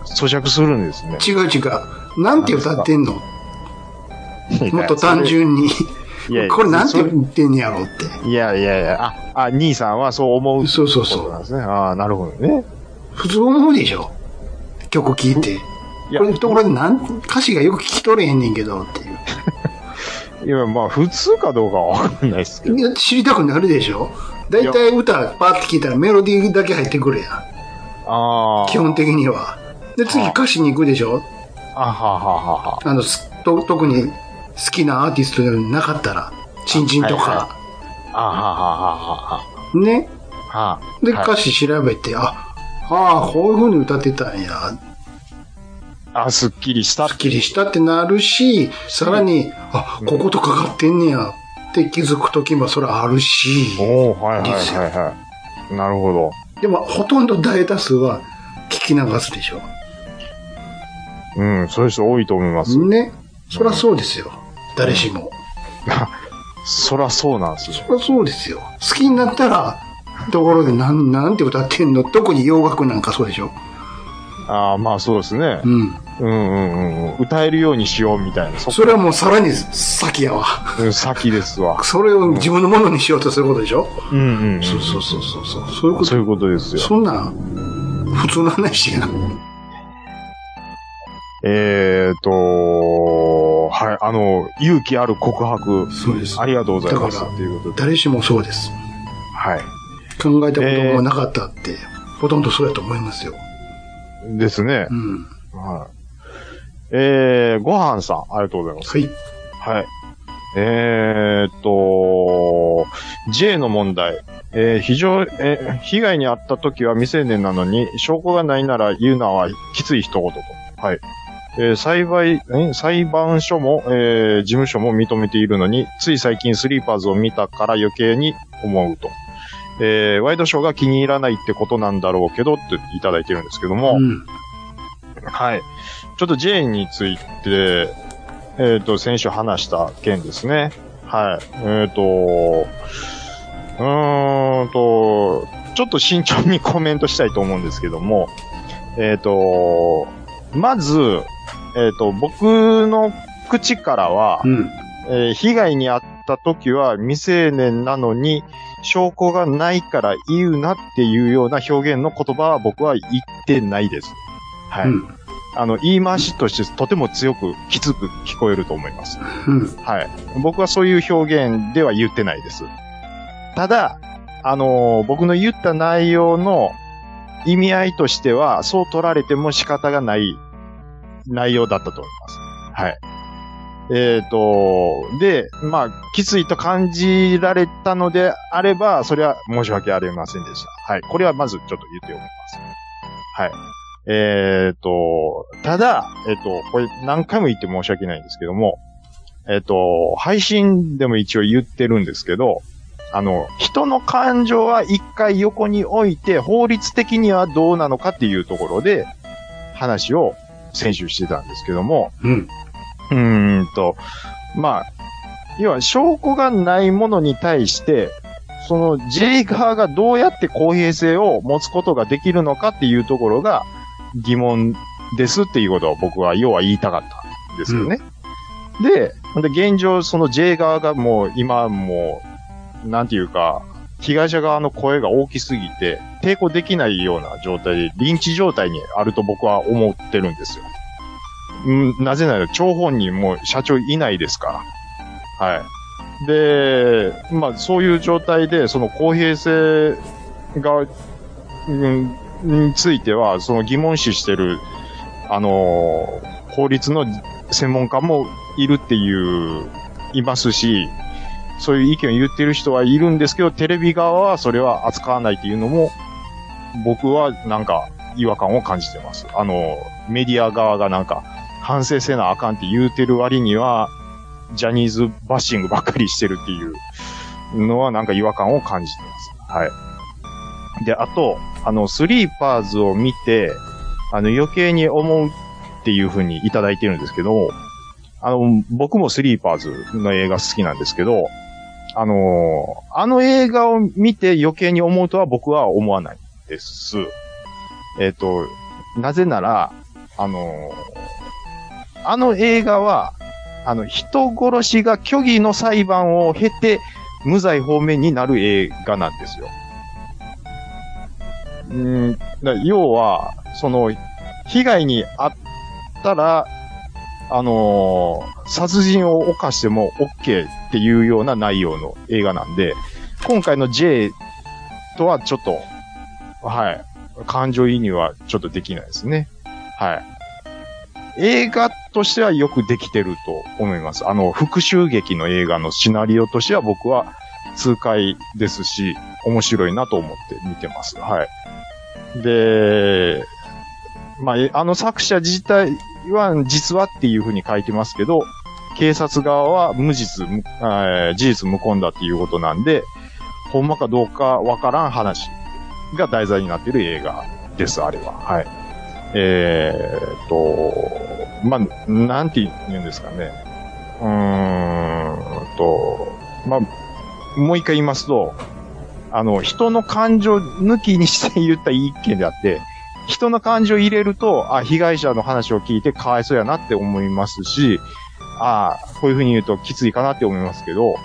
[SPEAKER 3] 咀嚼するんですね。
[SPEAKER 2] 違う違う。なんて歌ってんの もっと単純に。
[SPEAKER 3] いやいや。
[SPEAKER 2] これなんて
[SPEAKER 3] それ
[SPEAKER 2] 言ってんねやろうって。
[SPEAKER 3] いやいやいや、あ、あ、兄さんはそう思う。
[SPEAKER 2] そうそうそう
[SPEAKER 3] なんですね。ああ、なるほどね。
[SPEAKER 2] 普通思うでしょ曲聴いて。
[SPEAKER 3] いや
[SPEAKER 2] これところでなん歌詞がよく聞き取れへんねんけどっていう
[SPEAKER 3] いや、まあ、普通かどうかはわかんないですけど。。
[SPEAKER 2] いや知りたくなるでしょだいたい歌パーって聞いたらメロディーだけ入ってくるやん。
[SPEAKER 3] ああ。
[SPEAKER 2] 基本的には。で、次歌詞に行くでしょ
[SPEAKER 3] あはははは。
[SPEAKER 2] あの、すと特に好きなアーティストでなかったら、新人と
[SPEAKER 3] はい
[SPEAKER 2] か。
[SPEAKER 3] あははははは。
[SPEAKER 2] ね。
[SPEAKER 3] は
[SPEAKER 2] で、
[SPEAKER 3] はい
[SPEAKER 2] 歌詞調べて、あ、ああ、こういう風に歌ってたんや。
[SPEAKER 3] あ、すっきりした。
[SPEAKER 2] すっきりしたってなるし、さらに、あ、こことかかってんねやって気づくときもそれあるし、
[SPEAKER 3] おおはいはいはいはい。なるほど。
[SPEAKER 2] でもほとんど大多数は聞き流すでしょ。
[SPEAKER 3] うん、そういう人多いと思います。
[SPEAKER 2] ね。そらそうですよ。誰しも。
[SPEAKER 3] そらそうなんですよ。
[SPEAKER 2] そらそうですよ。好きになったら、ところでなん、なんて歌ってんの特に洋楽なんかそうでしょ。
[SPEAKER 3] ああ、まあそうですね
[SPEAKER 2] う。ん。
[SPEAKER 3] うんうんうんうん。歌えるようにしようみたいな。そ
[SPEAKER 2] それはもうさらに先やわ。
[SPEAKER 3] うん先ですわ。
[SPEAKER 2] それを自分のものにしようとすることでしょ。
[SPEAKER 3] うんうん、うん。
[SPEAKER 2] そうそうそうそうそう。そういうこと
[SPEAKER 3] そういうことですよ。
[SPEAKER 2] そんなん、普通の話やん。
[SPEAKER 3] えーと、はい、あの、勇気ある告白、
[SPEAKER 2] そうです
[SPEAKER 3] ありがとうございます。
[SPEAKER 2] だから
[SPEAKER 3] ということで。
[SPEAKER 2] 誰しもそうです。
[SPEAKER 3] はい。
[SPEAKER 2] 考えたこともなかったって、ほとんどそうやと思いますよ。
[SPEAKER 3] ですね
[SPEAKER 2] う。ん。
[SPEAKER 3] はい。えー、ごはんさん、ありがとうございます。
[SPEAKER 2] はい。
[SPEAKER 3] はい。えーっと、J の問題。えー非常、えー被害に遭った時は未成年なのに、証拠がないなら言うのはきつい一言と。はい。えー栽培、ん裁判所も、えー事務所も認めているのに、つい最近スリーパーズを見たから余計に思うと。えーワイドショーが気に入らないってことなんだろうけどっていただいてるんですけども、
[SPEAKER 2] うん。
[SPEAKER 3] はい。ちょっと J について、えっ、と、先週話した件ですね。はい。えっ、と、うーんと、ちょっと慎重にコメントしたいと思うんですけども、えっ、と、まず、えっ、と、僕の口からは
[SPEAKER 2] う、ん。
[SPEAKER 3] えー被害に遭った時は未成年なのに、証拠がないから言うなっていうような表現の言葉は僕は言ってないです。は
[SPEAKER 2] う
[SPEAKER 3] い。
[SPEAKER 2] ん
[SPEAKER 3] あの、言い回しとしてとても強く、きつく聞こえると思います。
[SPEAKER 2] うん。
[SPEAKER 3] はい。僕はそういう表現では言ってないです。ただ、あのー僕の言った内容の意味合いとしては、そう取られても仕方がない内容だったと思います。はい。えっ、と、で、まあ、きついと感じられたのであれば、それは申し訳ありませんでした。はい。これはまずちょっと言っておきます。はい。えっ、と、ただ、えっ、と、これ何回も言って申し訳ないんですけども、えっ、と、配信でも一応言ってるんですけど、あの、人の感情は一回横に置いて、法律的にはどうなのかっていうところで、話を先週してたんですけども、
[SPEAKER 2] うん。
[SPEAKER 3] うーんと、まあ、要は証拠がないものに対して、その J 側がどうやって公平性を持つことができるのかっていうところが疑問ですっていうことを僕は要は言いたかったんですよね。で、で現状その J 側がもう今もう、なんていうか、被害者側の声が大きすぎて抵抗できないような状態で、臨地状態にあると僕は思ってるんですよ。うんなぜなら、張本人も社長いないですから。はい。で、まあ、そういう状態で、その公平性が、うん、については、その疑問視してる、あのー法律の専門家もいるっていう、いますし、そういう意見を言ってる人はいるんですけど、テレビ側はそれは扱わないっていうのも、僕はなんか違和感を感じてます。あの、メディア側がなんか反省せなあかんって言うてる割には、ジャニーズバッシングばっかりしてるっていうのはなんか違和感を感じてます。はい。で、あと、あの、スリーパーズを見て、あの、余計に思うっていう風にいただいてるんですけど、あの、僕もスリーパーズの映画好きなんですけど、あのーあの映画を見て余計に思うとは僕は思わないです。えっ、と、なぜなら、あのーあの映画は、あの、人殺しが虚偽の裁判を経て、無罪方面になる映画なんですよ。うんだ要は、その、被害に遭ったら、あのー殺人を犯しても OK っていうような内容の映画なんで、今回の J とはちょっと、はい、感情移入はちょっとできないですね。はい。映画としてはよくできてると思います。あの、復讐劇の映画のシナリオとしては僕は痛快ですし、面白いなと思って見てます。はい。で、まあえ、あの作者自体は実はっていうふうに書いてますけど、警察側は無実、むえー事実無根だっていうことなんで、ほんまかどうかわからん話が題材になってる映画です、あれは。はい。えーっと、まあ、なんて言うんですかね。うーんと、まあ、もう一回言いますと、あの、人の感情抜きにして言った一件であって、人の感情を入れると、あ、被害者の話を聞いてかわいそうやなって思いますし、あこういうふうに言うときついかなって思いますけど、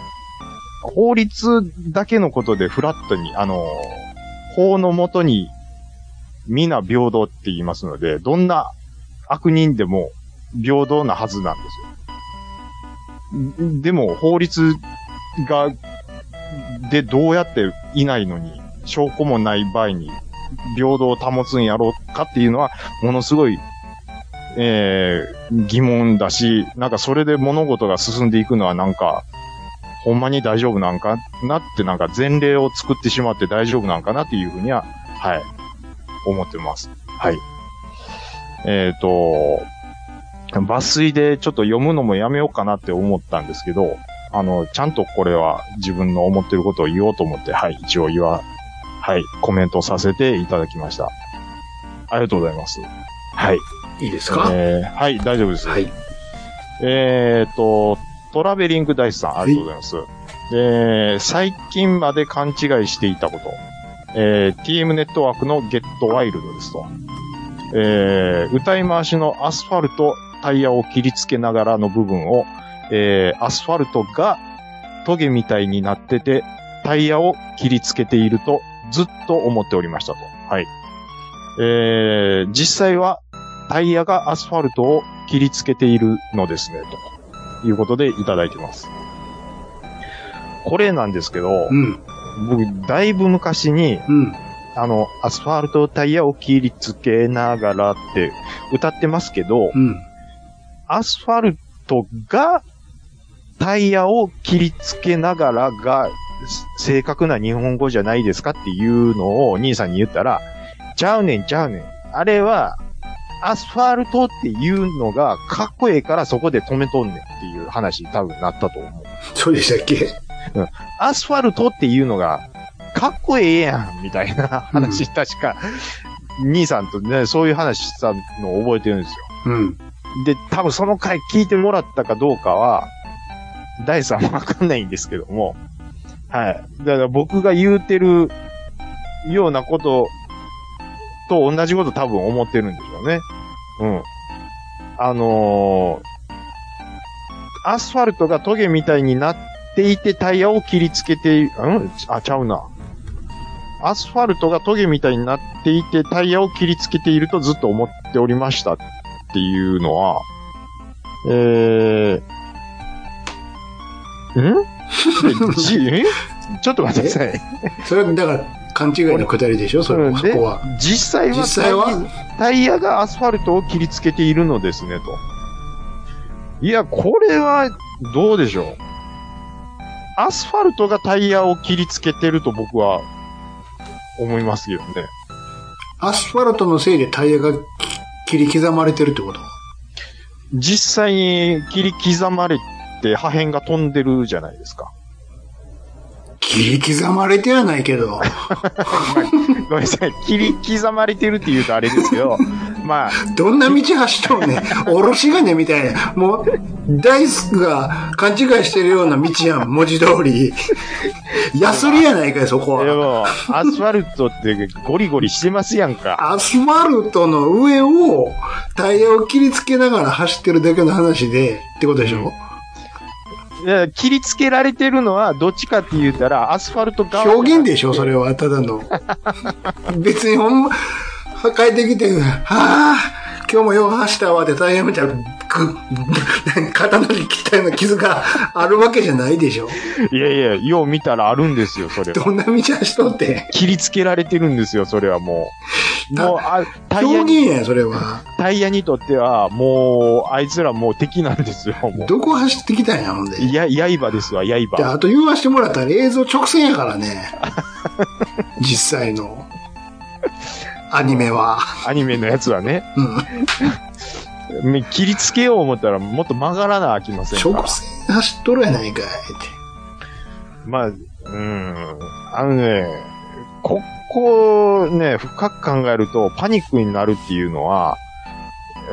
[SPEAKER 3] 法律だけのことでフラットに、あの、法のもとに、皆平等って言いますので、どんな悪人でも平等なはずなんですよ。んでも、法律が、でどうやっていないのに、証拠もない場合に平等を保つんやろうかっていうのは、ものすごい、えー、疑問だし、なんかそれで物事が進んでいくのはなんか、ほんまに大丈夫なんかなってなんか前例を作ってしまって大丈夫なんかなっていうふうには、はい、思ってます。はい。えっ、と、抜粋でちょっと読むのもやめようかなって思ったんですけど、あの、ちゃんとこれは自分の思ってることを言おうと思って、はい、一応言わ、はい、コメントさせていただきました。ありがとうございます。はい。
[SPEAKER 2] いいですか、
[SPEAKER 3] えーはい、大丈夫です。
[SPEAKER 2] はい。
[SPEAKER 3] えーっと、トラベリングダイスさん、ありがとうございます。で、最近まで勘違いしていたこと。えー TM ネットワークのゲットワイルドですと。えー歌い回しのアスファルト、タイヤを切りつけながらの部分を、えーアスファルトがトゲみたいになってて、タイヤを切りつけているとずっと思っておりましたと。はい。えー実際はタイヤがアスファルトを切りつけているのですね、ということでいただいてます。これなんですけど
[SPEAKER 2] う、ん。
[SPEAKER 3] 僕、だいぶ昔に、
[SPEAKER 2] うん。
[SPEAKER 3] あの、アスファルトタイヤを切りつけながらって歌ってますけど、
[SPEAKER 2] うん。
[SPEAKER 3] アスファルトがタイヤを切りつけながらが正確な日本語じゃないですかっていうのを兄さんに言ったら、ちゃうねんちゃうねん。あれは、アスファルトっていうのがかっこええからそこで止めとんねんっていう話に多分なったと思う。
[SPEAKER 2] そうでしたっけ
[SPEAKER 3] アスファルトっていうのがかっこええやんみたいな話、確か、兄さんとね、そういう話したのを覚えてるんですよ。
[SPEAKER 2] うん。
[SPEAKER 3] で、多分その回聞いてもらったかどうかは、第3はわかんないんですけども、はい。だから僕が言うてるようなことと同じこと多分思ってるんでしょうね。うん。あのーアスファルトがトゲみたいになっていてタイヤを切りつけて、うんあ、ちゃうな。アスファルトがトゲみたいになっていてタイヤを切りつけているとずっと思っておりましたっていうのは、えー、んじえちょっと待ってください。
[SPEAKER 2] それは、だから、勘違いのくだりでしょそれ
[SPEAKER 3] うん
[SPEAKER 2] も、そ
[SPEAKER 3] で
[SPEAKER 2] こは。
[SPEAKER 3] 実際は
[SPEAKER 2] 実際は、
[SPEAKER 3] タイヤがアスファルトを切りつけているのですね、と。いや、これは、どうでしょう。アスファルトがタイヤを切りつけてると僕は、思いますけどね。
[SPEAKER 2] アスファルトのせいでタイヤがき切り刻まれてるってこと
[SPEAKER 3] 実際に切り刻まれて破片が飛んでるじゃないですか。
[SPEAKER 2] 切り刻まれてはないけど。
[SPEAKER 3] ごめんなさい。切り刻まれてるって言うとあれです けど、まあ、
[SPEAKER 2] どんな道走っと んねん。おろし金みたいな。もう、ダイスが勘違いしてるような道やん。文字通り。ヤスリやないかい、そこ
[SPEAKER 3] で
[SPEAKER 2] は。
[SPEAKER 3] も、アスファルトってゴリゴリしてますやんか。
[SPEAKER 2] アスファルトの上をタイヤを切りつけながら走ってるだけの話で、ってことでしょ、
[SPEAKER 3] いや切りつけられてるのはどっちかって言ったら、アスファルト側
[SPEAKER 2] 表現でしょそれは、ただ の。別にほんま、帰ってきて、はあ、今日もよう走ったわって大変みたいな、ぐ、ぐ刀に切ったような傷があるわけじゃないでしょ
[SPEAKER 3] いやいや、よう見たらあるんですよ、それは。
[SPEAKER 2] どんな道走っとって。
[SPEAKER 3] 切りつけられてるんですよ、それはもう。
[SPEAKER 2] な
[SPEAKER 3] もう、あタイ
[SPEAKER 2] 表
[SPEAKER 3] ヤ
[SPEAKER 2] 現
[SPEAKER 3] に、
[SPEAKER 2] やん、それは。
[SPEAKER 3] タイヤにとっては、もう、あいつらもう敵なんですよ、も
[SPEAKER 2] どこ走ってきたんや、ほんで
[SPEAKER 3] う。。や、刃ですわ、
[SPEAKER 2] で、
[SPEAKER 3] 刃。
[SPEAKER 2] あと言わしてもらったら映像直線やから ね。実際の。アニメは。
[SPEAKER 3] アニメのやつはね。
[SPEAKER 2] うん。
[SPEAKER 3] め切りつけよう思ったら、もっと曲がらなあきませんから
[SPEAKER 2] 直。線走っとるやないかいって。
[SPEAKER 3] まあ、うん。あのね、ここをね、深く考えると、パニックになるっていうのは、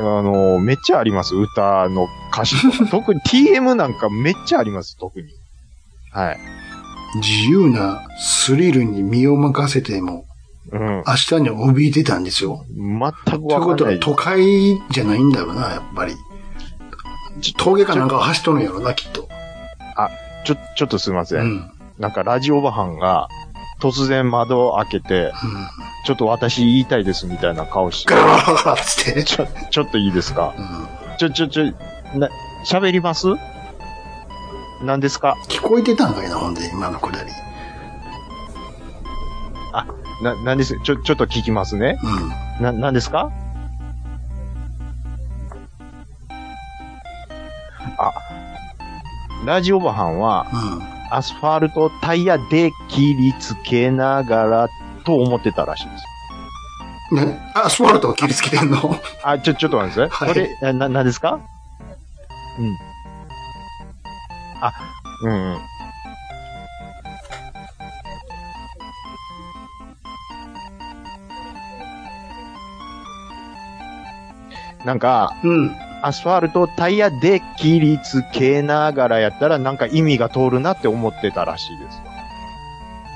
[SPEAKER 3] あの、めっちゃあります。歌の歌詞 とか。特に TM なんかめっちゃあります、特に。はい。
[SPEAKER 2] 自由なスリルに身を任せても、
[SPEAKER 3] うん。
[SPEAKER 2] 明日には怯えてたんですよ。
[SPEAKER 3] 全く
[SPEAKER 2] という
[SPEAKER 3] わ
[SPEAKER 2] こ
[SPEAKER 3] か
[SPEAKER 2] と
[SPEAKER 3] んな。
[SPEAKER 2] はい都会じゃないんだろうな、やっぱり。峠かなんかを走っとるんやろな、きっと。
[SPEAKER 3] ちょ、ちょっとすいませ。
[SPEAKER 2] うんん。うん。
[SPEAKER 3] なんかラジオバハンが、突然窓を開けて、ちょっと私言いたいですみたいな顔し て
[SPEAKER 2] ガ、ラガラガラっつって。
[SPEAKER 3] ちょ、ちょっといいですか
[SPEAKER 2] うん。
[SPEAKER 3] ちょ、ちょ、ちょ、な、喋ります何ですか
[SPEAKER 2] 聞こえてたんかいな、ほんで、今のくだり。
[SPEAKER 3] な、何ですちょ、ちょっと聞きますね。
[SPEAKER 2] うん。
[SPEAKER 3] な、何ですかあ、ラジオバハンは、
[SPEAKER 2] う
[SPEAKER 3] アスファルトタイヤで切りつけながら、と思ってたらしいです。
[SPEAKER 2] ね、アスファルトを切りつけてんの
[SPEAKER 3] あ、ちょ、ちょっと待ってくだ
[SPEAKER 2] は
[SPEAKER 3] さい。
[SPEAKER 2] い
[SPEAKER 3] これ、えな、なんですかうん。あ、うんうん。なんか、
[SPEAKER 2] うん。
[SPEAKER 3] アスファルトをタイヤで切りつけながらやったら、なんか意味が通るなって思ってたらしいですわ。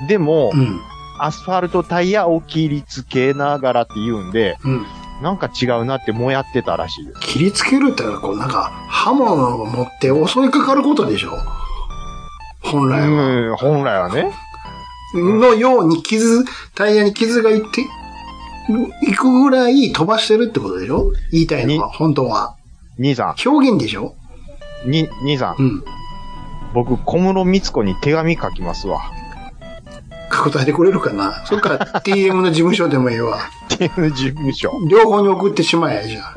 [SPEAKER 3] でも、
[SPEAKER 2] うん。
[SPEAKER 3] アスファルトタイヤを切りつけながらって言うんで、
[SPEAKER 2] うん。
[SPEAKER 3] なんか違うなってもやってたらしいです。
[SPEAKER 2] 切りつけるってのは、こう、なんか、刃物を持って襲いかかることでしょ本来は。
[SPEAKER 3] うん、本来はね。
[SPEAKER 2] のように傷、タイヤに傷がいって、いくぐらい飛ばしてるってことでしょ言いたいのは、本当は。
[SPEAKER 3] 兄さ
[SPEAKER 2] 表現でしょ
[SPEAKER 3] ん、に、兄さん、
[SPEAKER 2] うん。
[SPEAKER 3] 僕、小室光子に手紙書きますわ。
[SPEAKER 2] 答えてくれるかなそれから TM の事務所でもいいわ。
[SPEAKER 3] っていう事務所。
[SPEAKER 2] 両方に送ってしまえ、じゃあ。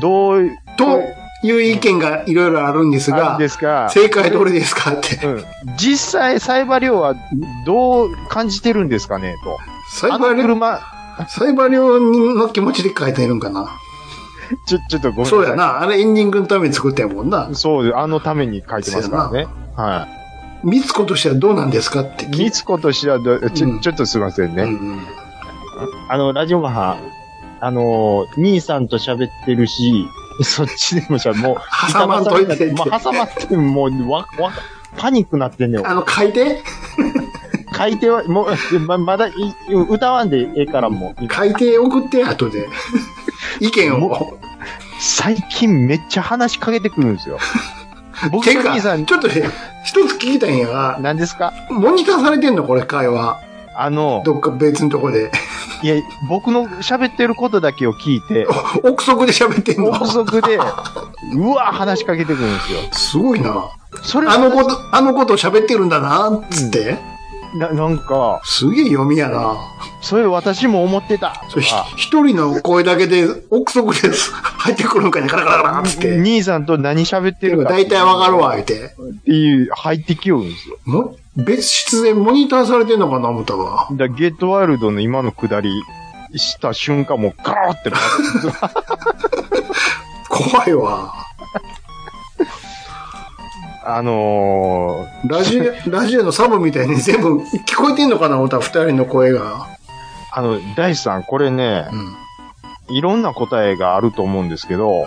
[SPEAKER 3] どう、
[SPEAKER 2] という意見がいろいろあるんです
[SPEAKER 3] あ
[SPEAKER 2] が
[SPEAKER 3] れで、すか。
[SPEAKER 2] 正解どれですかって。
[SPEAKER 3] うん。実際、サイバリョウはどう感じてるんですかね、と。
[SPEAKER 2] サイ
[SPEAKER 3] あ
[SPEAKER 2] バ
[SPEAKER 3] の
[SPEAKER 2] ー量、
[SPEAKER 3] 車、
[SPEAKER 2] サイバー量の気持ちで書いてるんかな
[SPEAKER 3] ちょ、ちょっとごめんなさい。
[SPEAKER 2] そうや。な。あれエンディングのために作ったやもんな。
[SPEAKER 3] そうです、あのために書いてますからね。はい。
[SPEAKER 2] ミツコとしてはどうなんですかって聞
[SPEAKER 3] 光
[SPEAKER 2] いて。
[SPEAKER 3] 子としてはど、ち
[SPEAKER 2] う
[SPEAKER 3] ょ、
[SPEAKER 2] ん
[SPEAKER 3] ちょっとすいませんね。
[SPEAKER 2] うんうん
[SPEAKER 3] あの、ラジオマハ、あのー、兄さんと喋ってるし、そっちでもしゃ、もう、
[SPEAKER 2] 挟まんといてって
[SPEAKER 3] もう挟まって、もう、わ、わ、パニックなってんねん。
[SPEAKER 2] あの、書いて
[SPEAKER 3] 書いては、もう、ままだい、歌わんでええからもう。
[SPEAKER 2] 書いて送って、後で。意見を。
[SPEAKER 3] 最近めっちゃ話しかけてくるん ですよ。僕
[SPEAKER 2] て
[SPEAKER 3] と
[SPEAKER 2] か、
[SPEAKER 3] 兄
[SPEAKER 2] ち
[SPEAKER 3] さん、
[SPEAKER 2] ょっとね、一つ聞きたいんやが、
[SPEAKER 3] 何ですか
[SPEAKER 2] モニターされてんのこれ、会話。
[SPEAKER 3] あの、
[SPEAKER 2] どっか別のとこで。
[SPEAKER 3] いや、僕の喋ってることだけを聞 いて、
[SPEAKER 2] 憶測で喋ってんの
[SPEAKER 3] 憶測で、うわ、話しかけてくるんですよ。
[SPEAKER 2] すごいな。
[SPEAKER 3] それ
[SPEAKER 2] あのこと、あのこと喋ってるんだな、つって。
[SPEAKER 3] な、なんか、
[SPEAKER 2] すげえ読みやな。
[SPEAKER 3] それ私も思ってた。
[SPEAKER 2] そ
[SPEAKER 3] と
[SPEAKER 2] れひ
[SPEAKER 3] か
[SPEAKER 2] 一人の声だけで、憶測です。入ってくるんかね、カラカラカラ、つって。
[SPEAKER 3] 兄さんと何喋ってるか。
[SPEAKER 2] 大体わかるわ、。言うて。
[SPEAKER 3] っていう、入ってきよるんですよ。
[SPEAKER 2] も別室でモニターされてんのかな、思ったわ。
[SPEAKER 3] だゲットワイルドの今の下りした瞬間、もうガーって なる
[SPEAKER 2] 怖いわ。
[SPEAKER 3] あの
[SPEAKER 2] ラ ジオ、ラジオのサブみたいに全部聞こえてんのかな思ったら二人の声が。
[SPEAKER 3] ー、あの、大地さん、これね、
[SPEAKER 2] うん。
[SPEAKER 3] いろんな答えがあると思うんですけど、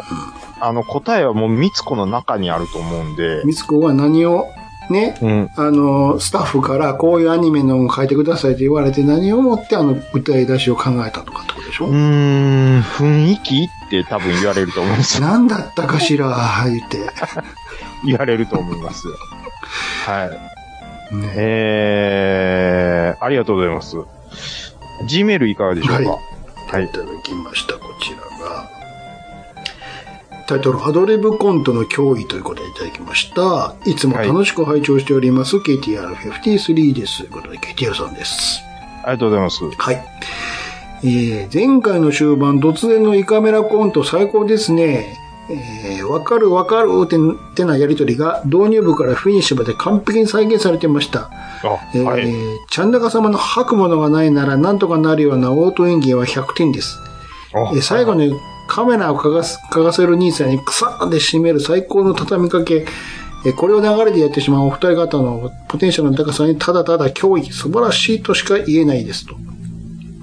[SPEAKER 3] あの、答えはもう三つ子の中にあると思うんで、
[SPEAKER 2] みつこは何を、ね、
[SPEAKER 3] うん。
[SPEAKER 2] あの、スタッフからこういうアニメのを書いてくださいって言われて何をもってあの歌い出しを考えたのかってことでし
[SPEAKER 3] う
[SPEAKER 2] ょ、
[SPEAKER 3] ーん、雰囲気って多分言われると思うんですよ。
[SPEAKER 2] 何だったかしら、言って。
[SPEAKER 3] 言われると思います。はい。
[SPEAKER 2] ね、
[SPEAKER 3] えー、ありがとうございます。G メールいかがでしょうか、
[SPEAKER 2] はい
[SPEAKER 3] はい
[SPEAKER 2] いただきました、こちらが。タイトル、アドリブコントの脅威ということでいただきました。いつも楽しく拝聴しております、KTR53 です。ということで、KTR さんです。
[SPEAKER 3] ありがとうございます。
[SPEAKER 2] はい。えー前回の終盤、突然のイカメラコント最高ですね。えーわかるわかるってってなやりとりが導入部からフィニッシュまで完璧に再現されてました。
[SPEAKER 3] あ、
[SPEAKER 2] えー
[SPEAKER 3] はい。
[SPEAKER 2] ちゃんだか様の吐くものがないならなんとかなるようなオート演技は100点です。
[SPEAKER 3] あ
[SPEAKER 2] えー最後にカメラをかがすかがせる兄さんに草で締める最高の畳みかけ、えーこれを流れでやってしまうお二人方のポテンシャルの高さにただただ脅威、素晴らしいとしか言えないですと。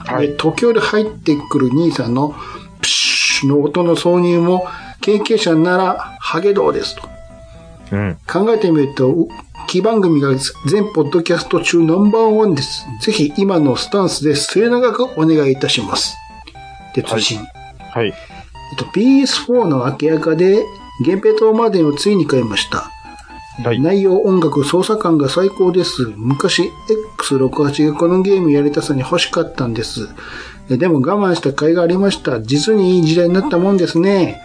[SPEAKER 3] はい
[SPEAKER 2] で時折入ってくる兄さんのプシュの音の挿入も経験者ならハゲドウですと。
[SPEAKER 3] うん。
[SPEAKER 2] 考えてみると、う木番組が全ポッドキャスト中ナンバーワンです。ぜひ今のスタンスで末永くお願いいたします。で、通信。
[SPEAKER 3] はい。
[SPEAKER 2] えっと、PS4 の明けやかで、源平島までをついに買いました。
[SPEAKER 3] はい。
[SPEAKER 2] 内容、音楽、操作感が最高です。昔、X68 がこのゲームやりたさに欲しかったんです。えでも我慢した甲斐がありました。実にいい時代になったもんですね。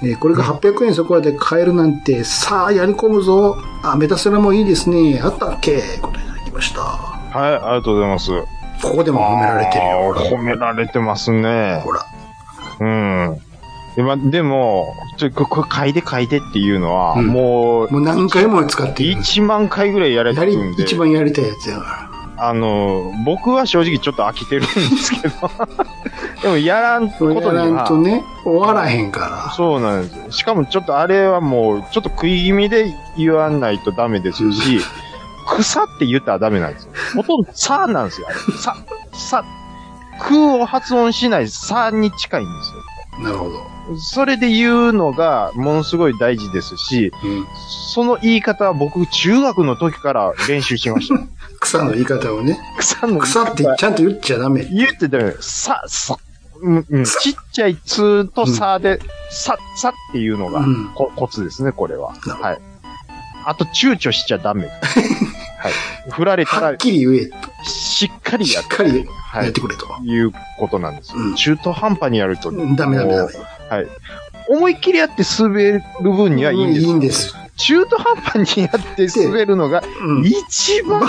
[SPEAKER 2] えこれが800円そこらで買えるなんて、さあ、やり込むぞ。あ、メタセラもいいですね。あったっけこといただきました。
[SPEAKER 3] はい、ありがとうございます。褒
[SPEAKER 2] ここでも褒められてるよ。ほ
[SPEAKER 3] 褒
[SPEAKER 2] ら
[SPEAKER 3] められてますね。
[SPEAKER 2] ほら。
[SPEAKER 3] うん。今、でも、ちょ、ここれ書いて書いてっていうのは、
[SPEAKER 2] うん
[SPEAKER 3] もう、
[SPEAKER 2] もう何回も使っている。
[SPEAKER 3] 1万回ぐらいやれて
[SPEAKER 2] や
[SPEAKER 3] る
[SPEAKER 2] り
[SPEAKER 3] ん、で、
[SPEAKER 2] 一番やりたいやつやから。
[SPEAKER 3] あの、僕は正直ちょっと飽きてるんですけど、 でもやらんこ
[SPEAKER 2] それ
[SPEAKER 3] とに
[SPEAKER 2] やらん
[SPEAKER 3] は
[SPEAKER 2] と、ね、終わらへんか
[SPEAKER 3] そうなんです。しかもちょっとあれはもう、ちょっと食い気味で言わないとダメです し、草って言ったらダメなんですよ。ほとんどさなんですよ。あれさ、さ、空を発音しないさに近いんです
[SPEAKER 2] ら。なるほど。
[SPEAKER 3] よ。それで言うのがものすごい大事ですし、
[SPEAKER 2] うん。
[SPEAKER 3] その言い方は僕中学の時から練習し ました。
[SPEAKER 2] 草の言い方をね、
[SPEAKER 3] 草の言い方
[SPEAKER 2] 草ってちゃんと言っちゃダメ。
[SPEAKER 3] 言ってたよ。さ、さ、うんうん、ちっちゃいつとさで、さ、さっていうのが
[SPEAKER 2] うん
[SPEAKER 3] こ、コツですね、これは。
[SPEAKER 2] なるほど
[SPEAKER 3] はい。あと、躊躇しちゃダ メ。はい。振られた
[SPEAKER 2] はっ
[SPEAKER 3] ら、
[SPEAKER 2] きり言
[SPEAKER 3] しっか
[SPEAKER 2] え、
[SPEAKER 3] り
[SPEAKER 2] し
[SPEAKER 3] やっ
[SPEAKER 2] っかり
[SPEAKER 3] は
[SPEAKER 2] やっ
[SPEAKER 3] い
[SPEAKER 2] て。くれと。
[SPEAKER 3] いうことなんですよ。
[SPEAKER 2] うん
[SPEAKER 3] 中途半端にやると。
[SPEAKER 2] うんダメダメダメ。
[SPEAKER 3] 思いっきりやって滑る分にはいいんです。
[SPEAKER 2] いいんです。
[SPEAKER 3] 中途半端にやって滑るのが、
[SPEAKER 2] うん。
[SPEAKER 3] 一番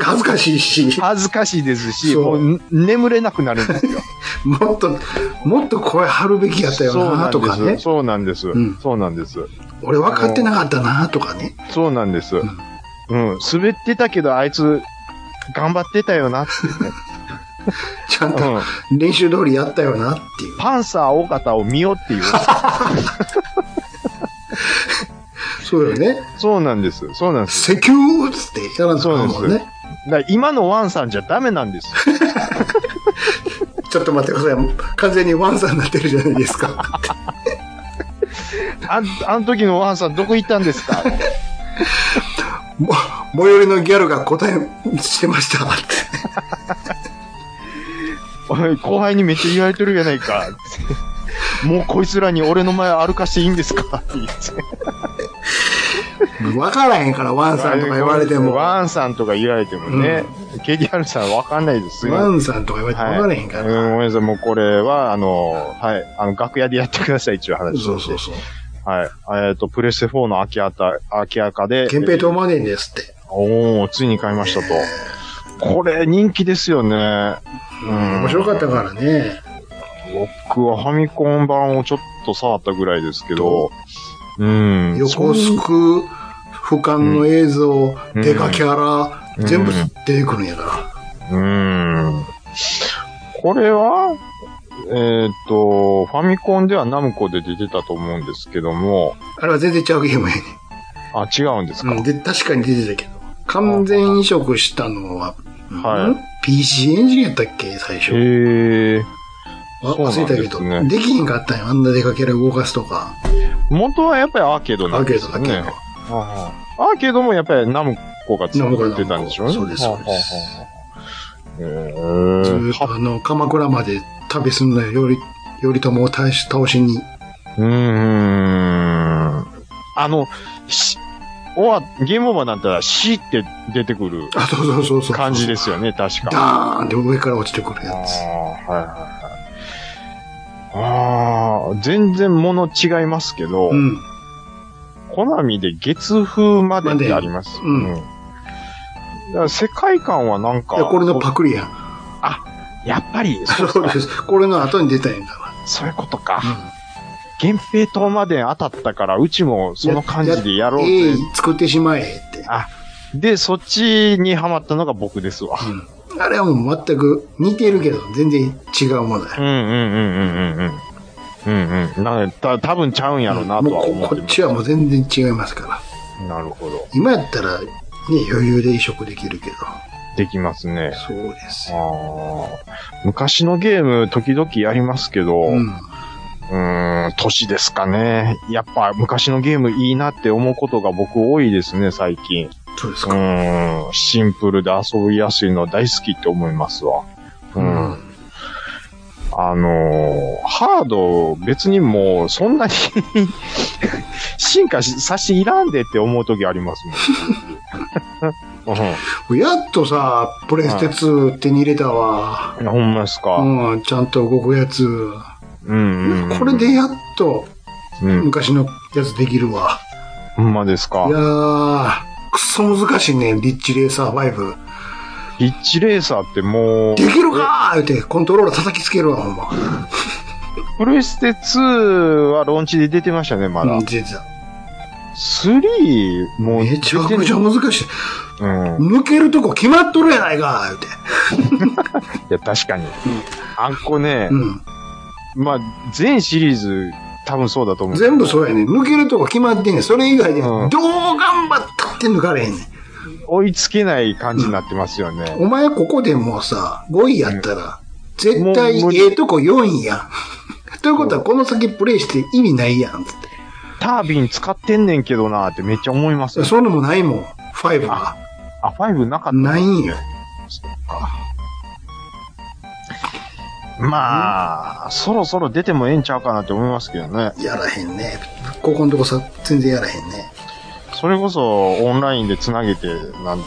[SPEAKER 2] 恥ずかしいし、
[SPEAKER 3] 恥ずかしいですし、
[SPEAKER 2] そ
[SPEAKER 3] も
[SPEAKER 2] う
[SPEAKER 3] うね眠れなくなるんですよ。
[SPEAKER 2] もっと、もっと声張るべ きやったよなとかね。
[SPEAKER 3] そうなんです。
[SPEAKER 2] うん
[SPEAKER 3] そうなんです。
[SPEAKER 2] 俺分かってなかったなとかね。
[SPEAKER 3] そうなんです。うんん。滑ってたけど、あいつ、頑張ってたよ なってね。
[SPEAKER 2] ちゃんと
[SPEAKER 3] うん。
[SPEAKER 2] 練習通りやったよなっていう。
[SPEAKER 3] パンサー尾形を見よって いう。
[SPEAKER 2] そうよね。
[SPEAKER 3] そうなんです。そうなんです。
[SPEAKER 2] 石油っつってやらなあかんもん
[SPEAKER 3] そう
[SPEAKER 2] ね。
[SPEAKER 3] だから今のワンさんじゃダメなんです よ。
[SPEAKER 2] ちょっと待ってください。完全にワンさんになってるじゃないですか。
[SPEAKER 3] あん、あの時のワンさんどこ行ったんですか
[SPEAKER 2] も最寄りのギャルが答えしてま したって。
[SPEAKER 3] おい後輩にめっちゃ言われてるじゃない か。もうこいつらに俺の前歩かしていいんですかって言って。
[SPEAKER 2] 分からへんから、ワンさんとか言われても。ワ
[SPEAKER 3] ワンさんとか言われてもね。KDR さんわかんないです。すいません
[SPEAKER 2] ンさんとか言われても分からへんか
[SPEAKER 3] はいうん、
[SPEAKER 2] ら。
[SPEAKER 3] ごめんなさい。もうこれは、あの、はい。あの、楽屋でやってください、一応話して。
[SPEAKER 2] そうそうそう。
[SPEAKER 3] はい。えっ、と、プレステ4の秋あた、秋あかで。
[SPEAKER 2] 憲兵とマネーですって。
[SPEAKER 3] おー、ついに買いましたと。これ、人気ですよね。うん
[SPEAKER 2] 面白かったからね。
[SPEAKER 3] 僕はファミコン版をちょっと触ったぐらいですけど、うん。
[SPEAKER 2] 横須く俯瞰の映像、
[SPEAKER 3] うん
[SPEAKER 2] デカキャラ、
[SPEAKER 3] うん
[SPEAKER 2] 全部出てくるんやか
[SPEAKER 3] うん。これは、えっ、と、ファミコンではナムコで出てたと思うんですけども、
[SPEAKER 2] ら。あれは全然ちゃうゲームやね。
[SPEAKER 3] あ、違うんですか。
[SPEAKER 2] うん、で、確かに出てたけど。完全移植したのは、
[SPEAKER 3] はい
[SPEAKER 2] ん PC エンジンやったっけ最初。
[SPEAKER 3] へえ。
[SPEAKER 2] あ忘れたけど。
[SPEAKER 3] そう
[SPEAKER 2] で
[SPEAKER 3] なんですね
[SPEAKER 2] きひんかったんよ。あんな出かけら動かすとか。
[SPEAKER 3] 元はやっぱりアーケード
[SPEAKER 2] ア
[SPEAKER 3] なん
[SPEAKER 2] ーケ
[SPEAKER 3] で
[SPEAKER 2] ー
[SPEAKER 3] す
[SPEAKER 2] ド
[SPEAKER 3] よ
[SPEAKER 2] だけ
[SPEAKER 3] ね。
[SPEAKER 2] ど。
[SPEAKER 3] ああアーケードもやっぱりナムコが作ってたんでしょうね。
[SPEAKER 2] ナムコナムコそうですそうです
[SPEAKER 3] う
[SPEAKER 2] ずーっとあの、鎌倉まで旅すんのよ。より、頼朝を倒し倒しに。
[SPEAKER 3] うーん。あの、し、終わ、ゲームオーバーになったら死って出てくる
[SPEAKER 2] あ、そうそうそうそう。
[SPEAKER 3] 感じですよね、確か。
[SPEAKER 2] ダーンって上から落ちてくる
[SPEAKER 3] あー
[SPEAKER 2] やつ。
[SPEAKER 3] はいはいはい。ああ、全然物違いますけど、
[SPEAKER 2] うん。
[SPEAKER 3] コナミで月風までってあります。
[SPEAKER 2] までうん
[SPEAKER 3] だから世界観はなんか、
[SPEAKER 2] いや、これのパクリやん。
[SPEAKER 3] やっぱり、そう
[SPEAKER 2] そう
[SPEAKER 3] か
[SPEAKER 2] です。これの後に出たんやか
[SPEAKER 3] そういうこと
[SPEAKER 2] ら。
[SPEAKER 3] か。源平島まで当たったから、うちもその感じでやろう
[SPEAKER 2] ええ
[SPEAKER 3] っ
[SPEAKER 2] 作ってしまえって。
[SPEAKER 3] て。で、そっちにハマったのが僕ですわ。
[SPEAKER 2] うん。あれはもう全く似てるけど、全然違うものだ
[SPEAKER 3] う
[SPEAKER 2] よ。
[SPEAKER 3] んうんうんうんうんうん。うんうん。なんか、た多分ちゃうんやろうなと
[SPEAKER 2] も
[SPEAKER 3] は思
[SPEAKER 2] う
[SPEAKER 3] って
[SPEAKER 2] ここっちはもう全然違いますから。
[SPEAKER 3] ますなるほど。
[SPEAKER 2] 今やったら、ね、余裕で移植できるけど。
[SPEAKER 3] できますね。
[SPEAKER 2] そうです
[SPEAKER 3] あ
[SPEAKER 2] よ。
[SPEAKER 3] ー昔のゲーム、時々やりますけど、
[SPEAKER 2] う。
[SPEAKER 3] うんーん、年ですかね。やっぱ昔のゲームいいなって思うことが僕多いですね、最近。
[SPEAKER 2] そうです
[SPEAKER 3] う
[SPEAKER 2] か。
[SPEAKER 3] ーん、シンプルで遊びやすいのは大好きって思いますわ。うん。
[SPEAKER 2] うん
[SPEAKER 3] あのーハード別にもうそんなに 進化しさしていらんでって思う時ありますもん。
[SPEAKER 2] やっとさ、プレステ2手に入れたわ。
[SPEAKER 3] うん、ほんまですか。
[SPEAKER 2] うん、ちゃんと動くやつ。
[SPEAKER 3] うん、うんうん
[SPEAKER 2] これで、やっと
[SPEAKER 3] うん、
[SPEAKER 2] 昔のやつできるわ。
[SPEAKER 3] ほんまですか
[SPEAKER 2] いや。ー、くそ難しいね、リッチレーサー5。
[SPEAKER 3] リッチレーサーってもう、
[SPEAKER 2] できるかーってコントローラー叩きつけるわ、ほんま。
[SPEAKER 3] プレステ2はローンチで出てましたね、まだ。
[SPEAKER 2] うん出てた
[SPEAKER 3] 3、もう出て
[SPEAKER 2] めちゃくちゃ難しい。
[SPEAKER 3] うん。
[SPEAKER 2] 抜けるとこ決まっとるやないかーって。
[SPEAKER 3] いや、確かに。あんこね、
[SPEAKER 2] うん。
[SPEAKER 3] まあ、全シリーズ、多分そうだと思う。
[SPEAKER 2] 全部そうやねん抜けるとこ決まってんねん。それ以外で、
[SPEAKER 3] う
[SPEAKER 2] ど
[SPEAKER 3] ん
[SPEAKER 2] う頑張ったって抜かれへんねん。
[SPEAKER 3] 追いつけない感じになってますよね。
[SPEAKER 2] お前ここでもうさ、5位やったら、絶対
[SPEAKER 3] もう無理
[SPEAKER 2] ええとこ4位や ん。ということは、この先プレイして意味ないやん、つって。
[SPEAKER 3] タービン使ってんねんけどなーってめっちゃ思いますよ。
[SPEAKER 2] そういうのもないもん。5は。
[SPEAKER 3] あ、5なかった
[SPEAKER 2] ないんよ。
[SPEAKER 3] まあ、そろそろ出てもええんちゃうかなって思いますけどね。
[SPEAKER 2] やらへんね。ここのとこさ、全然やらへんね。
[SPEAKER 3] それこそオンラインで繋げてなんて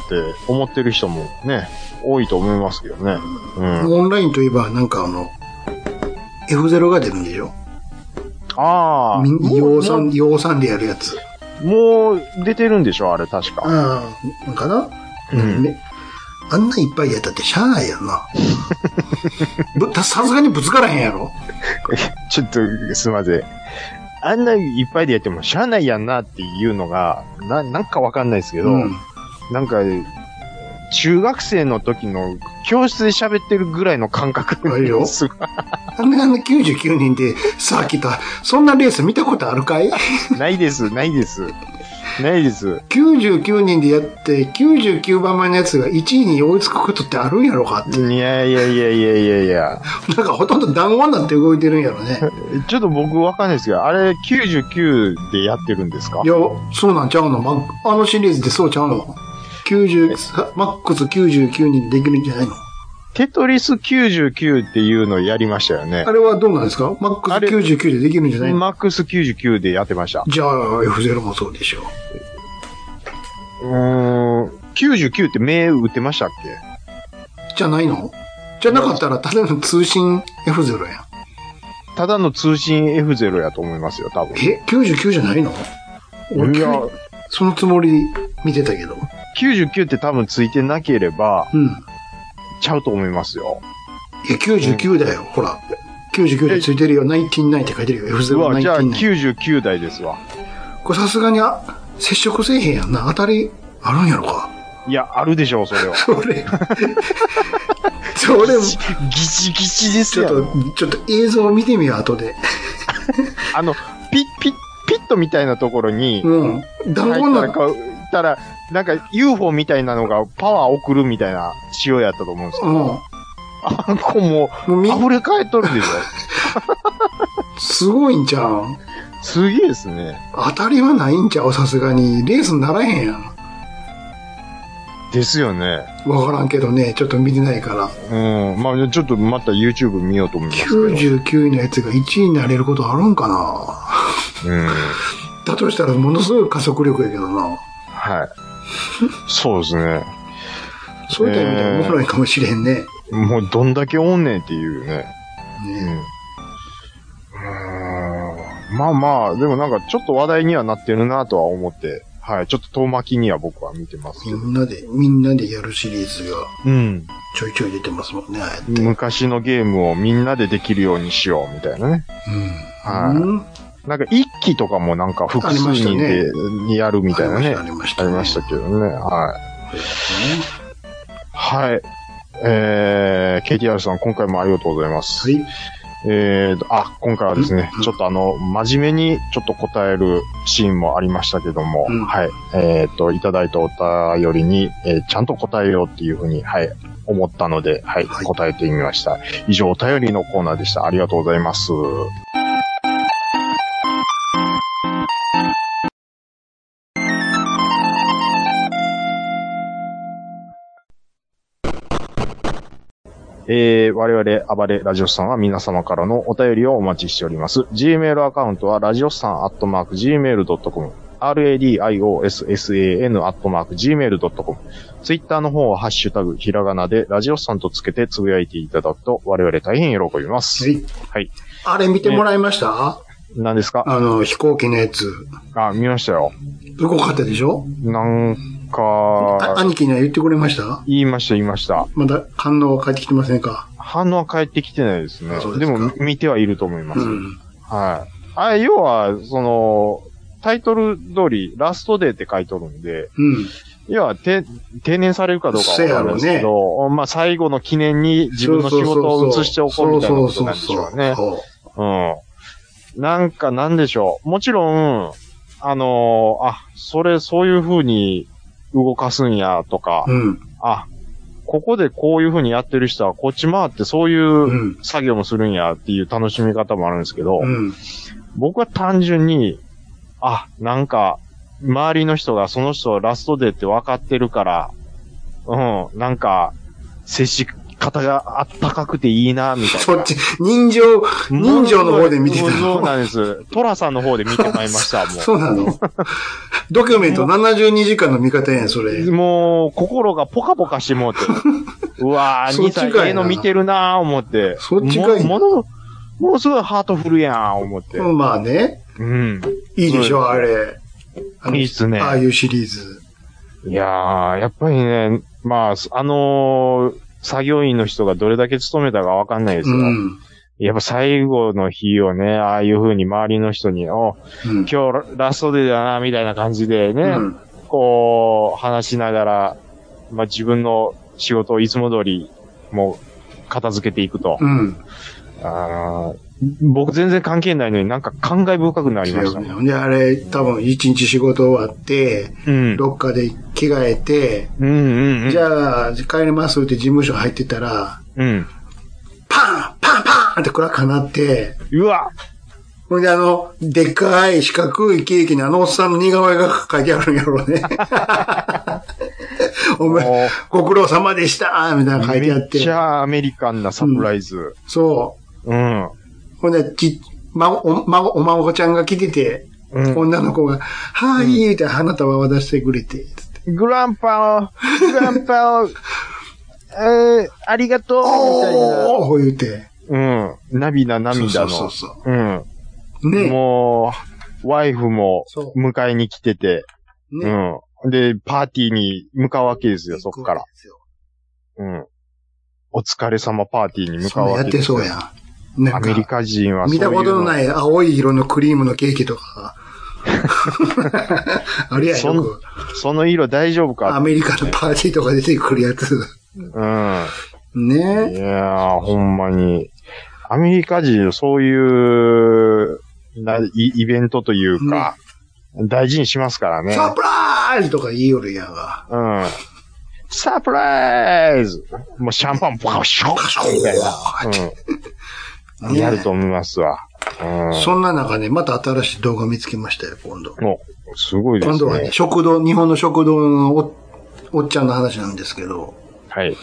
[SPEAKER 3] 思ってる人もね、多いと思いますけどね。うん。
[SPEAKER 2] オンラインといえば、なんかあの、F0 が出るんでしょ
[SPEAKER 3] ああ、
[SPEAKER 2] み
[SPEAKER 3] もう
[SPEAKER 2] 養蚕、養蚕でやるやつ。
[SPEAKER 3] もう出てるんでしょあれ確か。
[SPEAKER 2] ああ、かな、
[SPEAKER 3] うん
[SPEAKER 2] ね。あんないっぱいやったってしゃあないやん な。ぶたさすがにぶつからへんやろ
[SPEAKER 3] ちょっと、すいません。あんないっぱいでやってもしゃあないやんなっていうのが、な、なんかわかんないですけど、
[SPEAKER 2] うん。
[SPEAKER 3] なんか、中学生の時の教室で喋ってるぐらいの感覚
[SPEAKER 2] あれよ
[SPEAKER 3] すごい
[SPEAKER 2] あんなあの99人でさあ来た、そんなレース見たことあるかい
[SPEAKER 3] ないです、ないです。ないです。
[SPEAKER 2] ?99 人でやって、99番前のやつが1位に追いつくことってあるんやろかっ
[SPEAKER 3] い
[SPEAKER 2] て。
[SPEAKER 3] やいやいやいやいやいや。
[SPEAKER 2] なんかほとんど団子になって動いてるんやろね。
[SPEAKER 3] ちょっと僕わかんないですけど、あれ99でやってるんですか
[SPEAKER 2] いや、そうなんちゃうのマあのシリーズでそうちゃうの ?90、マックス99人でできるんじゃないの
[SPEAKER 3] テトリス99っていうのやりましたよね
[SPEAKER 2] あ。れはどうなんですかマックス
[SPEAKER 3] あれ
[SPEAKER 2] 99でできるんじゃないの
[SPEAKER 3] マックス99でやってました。
[SPEAKER 2] じゃあ、F0 もそうでしょう。
[SPEAKER 3] うーん。99って目打ってましたっけ
[SPEAKER 2] じゃないのじゃなかったら、ただの通信 F0 やん。
[SPEAKER 3] ただの通信 F0 やと思いますよ、多分。
[SPEAKER 2] え ?99 じゃないの俺
[SPEAKER 3] いや、
[SPEAKER 2] そのつもり見てたけど。
[SPEAKER 3] 99って多分ついてなければ、
[SPEAKER 2] うん。い
[SPEAKER 3] ちゃうと思いますよ。
[SPEAKER 2] や、99だよ、ほら。99でついてるよ、199って書いてるよ、
[SPEAKER 3] う
[SPEAKER 2] F0、
[SPEAKER 3] わ、じゃあ
[SPEAKER 2] 199。
[SPEAKER 3] 99台ですわ。
[SPEAKER 2] これさすがに、あ、接触せえへんやんな。当たり、あるんやろか。
[SPEAKER 3] いや、あるでしょう、そ れは。
[SPEAKER 2] それ、それ、
[SPEAKER 3] ギチギチです
[SPEAKER 2] ちょっ
[SPEAKER 3] よ。
[SPEAKER 2] と、ちょっと映像を見てみよう、後で。
[SPEAKER 3] あの、ピッ、ピッ、ピットみたいなところに、
[SPEAKER 2] うん。団子にな
[SPEAKER 3] 入ったら
[SPEAKER 2] っ
[SPEAKER 3] こう、行ったら、なんか UFO みたいなのがパワー送るみたいな仕様やったと思うんですけ
[SPEAKER 2] う
[SPEAKER 3] ど、
[SPEAKER 2] ん。
[SPEAKER 3] あん こも
[SPEAKER 2] もう
[SPEAKER 3] う、
[SPEAKER 2] み、
[SPEAKER 3] 溢れ返っとるでしょ。
[SPEAKER 2] すごいんちゃうん
[SPEAKER 3] すげえですね。
[SPEAKER 2] 当たりはないんちゃうさすがに。レースにならへんやん。
[SPEAKER 3] ですよね。
[SPEAKER 2] わからんけどね、ちょっと見てないから。
[SPEAKER 3] うん。まあちょっとまた YouTube 見ようと思いますけど。
[SPEAKER 2] 99位のやつが1位になれることあるんかな
[SPEAKER 3] うん。
[SPEAKER 2] だとしたらものすごい加速力やけどな。
[SPEAKER 3] はい。そうですね。
[SPEAKER 2] そういった意味では面白いかもしれへんね。
[SPEAKER 3] もうどんだけおんねんっていうね。うん。
[SPEAKER 2] ね
[SPEAKER 3] うーんまあまあ、でもなんかちょっと話題にはなってるなとは思って、はい。ちょっと遠巻きには僕は見てますけど。
[SPEAKER 2] みんなで、みんなでやるシリーズが
[SPEAKER 3] うん。
[SPEAKER 2] ちょいちょい出てますもんね、ああやって。うん。
[SPEAKER 3] 昔のゲームをみんなでできるようにしようみたいなね。はい
[SPEAKER 2] うん
[SPEAKER 3] なんか一機とかもなんか複数人
[SPEAKER 2] あり
[SPEAKER 3] でやるみたいなね
[SPEAKER 2] あ。りました、
[SPEAKER 3] あ
[SPEAKER 2] あり
[SPEAKER 3] りま
[SPEAKER 2] ま
[SPEAKER 3] し
[SPEAKER 2] したた。
[SPEAKER 3] けどね。はい。はい。えー、KTR さん、今回もありがとうございます。
[SPEAKER 2] はい。
[SPEAKER 3] えーと、あ、今回はですね
[SPEAKER 2] う、ん
[SPEAKER 3] ちょっとあの、真面目にちょっと答えるシーンもありましたけども、
[SPEAKER 2] うん
[SPEAKER 3] はい。えーと、いただいたお便りに、えーちゃんと答えようっていうふうに、はい、思ったので、はい、
[SPEAKER 2] はい
[SPEAKER 3] 答えてみました。以上、お便りのコーナーでした。ありがとうございます。えー、我々、暴れラジオスさんは皆様からのお便りをお待ちしております。Gmail アカウントは、ラジオスさんアットマーク Gmail.com、radiossan アットマーク Gmail.com、Twitter の方は、ハッシュタグ、ひらがなで、ラジオスさんとつけてつぶやいていただくと、我々大変喜びます。
[SPEAKER 2] はい。
[SPEAKER 3] はい。
[SPEAKER 2] あれ見てもらいました
[SPEAKER 3] 何ですか
[SPEAKER 2] あの、飛行機のやつ。
[SPEAKER 3] あ、見ましたよ。
[SPEAKER 2] すごかったでしょ
[SPEAKER 3] なん
[SPEAKER 2] あ
[SPEAKER 3] か、
[SPEAKER 2] 兄貴には言ってくれました
[SPEAKER 3] 言いました、言いました。
[SPEAKER 2] まだ反応は返ってきてませんか
[SPEAKER 3] 反応は返ってきてないですね。
[SPEAKER 2] そうで
[SPEAKER 3] で
[SPEAKER 2] すか
[SPEAKER 3] も、見てはいると思います。
[SPEAKER 2] うん。
[SPEAKER 3] はい。あれ、要は、その、タイトル通り、ラストデーって書いとるんで、
[SPEAKER 2] うん。
[SPEAKER 3] 要は、て、定年されるかどうかは分からないですけ
[SPEAKER 2] せや
[SPEAKER 3] ど、まあ、最後の記念に自分の仕事を移しておこうみたいなことなんでしょうね。
[SPEAKER 2] そうそうそうそう
[SPEAKER 3] うん。なんかなんでしょう。もちろん、あのーあ、それ、そういう風に動かすんや、とか、
[SPEAKER 2] うん。
[SPEAKER 3] あ、ここでこういう風にやってる人はこっち回ってそういう
[SPEAKER 2] うん。
[SPEAKER 3] 作業もするんやっていう楽しみ方もあるんですけど、
[SPEAKER 2] うん。
[SPEAKER 3] 僕は単純に、あ、なんか、周りの人がその人をラストデーって分かってるから、うん、なんか、接し方があったかくていいな、みたいな。
[SPEAKER 2] そ っち、人情、人情の方で見てた
[SPEAKER 3] そうそう
[SPEAKER 2] の。
[SPEAKER 3] なんです。トラさんの方で見てまいりました、もう。
[SPEAKER 2] そうなの。ドキュメント72時間の見方やん、それ。
[SPEAKER 3] もう、心がポカポカし てもうて。うわぁ、
[SPEAKER 2] そっ
[SPEAKER 3] 兄
[SPEAKER 2] ちか
[SPEAKER 3] さ
[SPEAKER 2] い
[SPEAKER 3] ん
[SPEAKER 2] な
[SPEAKER 3] ええの見てるなぁ、思って。
[SPEAKER 2] そっちかいな
[SPEAKER 3] ももの、ものすごいハートフルやん、思って。
[SPEAKER 2] うんまあね。
[SPEAKER 3] うん。
[SPEAKER 2] いいでし
[SPEAKER 3] うん
[SPEAKER 2] ょ、あれ。あの
[SPEAKER 3] いいっすね
[SPEAKER 2] ああいうシリーズ。
[SPEAKER 3] いやー、やっぱりね、まあ、あのー作業員の人がどれだけ勤めたかわかんないです
[SPEAKER 2] う
[SPEAKER 3] が、
[SPEAKER 2] ん。
[SPEAKER 3] やっぱ最後の日をね、ああいう風に周りの人に、お、
[SPEAKER 2] うん。
[SPEAKER 3] 今日ラストデーだな、みたいな感じでね、
[SPEAKER 2] うん
[SPEAKER 3] こう、話しながら、まあ、自分の仕事をいつも通り、もう、片付けていくと。
[SPEAKER 2] うん。
[SPEAKER 3] あー僕全然関係ないのになんか感慨深くなりましたね。
[SPEAKER 2] で、あれ、多分一日仕事終わって、
[SPEAKER 3] うん。
[SPEAKER 2] どっかで着替えて、
[SPEAKER 3] うんうんうん。
[SPEAKER 2] じゃあ、帰りますって事務所入ってたら、
[SPEAKER 3] うん。
[SPEAKER 2] パンパンパンって暗くなって、
[SPEAKER 3] うわ
[SPEAKER 2] ほんであの、でっかい四角いケーキにあのおっさんの似顔絵が書いてあるんやろう ね。お前、
[SPEAKER 3] もう
[SPEAKER 2] ご苦労様でしたみたいなの書いてあっ
[SPEAKER 3] めっち
[SPEAKER 2] て。
[SPEAKER 3] ゃアメリカンなサプライズ。
[SPEAKER 2] そ
[SPEAKER 3] うん。
[SPEAKER 2] う。ほんで、ち、ま、お、ま、お孫ちゃんが来てて、
[SPEAKER 3] うん
[SPEAKER 2] 女の子が、はい、言うて花束渡してくれて、つって
[SPEAKER 3] グランパー、グラ ンパー、えー、ありがとう
[SPEAKER 2] おーこう言うて。
[SPEAKER 3] みたいな。うん。涙涙の。
[SPEAKER 2] そうそうそう
[SPEAKER 3] うん。
[SPEAKER 2] そう。ね。
[SPEAKER 3] もう、ワイフも
[SPEAKER 2] そ
[SPEAKER 3] 迎えに来てて、
[SPEAKER 2] う。ね。
[SPEAKER 3] うん。で、パーティーに向かうわけですよ、そっから。。うん。お疲れ様パーティーに向
[SPEAKER 2] そ
[SPEAKER 3] か
[SPEAKER 2] ん
[SPEAKER 3] う
[SPEAKER 2] なんや
[SPEAKER 3] わけ
[SPEAKER 2] ってそうやん。な
[SPEAKER 3] ア
[SPEAKER 2] んか
[SPEAKER 3] メリカ人はそうい
[SPEAKER 2] 見
[SPEAKER 3] う
[SPEAKER 2] たこ
[SPEAKER 3] の
[SPEAKER 2] とのない青い色のクリームのケーキと か。あれや
[SPEAKER 3] そ
[SPEAKER 2] よ
[SPEAKER 3] ん
[SPEAKER 2] く。
[SPEAKER 3] その色大丈夫
[SPEAKER 2] ア
[SPEAKER 3] か
[SPEAKER 2] メリカのパーティーとか出てくるやつ。
[SPEAKER 3] うん。い
[SPEAKER 2] ね
[SPEAKER 3] やー、ほんまに。アメリカ人、そういう、なイイベントというか、大事にしますからね。
[SPEAKER 2] サプライズとか言いよるやんが。
[SPEAKER 3] うん。サプライズもうシャンパンポカショーみたいな。うん。
[SPEAKER 2] ね
[SPEAKER 3] やると思いますわ。うん。
[SPEAKER 2] そんな中ね、また新しい動画見つけましたよ、今度。
[SPEAKER 3] もう、すごいです
[SPEAKER 2] 今
[SPEAKER 3] ね。
[SPEAKER 2] 度はね、食堂、日本の食堂のおおっちゃんの話なんですけど、
[SPEAKER 3] はい。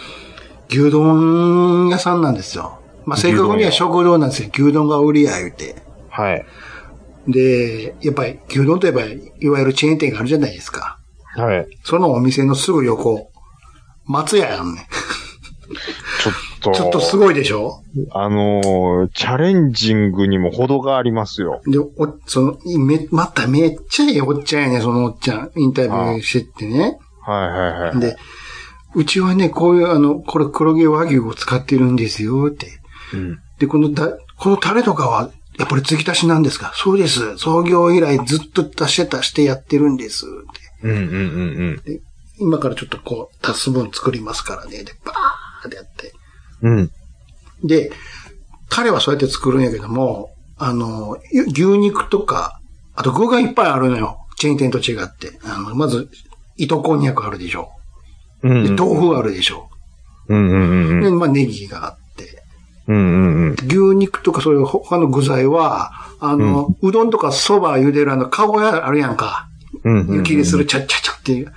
[SPEAKER 2] 牛丼屋さんなんですよ。まあ、正確には食堂なんですよ。牛丼が売りや言うて。
[SPEAKER 3] はい。
[SPEAKER 2] で、やっぱり牛丼といえば、いわゆるチェーン店があるじゃないですか。
[SPEAKER 3] はい。
[SPEAKER 2] そのお店のすぐ横、松屋やんね。
[SPEAKER 3] ちょっと、
[SPEAKER 2] ちょっとすごいでしょ
[SPEAKER 3] あのーチャレンジングにも程がありますよ。
[SPEAKER 2] で、お、その、いめ、まためっちゃええおっちゃんやね、そのおっちゃん。インタビューしてってね。
[SPEAKER 3] はいはいはい。
[SPEAKER 2] で、うちはね、こういう、あの、これ黒毛和牛を使ってるんですよ、って。
[SPEAKER 3] うん。
[SPEAKER 2] で、このだ、このタレとかは、やっぱり継ぎ足しなんですかそうです。創業以来ずっと足して足してやってるんです、って。
[SPEAKER 3] うんうんうん
[SPEAKER 2] 今からちょっとこう、足す分作りますからね。で、バーってやって。
[SPEAKER 3] うん。うん。
[SPEAKER 2] で、彼はそうやって作るんやけども、あの、ゆ牛肉とか、あと具がいっぱいあるのよ。チェーン店と違って。あの、まず、糸こんにゃくあるでしょ。
[SPEAKER 3] うん
[SPEAKER 2] で
[SPEAKER 3] うん。
[SPEAKER 2] 豆腐あるでしょ。
[SPEAKER 3] うんうんうんう
[SPEAKER 2] で、
[SPEAKER 3] ん。
[SPEAKER 2] まあ、ネギがあって。
[SPEAKER 3] うんうんうん。
[SPEAKER 2] 牛肉とかそういう他の具材は、あの、うどんとかそば茹でるあの、籠やあるやんか。
[SPEAKER 3] うんうん。
[SPEAKER 2] 湯切りするチャッチャッチャっていう。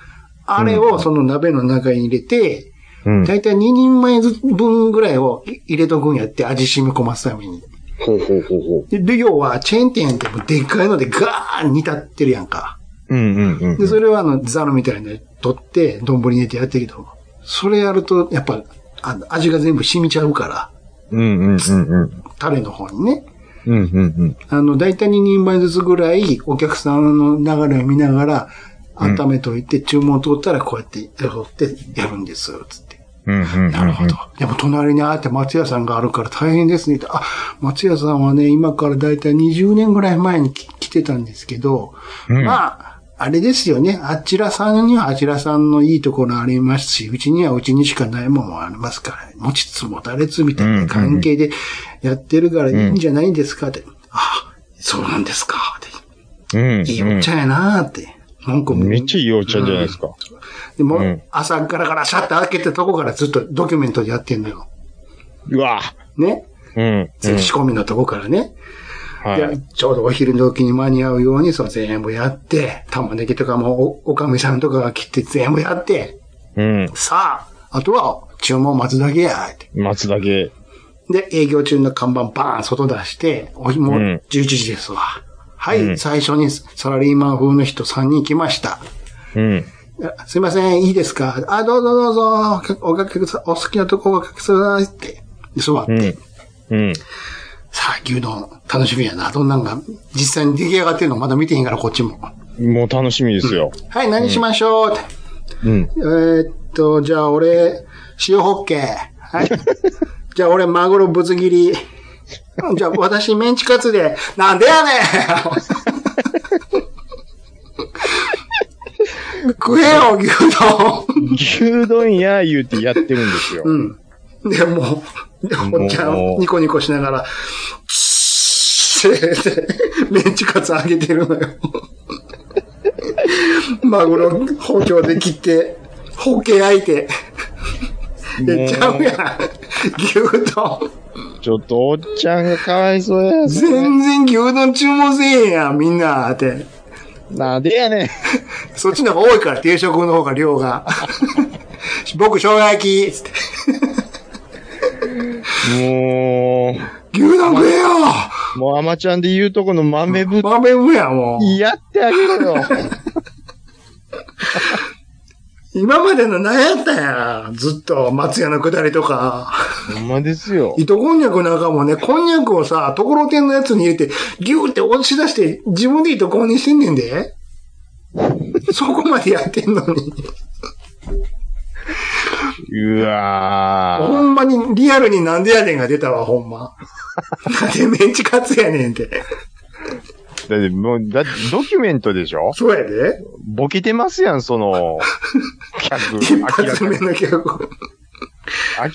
[SPEAKER 2] あれをその鍋の中に入れて、
[SPEAKER 3] うん。
[SPEAKER 2] だいたい2人前ずつ分ぐらいを入れとくんやって、味染み込ますために。
[SPEAKER 3] ほうほうほうほう。
[SPEAKER 2] で、で要は、チェーン店ってもうでっかいのでガーン煮立ってるやんか。
[SPEAKER 3] うんうんうん。
[SPEAKER 2] で、それをあの、ザルみたいなの取って、丼に入れてやってるけど、それやると、やっぱ、あの味が全部染みちゃうから、
[SPEAKER 3] うんうんうんうん。
[SPEAKER 2] タレの方にね。
[SPEAKER 3] うんうんうん。
[SPEAKER 2] あの、だいたい2人前ずつぐらい、お客さんの流れを見ながら、温めといて、注文通ったらこうやって、やってやるんですよ、つって。
[SPEAKER 3] うんうんうんうん。
[SPEAKER 2] なるほど。。でも隣にああやって松屋さんがあるから大変ですねって。あ、松屋さんはね、今からだいたい20年ぐらい前にき来てたんですけど、
[SPEAKER 3] うん
[SPEAKER 2] まあ、あれですよね。あちらさんにはあちらさんのいいところありますし、うちにはうちにしかないものもありますから、持ちつ持たれつみたいな関係でやってるからいいんじゃないですかって。あ、そうなんですかっ
[SPEAKER 3] うん。
[SPEAKER 2] て。いいお茶やなーって。なんか
[SPEAKER 3] う。
[SPEAKER 2] もうん
[SPEAKER 3] めっちゃいいお茶じゃないですか。
[SPEAKER 2] でも、
[SPEAKER 3] うん
[SPEAKER 2] 朝からからシャッター開けてとこからずっとドキュメントでやってんのよ。
[SPEAKER 3] うわ
[SPEAKER 2] ね。
[SPEAKER 3] うん。うん
[SPEAKER 2] 仕込みのとこからね。で
[SPEAKER 3] はい。
[SPEAKER 2] ちょうどお昼時に間に合うように、そう全部やって、玉ねぎとかもお、おかみさんとかが切って全部やって、
[SPEAKER 3] うん。
[SPEAKER 2] さあ、あとは注文待つだけや、って。
[SPEAKER 3] 松だけ。
[SPEAKER 2] で、営業中の看板バーン外出して、おもう
[SPEAKER 3] うん
[SPEAKER 2] 11時ですわ。はい、
[SPEAKER 3] うん
[SPEAKER 2] 最初にサラリーマン風の人3人来ました。
[SPEAKER 3] うん。
[SPEAKER 2] あすいません、いいですかあ、どうぞどうぞ、おかけさ、お好きなとこおかけくださいって。で、座って、
[SPEAKER 3] うん。うん。
[SPEAKER 2] さあ、牛丼、楽しみやな。どんなんが、実際に出来上がってるのまだ見てへんから、こっちも。
[SPEAKER 3] もう楽しみですよ。
[SPEAKER 2] はい、何しましょうって。
[SPEAKER 3] うん。
[SPEAKER 2] えーっと、じゃあ俺、塩ホッケー。はい。じゃあ俺、マグロぶつ切り。じゃあ私、メンチカツで。なんでやねん食えよ、牛丼。
[SPEAKER 3] 牛丼や言うてやってるんですよ。
[SPEAKER 2] うん。で、もう、でおっちゃん、
[SPEAKER 3] もう
[SPEAKER 2] ニコニコしながら、チーって、メンチカツ揚げてるのよ。マグロ、包丁で切って、ホッケ焼いて、
[SPEAKER 3] も
[SPEAKER 2] で、
[SPEAKER 3] う
[SPEAKER 2] ちゃうやん。牛丼。
[SPEAKER 3] ちょっとおっちゃんがかわいそうや。
[SPEAKER 2] 全然牛丼注文せえへんやん、みんな、って。
[SPEAKER 3] なんでやねん。
[SPEAKER 2] そっちの方が多いから、定食の方が量が。僕、生姜焼き、つって。
[SPEAKER 3] も
[SPEAKER 2] 牛丼食えよ
[SPEAKER 3] う、もうアマちゃんで言うとこの豆ぶっ
[SPEAKER 2] 豆腐やん、もう。
[SPEAKER 3] やってあげろよ。
[SPEAKER 2] 今までの何やったんやずっと松屋のくだりとか、
[SPEAKER 3] ほんまですよ。
[SPEAKER 2] 糸こんにゃくなんかもね、こんにゃくをさ、ところてんのやつに入れて、ギューって押し出して、自分で糸こんにしてんねんで。そこまでやってんのに。
[SPEAKER 3] うわ
[SPEAKER 2] ほんまにリアルになんでやねんが出たわ、ほんま。なんでメンチカツやねんって。
[SPEAKER 3] ー。だってもう、だってドキュメントでしょ
[SPEAKER 2] そうやで。
[SPEAKER 3] ボケてますやん、その、客。
[SPEAKER 2] 一
[SPEAKER 3] 明ら
[SPEAKER 2] 発
[SPEAKER 3] か
[SPEAKER 2] 目
[SPEAKER 3] に、
[SPEAKER 2] の客。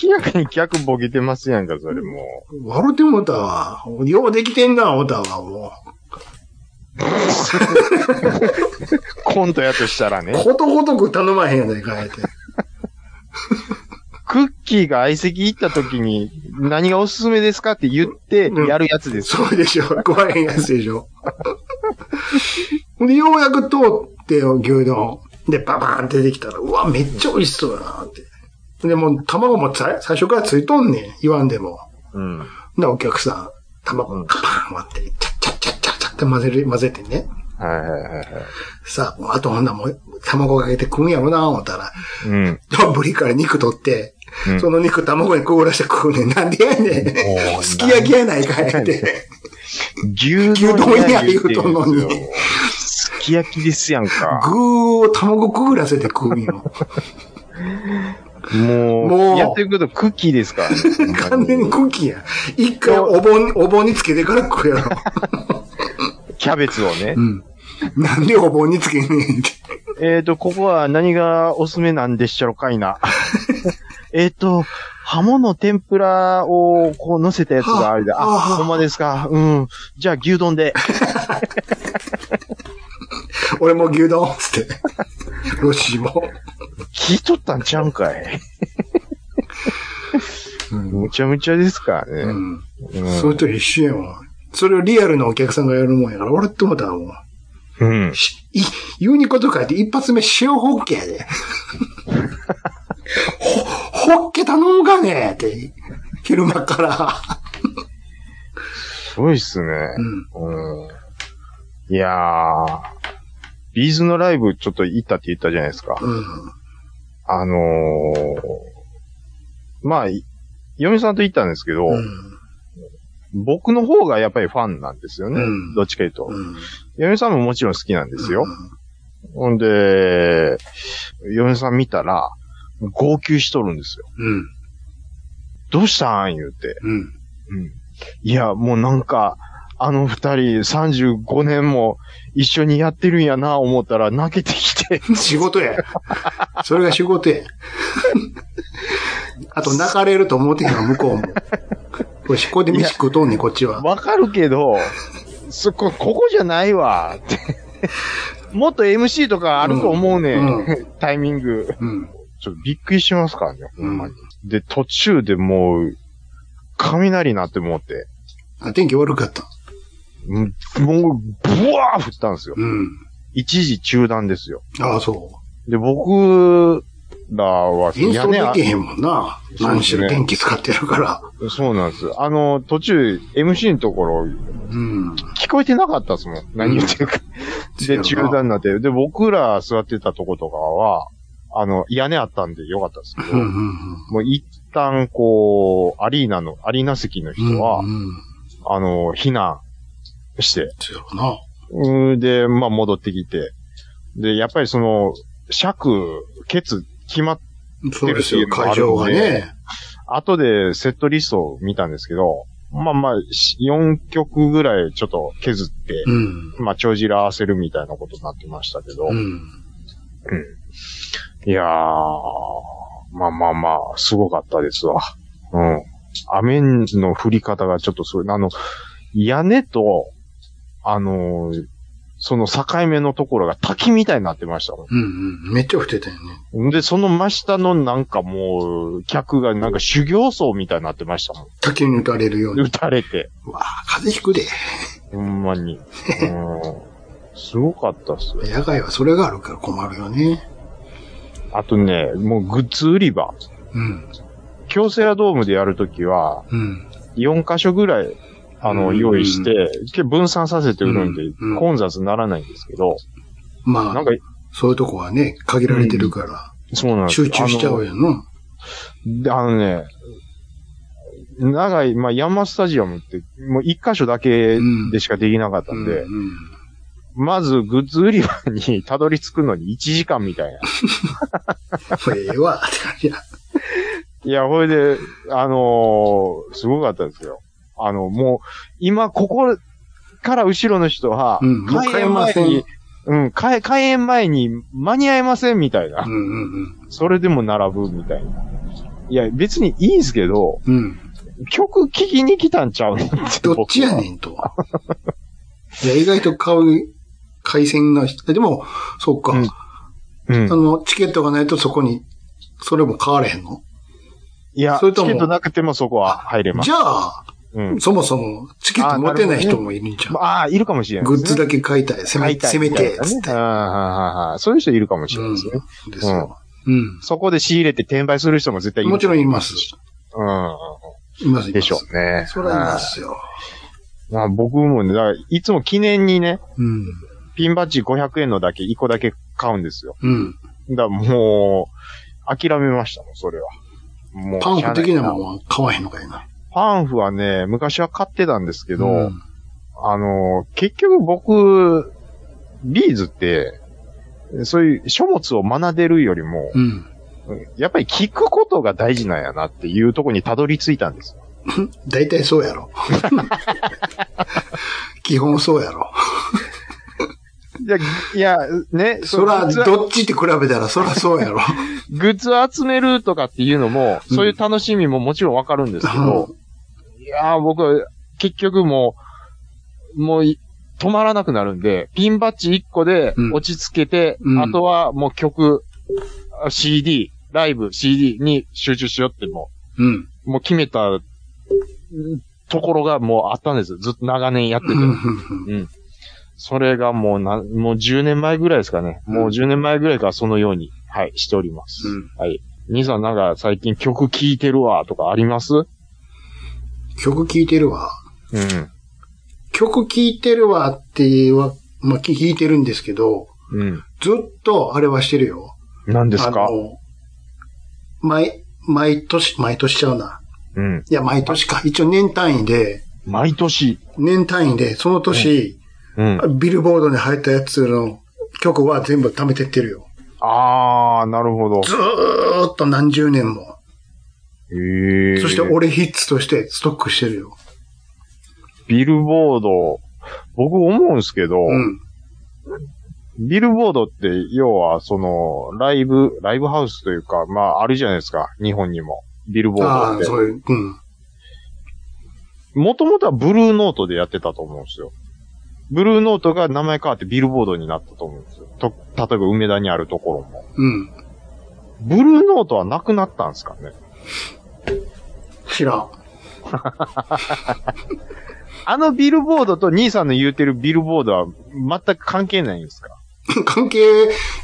[SPEAKER 3] 明らかに客ボケてますやんか、それも
[SPEAKER 2] 笑ってもうたわ。ようできてんな、思たわ、もう。
[SPEAKER 3] う。 コントやとしたらね。
[SPEAKER 2] ことごとく頼まへんやないか、って。
[SPEAKER 3] クッキーが相席行った時に、何がおすすめですかって言って、
[SPEAKER 2] うん
[SPEAKER 3] やるやつですよ。
[SPEAKER 2] そうでしょ。食わへんやつでしょ。で、ようやく通ってよ、牛丼。で、ババーンって出てきたら、うわ、めっちゃ美味しそうだなって。で、もう卵もさ最初からついとんねん。言わんでも。
[SPEAKER 3] うん。
[SPEAKER 2] で、お客さん、卵カパーン割って、チャッチャッチャッチャッチャッって混ぜる、混ぜてね。
[SPEAKER 3] はいはいはいはい。
[SPEAKER 2] さあ、もうあとほんならもう、卵かけて食うんやろな思ったら、
[SPEAKER 3] うん。
[SPEAKER 2] 丼から肉取って、
[SPEAKER 3] うん
[SPEAKER 2] その肉卵にくぐらして食うねん。なんでやねん。
[SPEAKER 3] う
[SPEAKER 2] すき焼きやないかいって。
[SPEAKER 3] 牛
[SPEAKER 2] 牛丼や言う
[SPEAKER 3] て
[SPEAKER 2] とんの
[SPEAKER 3] んです
[SPEAKER 2] に
[SPEAKER 3] よ。すき焼きですやんか。
[SPEAKER 2] 具を卵くぐらせて食うんよ。
[SPEAKER 3] もう、
[SPEAKER 2] もう
[SPEAKER 3] やってることクッキーですからね、
[SPEAKER 2] 完全にクッキーやん。一回お盆、お盆につけてから食うやろ。
[SPEAKER 3] キャベツをね。
[SPEAKER 2] うん。なんでお盆につけんねんって。
[SPEAKER 3] えっ、ー、と、ここは何がおすすめなんでっしゃろかい な。えっと、ハの天ぷらをこう乗せたやつがあれだ。
[SPEAKER 2] はあは
[SPEAKER 3] あ、
[SPEAKER 2] あ
[SPEAKER 3] ほんまですか。うん。じゃあ牛丼で。
[SPEAKER 2] 俺もう牛丼っつって。 ロッシーも。
[SPEAKER 3] 聞いとったんちゃうんかい。むちゃむちゃですから
[SPEAKER 2] う
[SPEAKER 3] ね。
[SPEAKER 2] ん。
[SPEAKER 3] うん。
[SPEAKER 2] それと一緒やもん。それをリアルのお客さんがやるもんやから、俺って思ったらもう。
[SPEAKER 3] うん。
[SPEAKER 2] しい、言うにこと書いて一発目塩ホッケや で。ほ、ホッケ頼むかねって。昼間から。
[SPEAKER 3] すごいっすね。
[SPEAKER 2] うん。
[SPEAKER 3] うん。いやー。ビーズのライブちょっと行ったって言ったじゃないですか。
[SPEAKER 2] うん。
[SPEAKER 3] あのー、まあ、い嫁さんと行ったんですけど、
[SPEAKER 2] うん。
[SPEAKER 3] 僕の方がやっぱりファンなんですよね。
[SPEAKER 2] うん
[SPEAKER 3] どっちか言うと。
[SPEAKER 2] うん。
[SPEAKER 3] 嫁さんももちろん好きなんですよ。
[SPEAKER 2] う
[SPEAKER 3] ほんで、嫁さん見たら、号泣しとるんですよ。
[SPEAKER 2] ん。
[SPEAKER 3] どうしたん言うて。
[SPEAKER 2] うん。
[SPEAKER 3] うん。いや、もうなんか、あの二人35年も一緒にやってるんやな思ったら泣けてきて、
[SPEAKER 2] 仕事や。それが仕事や。 あと泣かれると思ってんの、向こうも。これ、こで飯食うとんねん、こっちは。
[SPEAKER 3] わかるけど、そこ、ここじゃないわ って。もっと MC とかあると思うね、、
[SPEAKER 2] うんうん
[SPEAKER 3] タイミング。
[SPEAKER 2] うん。
[SPEAKER 3] ちょっとびっくりしますからね、ほ
[SPEAKER 2] うん
[SPEAKER 3] ま
[SPEAKER 2] ん
[SPEAKER 3] に。。で、途中でもう、雷なって思って、
[SPEAKER 2] あ、天気悪かった。
[SPEAKER 3] うんもう、ブワー降ったんですよ。
[SPEAKER 2] うん。
[SPEAKER 3] 一時中断ですよ。
[SPEAKER 2] ああ、そ
[SPEAKER 3] で、僕らは、
[SPEAKER 2] う。インスト
[SPEAKER 3] 屋
[SPEAKER 2] でき
[SPEAKER 3] 根
[SPEAKER 2] へんもんな。
[SPEAKER 3] そうですね
[SPEAKER 2] 何しろ天気使ってるから。
[SPEAKER 3] あそうなんです。あの、途中、MC のところ、
[SPEAKER 2] うん。
[SPEAKER 3] 聞こえてなかったですもん。何言ってるか。で、中断になって。で、僕ら座ってたとことかは、あの、屋根あったんでよかったですけ
[SPEAKER 2] う
[SPEAKER 3] ど、
[SPEAKER 2] んうん
[SPEAKER 3] もう一旦、こう、アリーナの、アリーナ席の
[SPEAKER 2] うん。
[SPEAKER 3] 人は、
[SPEAKER 2] うんうん。
[SPEAKER 3] あの、避難して、
[SPEAKER 2] そうやろな。
[SPEAKER 3] うんで、まあ、戻ってきて。で、やっぱりその、尺、ケツ、決まっ、
[SPEAKER 2] そうですよ、
[SPEAKER 3] っていうのもあ
[SPEAKER 2] 会
[SPEAKER 3] る
[SPEAKER 2] 場
[SPEAKER 3] もん
[SPEAKER 2] が
[SPEAKER 3] ね
[SPEAKER 2] ね。
[SPEAKER 3] 後でセットリストを見たんですけど、まあまあ、4曲ぐらいちょっと削って、
[SPEAKER 2] うん。
[SPEAKER 3] まあ、帳尻合わせるみたいなことになってましたけど、
[SPEAKER 2] うん。
[SPEAKER 3] いやー、まあまあまあ、すごかったですわ。うん。雨の降り方がちょっとすごい。あの、屋根と、あのーその境目のところが滝みたいになってましたも
[SPEAKER 2] うんうん。めっちゃ降ってたよね。
[SPEAKER 3] ん。で、その真下のなんかもう、客がなんか修行僧みたいになってましたも。
[SPEAKER 2] 滝に打たれるようんに
[SPEAKER 3] 撃。たれて。
[SPEAKER 2] うわあ風邪ひくで。
[SPEAKER 3] ほんまに。うん。すごかったっすよ。
[SPEAKER 2] 野外はそれがあるから困るよね。
[SPEAKER 3] あとね、もうグッズ売り場。
[SPEAKER 2] うん。
[SPEAKER 3] 京セラドームでやるときは、
[SPEAKER 2] うん。
[SPEAKER 3] 4箇所ぐらい、あの、
[SPEAKER 2] うん
[SPEAKER 3] 用意して、け分散させて売るんで
[SPEAKER 2] うんうん、
[SPEAKER 3] 混雑ならないんですけど、
[SPEAKER 2] ま
[SPEAKER 3] な
[SPEAKER 2] あ
[SPEAKER 3] ん、か、
[SPEAKER 2] そういうとこはね、限られてるか
[SPEAKER 3] そうなん
[SPEAKER 2] ら、
[SPEAKER 3] です
[SPEAKER 2] 集中しちゃう
[SPEAKER 3] よ。
[SPEAKER 2] やんの。
[SPEAKER 3] であのね、長い、まあ、山スタジアムって、もう1箇所だけでしかできなかった
[SPEAKER 2] うんん
[SPEAKER 3] で、
[SPEAKER 2] うん
[SPEAKER 3] まずグッズ売り場にたどり着くのに1時間みたいな。
[SPEAKER 2] ええわ、って感じや。
[SPEAKER 3] いや、ほいで、あのーすごかったですよ。あの、もう、今、ここから後ろの人は、
[SPEAKER 2] うんもう
[SPEAKER 3] 開演前
[SPEAKER 2] 買えませ
[SPEAKER 3] に、うん、開開演前に間に合いませんみたいな
[SPEAKER 2] う。んうん
[SPEAKER 3] それでも並ぶみたいな。いや、別にいいんすけど、
[SPEAKER 2] うん。うん。
[SPEAKER 3] 曲聴きに来たんちゃうのって
[SPEAKER 2] どっちやねんと。いや、意外と買う、回線の人、でも、そうか。
[SPEAKER 3] うん僕はうん
[SPEAKER 2] あの、チケットがないとそこに、それも買われへんの
[SPEAKER 3] いや、
[SPEAKER 2] それとも
[SPEAKER 3] チケットなくてもそこは入れま
[SPEAKER 2] じ
[SPEAKER 3] す。
[SPEAKER 2] ゃあ、
[SPEAKER 3] うん。
[SPEAKER 2] そもそも、チケット持てない人もいるんじゃん。
[SPEAKER 3] ああ、いるかもしれない
[SPEAKER 2] グ
[SPEAKER 3] で
[SPEAKER 2] ッ
[SPEAKER 3] すね、
[SPEAKER 2] ズだけ買いたい、せ
[SPEAKER 3] 買
[SPEAKER 2] め
[SPEAKER 3] いた
[SPEAKER 2] せ
[SPEAKER 3] い
[SPEAKER 2] め
[SPEAKER 3] みたい
[SPEAKER 2] て、
[SPEAKER 3] なね
[SPEAKER 2] つって。
[SPEAKER 3] うんうんうんうんそういう人いるかもしれないですね。
[SPEAKER 2] うん。ですよ。うん。
[SPEAKER 3] そこで仕入れて転売する人も絶対いる。
[SPEAKER 2] もちろんいます。
[SPEAKER 3] うん。
[SPEAKER 2] います、います。
[SPEAKER 3] でしょうね。
[SPEAKER 2] それはいますよ。
[SPEAKER 3] うんまあ僕もね、だからいつも記念にね、
[SPEAKER 2] うん。
[SPEAKER 3] ピンバッジ500円のだけ、1個だけ買うんですよ。
[SPEAKER 2] うん。
[SPEAKER 3] だからもう、諦めましたもん、それは。もう
[SPEAKER 2] パンフ的なも
[SPEAKER 3] ん。
[SPEAKER 2] んは買わへんのかいな。
[SPEAKER 3] パンフはね、昔は買ってたんですけど、
[SPEAKER 2] うん
[SPEAKER 3] あの、結局僕、ビーズって、そういう書物を学んでるよりも、
[SPEAKER 2] うん。
[SPEAKER 3] やっぱり聞くことが大事なんやなっていうところにたどり着いたんですよ。
[SPEAKER 2] 大体そうやろ。 基本そうやろ。
[SPEAKER 3] いや、いや、ね、
[SPEAKER 2] そら、
[SPEAKER 3] のグッズは
[SPEAKER 2] どっちって比べたらそら そうやろ。
[SPEAKER 3] グッズを集めるとかっていうのも、
[SPEAKER 2] うん
[SPEAKER 3] そういう楽しみももちろんわかるんですけど、いやー僕は結局もう、もうい止まらなくなるんで、ピンバッジ1個で
[SPEAKER 2] うん
[SPEAKER 3] 落ち着けて、
[SPEAKER 2] うん
[SPEAKER 3] あとはもう曲、あ CD、ライブ、CD に集中しようっても
[SPEAKER 2] うん。
[SPEAKER 3] う、もう決めたうんところがもうあったんですよずっと長年やって
[SPEAKER 2] う
[SPEAKER 3] て。
[SPEAKER 2] んうん
[SPEAKER 3] それがもうな、もう10年前ぐらいですかね。もう10年前ぐらいからそのように、はい、しております。
[SPEAKER 2] うん
[SPEAKER 3] はい。兄さんなんか最近曲聴いてるわとかありますうん。
[SPEAKER 2] 曲聴いてるわ。曲聴いてるわっては、まあ、聴いてるんですけど、
[SPEAKER 3] うん。
[SPEAKER 2] ずっとあれはしてるよ。
[SPEAKER 3] 何ですか
[SPEAKER 2] あの、毎、毎年、毎年ちゃうな。
[SPEAKER 3] うん。
[SPEAKER 2] いや、毎年か。一応年単位で、
[SPEAKER 3] 毎年。
[SPEAKER 2] 年単位で、その年、
[SPEAKER 3] うん。
[SPEAKER 2] ビルボードに入ったやつの曲は全部貯めてってるよ。
[SPEAKER 3] あー、なるほど。
[SPEAKER 2] ずーっと何十年も。
[SPEAKER 3] へえ。
[SPEAKER 2] そして、俺ヒッツとしてストックしてるよ。
[SPEAKER 3] ビルボード、僕思うんですけど、
[SPEAKER 2] うん。
[SPEAKER 3] ビルボードって、要は、その、ライブ、ライブハウスというか、まあ、あるじゃないですか。日本にも。ビルボー
[SPEAKER 2] あ
[SPEAKER 3] ド
[SPEAKER 2] あ、
[SPEAKER 3] って。
[SPEAKER 2] そういう、うん。
[SPEAKER 3] もともとはブルーノートでやってたと思うんですよ。ブルーノートが名前変わってビルボードになったと思うんですよ。と、例えば梅田にあるところも。
[SPEAKER 2] うん。
[SPEAKER 3] ブルーノートはなくなったんですかね
[SPEAKER 2] 知らん。
[SPEAKER 3] あのビルボードと兄さんの言うてるビルボードは全く関係ないんですか
[SPEAKER 2] 関係、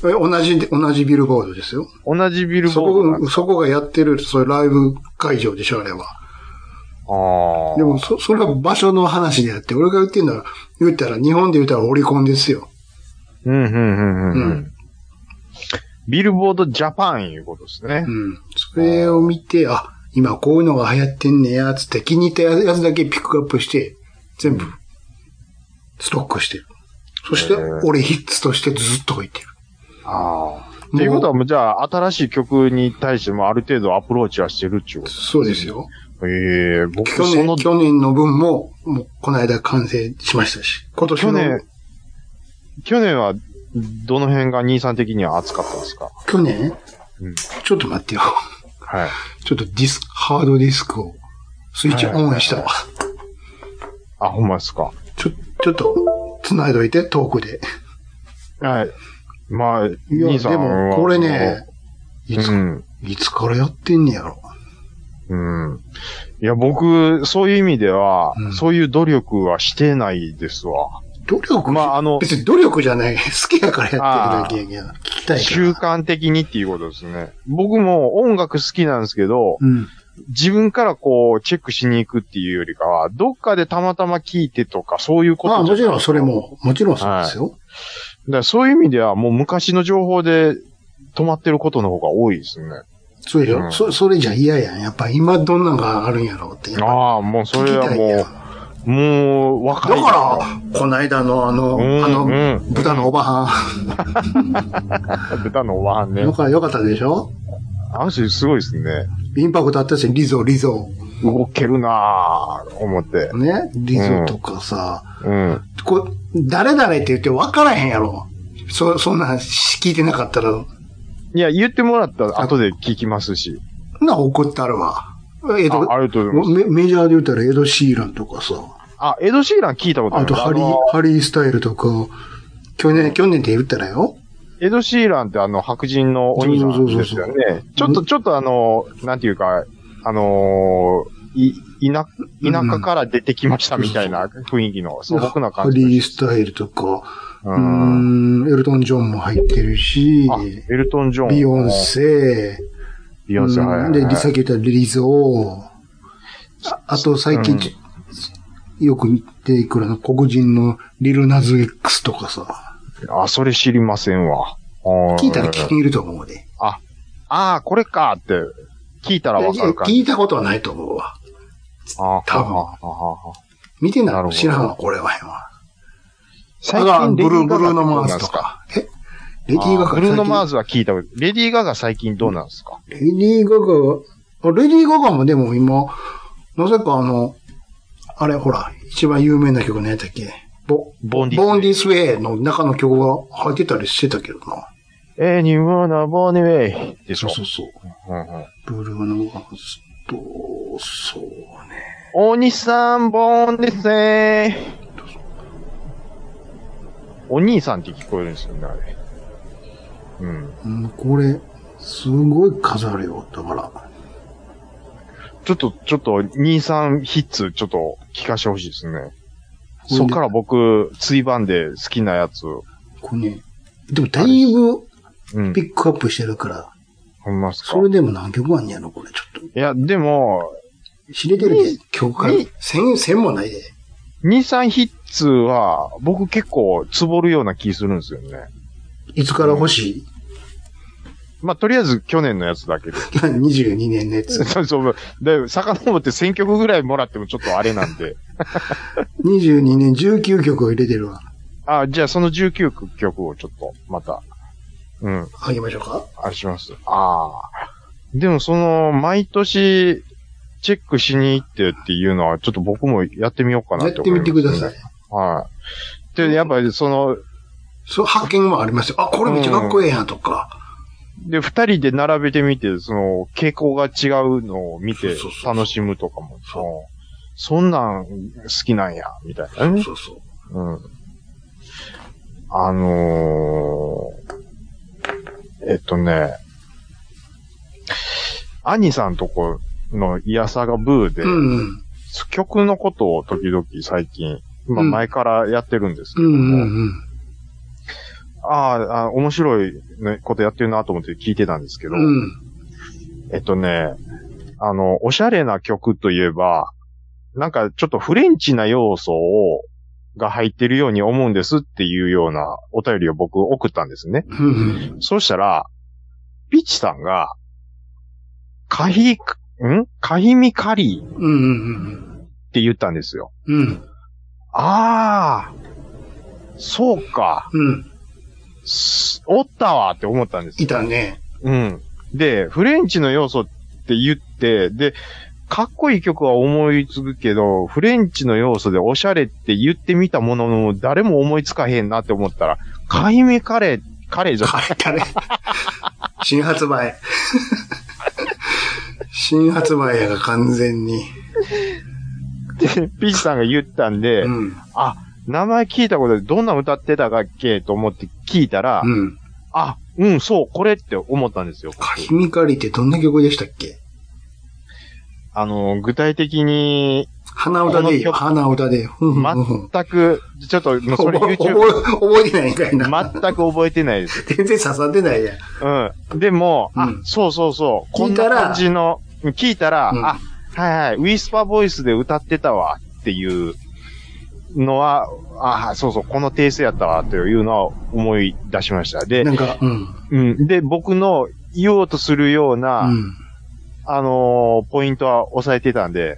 [SPEAKER 2] 同じ、同じビルボードですよ。
[SPEAKER 3] 同じビル
[SPEAKER 2] そ
[SPEAKER 3] ボードなんで
[SPEAKER 2] こ、
[SPEAKER 3] す
[SPEAKER 2] そこがやってる、そういうライブ会場でしょ、あれは。
[SPEAKER 3] あー
[SPEAKER 2] でも、そ、それは場所の話であって、俺が言ってんのは、言ったら、日本で言ったらオリコンですよ。
[SPEAKER 3] うん、うん、うん、うん。う
[SPEAKER 2] うん
[SPEAKER 3] ビルボードジャパンいうことですね
[SPEAKER 2] う。ん。それを見て、あ、今こういうのが流行ってんねや、つって気に入ったやつだけピックアップして、全部、ストックしてる。そして
[SPEAKER 3] へー、
[SPEAKER 2] 俺ヒッツとしてずっと置いてる。
[SPEAKER 3] ああ。っていうことは、もうじゃあ、新しい曲に対してもある程度アプローチはしてるっていうこと
[SPEAKER 2] そうですよ。
[SPEAKER 3] ええ僕、
[SPEAKER 2] 去
[SPEAKER 3] その
[SPEAKER 2] 年、、去年の分も、もう、この間完成しましたし、今年
[SPEAKER 3] 去
[SPEAKER 2] の、
[SPEAKER 3] 年、去年は、どの辺が兄さん的には熱かったんですか
[SPEAKER 2] 去年、
[SPEAKER 3] うん
[SPEAKER 2] ちょっと待ってよ。
[SPEAKER 3] はい。
[SPEAKER 2] ちょっとディスク、ハードディスクを、スイッチオンしたわ。
[SPEAKER 3] あ、ほんまですか。
[SPEAKER 2] ちょ、ちょっと、繋いどいて、トークで。
[SPEAKER 3] はい。まあ、
[SPEAKER 2] いや、
[SPEAKER 3] 兄さん
[SPEAKER 2] で
[SPEAKER 3] は
[SPEAKER 2] も、これね、、いつ、
[SPEAKER 3] うん。
[SPEAKER 2] いつからやってんねやろ。
[SPEAKER 3] うん。いや、僕、そういう意味では、
[SPEAKER 2] うん
[SPEAKER 3] そういう努力はしてないですわ。
[SPEAKER 2] 努力
[SPEAKER 3] まあ、あの、
[SPEAKER 2] 別に努力じゃない。好 きやからやってるだけやけど、聞きたいか
[SPEAKER 3] 習
[SPEAKER 2] ら。
[SPEAKER 3] 慣的にっていうことですね。僕も音楽好きなんですけど、
[SPEAKER 2] うん。
[SPEAKER 3] 自分からこう、チェックしに行くっていうよりかは、どっかでたまたま聞いてとか、そういうこ
[SPEAKER 2] まあ、
[SPEAKER 3] とじゃ
[SPEAKER 2] もちろん、それも、もちろんそうですよ。
[SPEAKER 3] だからそういう意味では、もう昔の情報で止まってることの方が多いですね。
[SPEAKER 2] そうでしょ、
[SPEAKER 3] うん
[SPEAKER 2] そ、それじゃ嫌やん。やっぱ今どんなんがあるんやろうって。やっぱ
[SPEAKER 3] ああ、もうそ
[SPEAKER 2] 聞
[SPEAKER 3] れ
[SPEAKER 2] き
[SPEAKER 3] は
[SPEAKER 2] たいやん。だ
[SPEAKER 3] もう、もう、若い。
[SPEAKER 2] から、こないだのあの、
[SPEAKER 3] うん
[SPEAKER 2] あの、
[SPEAKER 3] うん
[SPEAKER 2] 豚のおばは
[SPEAKER 3] ら、出たのは
[SPEAKER 2] ん。
[SPEAKER 3] ね
[SPEAKER 2] よ。か、よかったでしょ
[SPEAKER 3] あの人すごいですね。
[SPEAKER 2] インパクトあったし、リゾ、リゾ。
[SPEAKER 3] 動けるなぁ、思って。
[SPEAKER 2] ねリゾとかさ、
[SPEAKER 3] うん。
[SPEAKER 2] こ誰々って言って分からへんやろ。そ、そんなん聞いてなかったら、
[SPEAKER 3] いや、言ってもらったら後で聞きますし。
[SPEAKER 2] そんなん怒ったるわ。えっ
[SPEAKER 3] あ
[SPEAKER 2] と、
[SPEAKER 3] ありがとうございます。
[SPEAKER 2] メメジャーで言ったらエド・シーランとかさ、
[SPEAKER 3] あ、エド・シーラン聞いたことあ
[SPEAKER 2] あ
[SPEAKER 3] る。
[SPEAKER 2] とハリー、
[SPEAKER 3] の
[SPEAKER 2] ハリー・スタイルとか、去年、去年って言ったらよ。
[SPEAKER 3] エド・シーランってあの、白人のお兄さんですよ
[SPEAKER 2] そうそうそう
[SPEAKER 3] ね。ちょっと、ちょっとあの、なんていうか、あのーい、田、田舎から出てきましたみたいな雰囲気の素朴な
[SPEAKER 2] ハ
[SPEAKER 3] 感じの
[SPEAKER 2] リー・
[SPEAKER 3] 人。
[SPEAKER 2] スタイルとか、う
[SPEAKER 3] う
[SPEAKER 2] ー
[SPEAKER 3] ん。
[SPEAKER 2] ん、エルトン・ジョンも入ってるし、
[SPEAKER 3] あ、エルトン・ジョン。
[SPEAKER 2] ビヨン。セ、
[SPEAKER 3] ビヨンセ、はいはい、
[SPEAKER 2] うん
[SPEAKER 3] は
[SPEAKER 2] で、
[SPEAKER 3] い。
[SPEAKER 2] さっき言ったリゾー、ああと最近、よく出てくるあの黒人のリル・ナズ X とかさ、
[SPEAKER 3] あ、それ知りませんわ。聞
[SPEAKER 2] 聞いたら聞きにいると思うで。
[SPEAKER 3] ああ、これかって、聞いたらわかるか
[SPEAKER 2] 聞いたことはないと思うわ。
[SPEAKER 3] あー
[SPEAKER 2] 多分
[SPEAKER 3] あーあーあー
[SPEAKER 2] 見て
[SPEAKER 3] な
[SPEAKER 2] な
[SPEAKER 3] る
[SPEAKER 2] い
[SPEAKER 3] ほど
[SPEAKER 2] 知らんわ、これはへんわ。
[SPEAKER 3] 最
[SPEAKER 2] だから
[SPEAKER 3] 近、
[SPEAKER 2] ブルー、ブルーノ
[SPEAKER 3] どう
[SPEAKER 2] マ
[SPEAKER 3] なん
[SPEAKER 2] ー
[SPEAKER 3] で
[SPEAKER 2] ズ
[SPEAKER 3] す
[SPEAKER 2] と
[SPEAKER 3] か。
[SPEAKER 2] か。えレディーガガ
[SPEAKER 3] ブルーノマー
[SPEAKER 2] ズ。
[SPEAKER 3] ズは聞いたこと。レディー・ガガ最近どうなんですか
[SPEAKER 2] レディーガガ、あレディーガガもでも今、なぜかあの、あれほら、一番有名な曲何やったっけボ、
[SPEAKER 3] ボンディスウェイ
[SPEAKER 2] ボンディスウェイの中の曲が入ってたりしてたけどな。
[SPEAKER 3] えー、ニューナボーニウェイ。でしょ。
[SPEAKER 2] うそう。
[SPEAKER 3] うんうん
[SPEAKER 2] ブルーノマーズと、そうね。
[SPEAKER 3] お兄さん、ボーンですね。お兄さんって聞こえるんですよね、あれ。うん。
[SPEAKER 2] うん、これ、すごい数あるよ。だから、
[SPEAKER 3] ちょっと、ちょっと、兄さんヒッツ、ちょっと聞かしてほしいですね。
[SPEAKER 2] で
[SPEAKER 3] そっから僕、追番で好きなやつ。う
[SPEAKER 2] これね、でもだいぶ
[SPEAKER 3] ん
[SPEAKER 2] ピ。ックアップしてるから、
[SPEAKER 3] ほんまっすか
[SPEAKER 2] そ。れでも何曲あんねやろ、これちょっ
[SPEAKER 3] いや、でも、
[SPEAKER 2] と。知れてる
[SPEAKER 3] う
[SPEAKER 2] で
[SPEAKER 3] ん、
[SPEAKER 2] 曲から
[SPEAKER 3] うん。
[SPEAKER 2] 千、千もないで。
[SPEAKER 3] 兄さんヒッツは、僕結構、つぼるような気するんですよね。
[SPEAKER 2] いつから欲しい
[SPEAKER 3] まあ、とりあえず去年のやつだけで。
[SPEAKER 2] ?22 年のやつ。
[SPEAKER 3] そうそう。で、遡って1000曲ぐらいもらってもちょっとあれなん で。
[SPEAKER 2] 22年19曲を入れてるわ。
[SPEAKER 3] あ、じゃあその19曲をちょっと、また、うん、
[SPEAKER 2] あげましょうか
[SPEAKER 3] あれします。ああ。でもその、毎年、チェックしに行ってっていうのは、ちょっと僕もやってみようかな
[SPEAKER 2] や
[SPEAKER 3] って
[SPEAKER 2] っ
[SPEAKER 3] 思
[SPEAKER 2] て
[SPEAKER 3] いま
[SPEAKER 2] み
[SPEAKER 3] す、
[SPEAKER 2] てください。。
[SPEAKER 3] はい。で、やっぱりその、
[SPEAKER 2] そう、発見もありますよ。あ、これめっちゃかっこええやんとか。
[SPEAKER 3] で、二人で並べてみて、その、傾向が違うのを見て
[SPEAKER 2] そうそう、そう
[SPEAKER 3] 楽しむとかも。
[SPEAKER 2] そうん
[SPEAKER 3] そんなん好きなんや、みたいなね。
[SPEAKER 2] そうそう。
[SPEAKER 3] うん。あのー、えっとね、兄さんとこのイヤサガブーで、
[SPEAKER 2] うんうん。
[SPEAKER 3] 曲のことを時々最近、まあ
[SPEAKER 2] うん
[SPEAKER 3] 前からやってるんですけ
[SPEAKER 2] う
[SPEAKER 3] ども、
[SPEAKER 2] んうんうん。
[SPEAKER 3] あーあー、面白いねことやってるなと思って聞いてたんですけど、
[SPEAKER 2] うん。
[SPEAKER 3] えっとね、あの、おしゃれな曲といえば、なんかちょっとフレンチな要素を、が入ってるように思うんですっていうようなお便りを僕送ったんですね。
[SPEAKER 2] うんうん。
[SPEAKER 3] そうしたら、ピッチさんが、カヒ、んカヒミカリーっ
[SPEAKER 2] うんうん
[SPEAKER 3] て言ったんですよ。
[SPEAKER 2] うん。うん。
[SPEAKER 3] ああ、そうか、
[SPEAKER 2] うん。
[SPEAKER 3] すおったわって思ったんです
[SPEAKER 2] いたね。
[SPEAKER 3] うん。で、フレンチの要素って言って、で、かっこいい曲は思いつくけど、フレンチの要素でおしゃれって言ってみたものの、誰も思いつかへんなって思ったら、カイメカレー、カレーじゃ、
[SPEAKER 2] カレー、カレー。新発売。新発売やが完全に。
[SPEAKER 3] って、ピーチさんが言ったんで、
[SPEAKER 2] うん。
[SPEAKER 3] あ、名前聞いたことでどんな歌ってたかっけと思って聞いたら、
[SPEAKER 2] うん。
[SPEAKER 3] あ、うん、そう、これって思ったんですよ。
[SPEAKER 2] カヒミカリってどんな曲でしたっけ
[SPEAKER 3] あの、具体的に、
[SPEAKER 2] 鼻歌でいいよ。
[SPEAKER 3] こ
[SPEAKER 2] 鼻歌で。ふんふんふん。
[SPEAKER 3] 全く、ちょっと、もうそれ
[SPEAKER 2] 覚え
[SPEAKER 3] YouTube、
[SPEAKER 2] 覚えてないんかいな。
[SPEAKER 3] 全く覚えてないです。
[SPEAKER 2] 全然刺さってないやん。
[SPEAKER 3] うん。でも、
[SPEAKER 2] う
[SPEAKER 3] あ
[SPEAKER 2] ん、
[SPEAKER 3] そうそうそう、こ
[SPEAKER 2] 聞
[SPEAKER 3] ん
[SPEAKER 2] いた
[SPEAKER 3] な
[SPEAKER 2] ら
[SPEAKER 3] 感じの、聞いたら、
[SPEAKER 2] うん
[SPEAKER 3] あ、はいはい、ウィスパーボイスで歌ってたわっていうのは、あ、そうそう、この訂正やったわというのは思い出しました。で
[SPEAKER 2] な、んか、うん。
[SPEAKER 3] うん。で、僕の言おうとするような、
[SPEAKER 2] うん。
[SPEAKER 3] あのーポイントは抑えてたんで、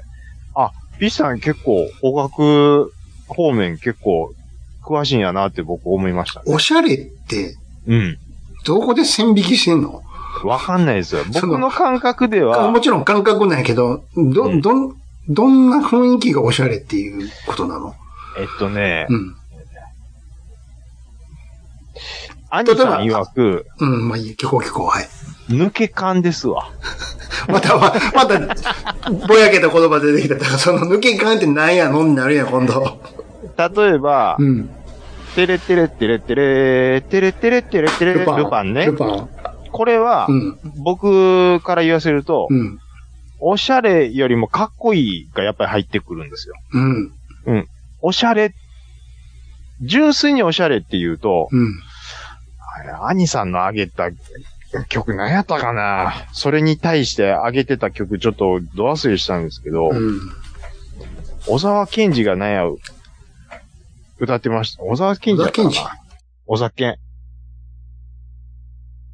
[SPEAKER 3] あ、ピッチさん結構、音楽方面結構、詳しいんやなって僕思いました、ね。
[SPEAKER 2] おしゃれって、
[SPEAKER 3] うん。
[SPEAKER 2] どこで線引きしてんの
[SPEAKER 3] わかんないですよ。
[SPEAKER 2] その
[SPEAKER 3] 僕の感覚では、
[SPEAKER 2] もちろん感覚なんやけど、
[SPEAKER 3] う
[SPEAKER 2] ど、
[SPEAKER 3] ん
[SPEAKER 2] どん、どんな雰囲気がおしゃれっていうことなの
[SPEAKER 3] えっとね、
[SPEAKER 2] うん。
[SPEAKER 3] アニさん
[SPEAKER 2] 例え
[SPEAKER 3] 曰く、
[SPEAKER 2] うん、まあいい。聞こう聞こう。はい。
[SPEAKER 3] 抜け感ですわ。
[SPEAKER 2] また、 ままた、ぼやけた言葉出てきた。だからその抜け感ってなんやのになるやん、今度。
[SPEAKER 3] 例えば
[SPEAKER 2] う、ん。
[SPEAKER 3] テレテレテレテレ、テレテレテレテレ、ルパンね
[SPEAKER 2] ル。パン。
[SPEAKER 3] これは
[SPEAKER 2] う、ん。
[SPEAKER 3] 僕から言わせると
[SPEAKER 2] う、ん。
[SPEAKER 3] おしゃれよりもかっこいいがやっぱり入ってくるんですよ。
[SPEAKER 2] うん。
[SPEAKER 3] おしゃれ、純粋におしゃれって言うと、
[SPEAKER 2] うん。
[SPEAKER 3] あれ兄さんのあげた曲何やったかなそれに対してあげてた曲ちょっとド忘れしたんですけど、
[SPEAKER 2] うん。
[SPEAKER 3] 小沢健二が悩む。歌ってました。小沢健二だったかな
[SPEAKER 2] 小沢
[SPEAKER 3] 小沢健。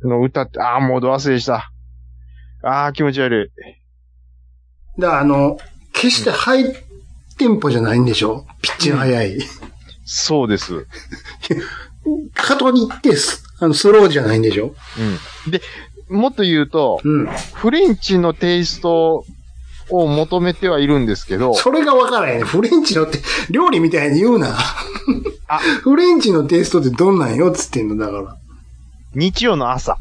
[SPEAKER 3] の歌って、ああ、もうど忘れした。ああ、気持ち悪
[SPEAKER 2] だからあの、決してハイテンポじゃないんでしょピッチが速い。
[SPEAKER 3] い。そうです。うん。
[SPEAKER 2] かとに行ってス、あの、スローじゃないんでしょ
[SPEAKER 3] で、もっと言うと、
[SPEAKER 2] うん。
[SPEAKER 3] フレンチのテイストを求めてはいるんですけど、
[SPEAKER 2] それがわからへんね。フレンチのって、料理みたいに言うな。
[SPEAKER 3] あ
[SPEAKER 2] フレンチのテイストってどんなんよっつってんの、だか
[SPEAKER 3] 日曜の朝。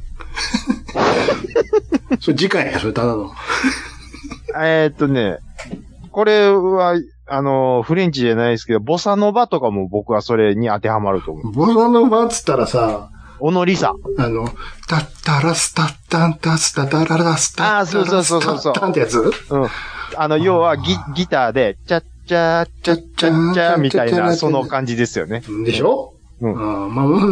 [SPEAKER 2] ら。それ次回や、それただの。
[SPEAKER 3] えーっとね、これは、あのーフレンチじゃないですけど、ボサノバとかも僕はそれに当てはまると思う。
[SPEAKER 2] ボサノバっつったらさ、
[SPEAKER 3] オノリサ。
[SPEAKER 2] あの、タッタラスタッタンタスタタララスタッ
[SPEAKER 3] あーそう
[SPEAKER 2] タ
[SPEAKER 3] そ
[SPEAKER 2] ラ
[SPEAKER 3] うそ
[SPEAKER 2] スタ
[SPEAKER 3] うそうそう
[SPEAKER 2] ッタンってやつ
[SPEAKER 3] うん。あの、要はギギターで、チャッチャー、チャッチャッチャーみたいな、その感じですよね。
[SPEAKER 2] でしょ
[SPEAKER 3] う
[SPEAKER 2] うん
[SPEAKER 3] ん。
[SPEAKER 2] まあ、う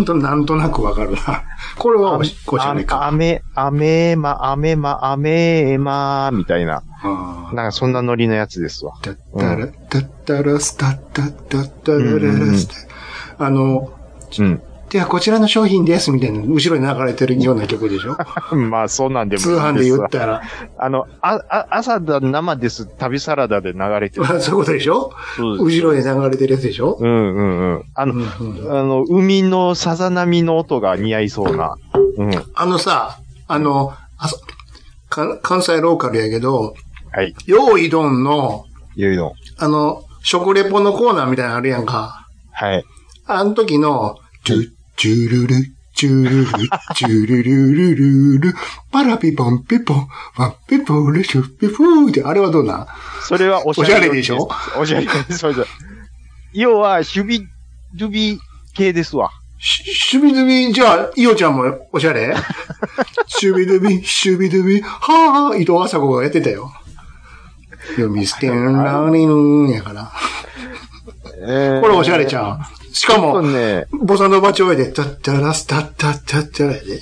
[SPEAKER 2] んと、なんとなくわかるな。これはおし、おしゃれ
[SPEAKER 3] あ
[SPEAKER 2] か。
[SPEAKER 3] め、あめま、あめま、あめま、みたいな。
[SPEAKER 2] あー
[SPEAKER 3] なんかそんなノリのやつですわ。
[SPEAKER 2] タッタラ、タッタラスタッタッタッタラララスタ。あの、
[SPEAKER 3] うん。
[SPEAKER 2] ではこちらの商品ですみたいな、後ろに流れてるような曲でしょ
[SPEAKER 3] まあ、そうなんで もいい
[SPEAKER 2] 通販です言
[SPEAKER 3] わ
[SPEAKER 2] ったら。
[SPEAKER 3] あの、あ、あ、朝だ、生です、旅サラダで流れてる。
[SPEAKER 2] まあそういうことでしょ
[SPEAKER 3] そうです
[SPEAKER 2] 後ろに流れてるやつでしょ
[SPEAKER 3] うんうんうん。あの、
[SPEAKER 2] うんうん
[SPEAKER 3] あの、海のさざ波の音が似合いそうな。うん。
[SPEAKER 2] あのさ、あの、あそか関西ローカルやけど、
[SPEAKER 3] はい。
[SPEAKER 2] よういどんの、
[SPEAKER 3] ゆいどん。
[SPEAKER 2] あの、食レポのコーナーみたいなのあるやんか。
[SPEAKER 3] はい。
[SPEAKER 2] あの時の、チュ、チュルル、チュルル、チュルルルルル、パラピポンピポン、ワンピポンレシュピフーって、あれはどうなん
[SPEAKER 3] それはおしゃ
[SPEAKER 2] おし
[SPEAKER 3] れ
[SPEAKER 2] ゃれでしょ
[SPEAKER 3] おしゃれです。そうです。要は、守備、守備系ですわ。
[SPEAKER 2] シシュビドゥビ、じゃあ、イオちゃんもおしゃ れシュビドゥビ、シュビドゥビ、はぁ、伊藤麻子がやってたよ。読み捨てんらーにぬーんやから。
[SPEAKER 3] こ
[SPEAKER 2] これおしゃれ
[SPEAKER 3] ち
[SPEAKER 2] ち
[SPEAKER 3] ゃ
[SPEAKER 2] ゃう。しか
[SPEAKER 3] ちょっ
[SPEAKER 2] も、
[SPEAKER 3] とね、
[SPEAKER 2] ボサノバ調で、タッタラスタッタッタッタラやで。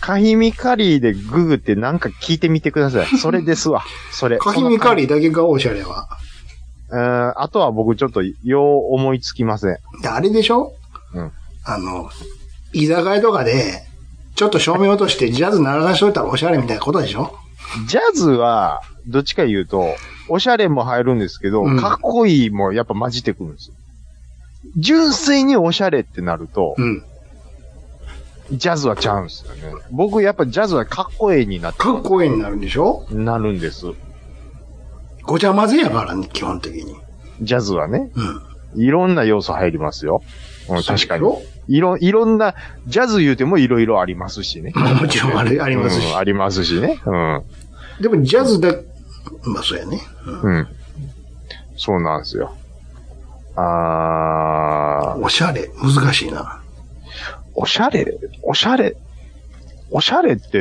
[SPEAKER 3] カヒミカリーでググってなんか聞いてみてくださ い。それですわ。それ。
[SPEAKER 2] カヒミカ
[SPEAKER 3] リ
[SPEAKER 2] リーだけがおしゃれは。
[SPEAKER 3] うん、あとは僕ちょっと、よう思いつきません。
[SPEAKER 2] で、あれでしょ
[SPEAKER 3] うん
[SPEAKER 2] あの、居酒屋とかで、ちょっと照明落としてジャズ鳴らしといたらおしゃれみたいなことでしょ
[SPEAKER 3] ジャズは、どっちか言うと、おしゃれも入るんですけど、
[SPEAKER 2] うん
[SPEAKER 3] かっこいいもやっぱ混じってくるんですよ。純粋におしゃれってなると、
[SPEAKER 2] うん。
[SPEAKER 3] ジャズはちゃうんですよね。僕やっぱジャズはかっこいいになって
[SPEAKER 2] かっこいいになるんでしょ
[SPEAKER 3] なるんです。
[SPEAKER 2] ごちゃ混ぜやからね、基本的に。
[SPEAKER 3] ジャズはね。
[SPEAKER 2] うん。
[SPEAKER 3] いろんな要素入りますよ。うん、確かに。
[SPEAKER 2] そうでし
[SPEAKER 3] いろ、いろんな、ジャズ言うてもいろいろありますしね。
[SPEAKER 2] ょもちろんあれありますし
[SPEAKER 3] うん。ありますしね。うん。
[SPEAKER 2] でもジャズだ、まあそうやね。
[SPEAKER 3] うん。そうなんですよ。あー、
[SPEAKER 2] おしゃれ、難しいな。
[SPEAKER 3] おしゃれ、おしゃれ、おしゃれって、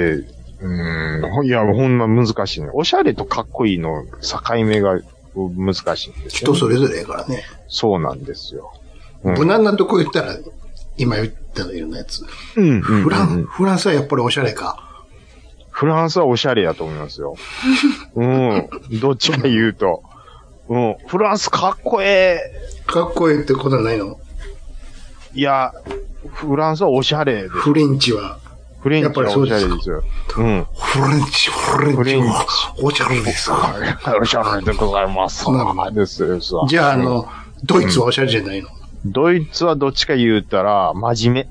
[SPEAKER 3] うーん、いや、ほんま難しいね。おしゃれとかっこいいの境目が難しいんですよ、
[SPEAKER 2] 人それぞれやからね。
[SPEAKER 3] そうなんですよ。うん
[SPEAKER 2] 無難なとこ言ったら、今言ったのようなやつ。
[SPEAKER 3] うんうんうんうん
[SPEAKER 2] フラン、フランスはやっぱりおしゃれか。
[SPEAKER 3] フランスはおしゃれやと思いま すよ。うん。どっちか言うと。うん。フランスかっこえ
[SPEAKER 2] かっこいいってことはないの
[SPEAKER 3] え。いや、フランスはおしゃれです。
[SPEAKER 2] フレンチは。
[SPEAKER 3] フレンチ
[SPEAKER 2] やっぱり
[SPEAKER 3] は
[SPEAKER 2] そ
[SPEAKER 3] お
[SPEAKER 2] う
[SPEAKER 3] しゃ
[SPEAKER 2] です
[SPEAKER 3] れ
[SPEAKER 2] か
[SPEAKER 3] ですよ。うん。
[SPEAKER 2] フレンチ、フレン
[SPEAKER 3] フ
[SPEAKER 2] チ
[SPEAKER 3] レンチ
[SPEAKER 2] は、おしゃれですか。
[SPEAKER 3] おしゃれでございます。
[SPEAKER 2] なるほど
[SPEAKER 3] ですですわ
[SPEAKER 2] じゃあ、あの、ドイツはおしゃれじゃないの、
[SPEAKER 3] ドイツはどっちか言うたら、真面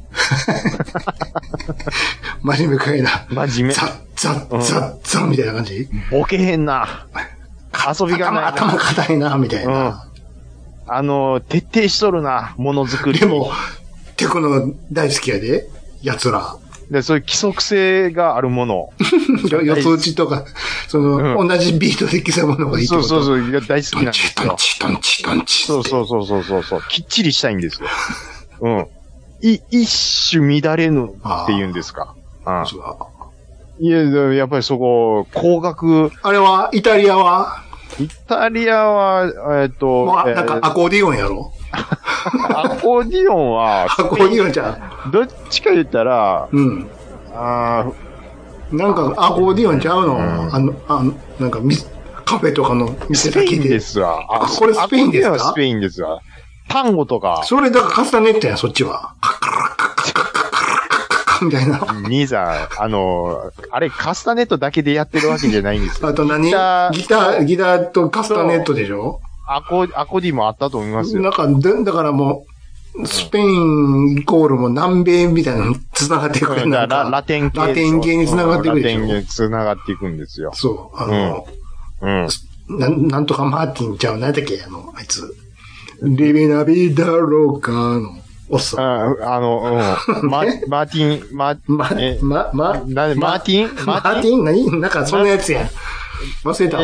[SPEAKER 2] 真面目かいな。
[SPEAKER 3] 目。真面
[SPEAKER 2] ザッザッザッザッみたいな感じ
[SPEAKER 3] 目。ボケへんな。遊びがない
[SPEAKER 2] 頭、頭
[SPEAKER 3] な。
[SPEAKER 2] 硬いな、みたいな。
[SPEAKER 3] あの、徹底しとるな、ものづくり。
[SPEAKER 2] でも、テクノ大好きやで、奴ら。
[SPEAKER 3] で、そういう規則性があるもの。
[SPEAKER 2] 四つ打ちとか、その、同じビートで刻むのがいいってこ
[SPEAKER 3] そう
[SPEAKER 2] と
[SPEAKER 3] そう
[SPEAKER 2] う。
[SPEAKER 3] そう、いや大好き
[SPEAKER 2] ト
[SPEAKER 3] なん
[SPEAKER 2] ン
[SPEAKER 3] です
[SPEAKER 2] チ、トン
[SPEAKER 3] よ。
[SPEAKER 2] チ、トンチ、トンチ。
[SPEAKER 3] そうそうそうそうそうそう。きっちりしたいんですよ。うん。い、一種乱れぬって言うんですか。うん
[SPEAKER 2] そう。
[SPEAKER 3] いや、でやっぱりそこ、工学、
[SPEAKER 2] あれは、イタリアは、
[SPEAKER 3] イタリアは、えっ、と、
[SPEAKER 2] まあ、
[SPEAKER 3] えー
[SPEAKER 2] なんかアコーディオンやろ
[SPEAKER 3] アコーディオ ンは、
[SPEAKER 2] アコーディオンじゃん。
[SPEAKER 3] どっちか言ったら、
[SPEAKER 2] うん。
[SPEAKER 3] あ
[SPEAKER 2] なんかアコーディオンちゃうの、あの、あの、なんかミス、カフェとかの
[SPEAKER 3] ー
[SPEAKER 2] 店
[SPEAKER 3] スペイ
[SPEAKER 2] 先
[SPEAKER 3] ン
[SPEAKER 2] で
[SPEAKER 3] で。すわ。
[SPEAKER 2] あこれスペインですか
[SPEAKER 3] アコーディオはスペインですわ。単語とか、
[SPEAKER 2] それだからカスタネットやん、そっちは。カッカラッカッカッカッカッカラッカッカッみたいな。
[SPEAKER 3] 兄さん、あの、あれカスタネットだけでやってるわけじゃないんですよ。
[SPEAKER 2] あと何ギ
[SPEAKER 3] ギタ
[SPEAKER 2] タ
[SPEAKER 3] ー
[SPEAKER 2] ー、ギターとカスタネットでしょ
[SPEAKER 3] アコ、アコディもあったと思いますよ。
[SPEAKER 2] なんか、でだからもう、スペインイコールも南米みたいなのに繋がっていく
[SPEAKER 3] う
[SPEAKER 2] る
[SPEAKER 3] ん
[SPEAKER 2] な
[SPEAKER 3] だ
[SPEAKER 2] ん
[SPEAKER 3] から
[SPEAKER 2] か
[SPEAKER 3] ラテン系。
[SPEAKER 2] ラテン系に繋がっていくでし
[SPEAKER 3] うんラテン系
[SPEAKER 2] ょ
[SPEAKER 3] に繋がっていくんですよ。
[SPEAKER 2] そう。あの、
[SPEAKER 3] うん。
[SPEAKER 2] なん、なんとかマーティンちゃう、なんだっけ、あの、あいつ。リビナビダローカーの、おっさん。
[SPEAKER 3] ああの、 うん、ママーティン、マー、
[SPEAKER 2] ま
[SPEAKER 3] え、
[SPEAKER 2] ま、ま、
[SPEAKER 3] なマーティン
[SPEAKER 2] マーティン何なんか、そんなやつやん。忘れたわ。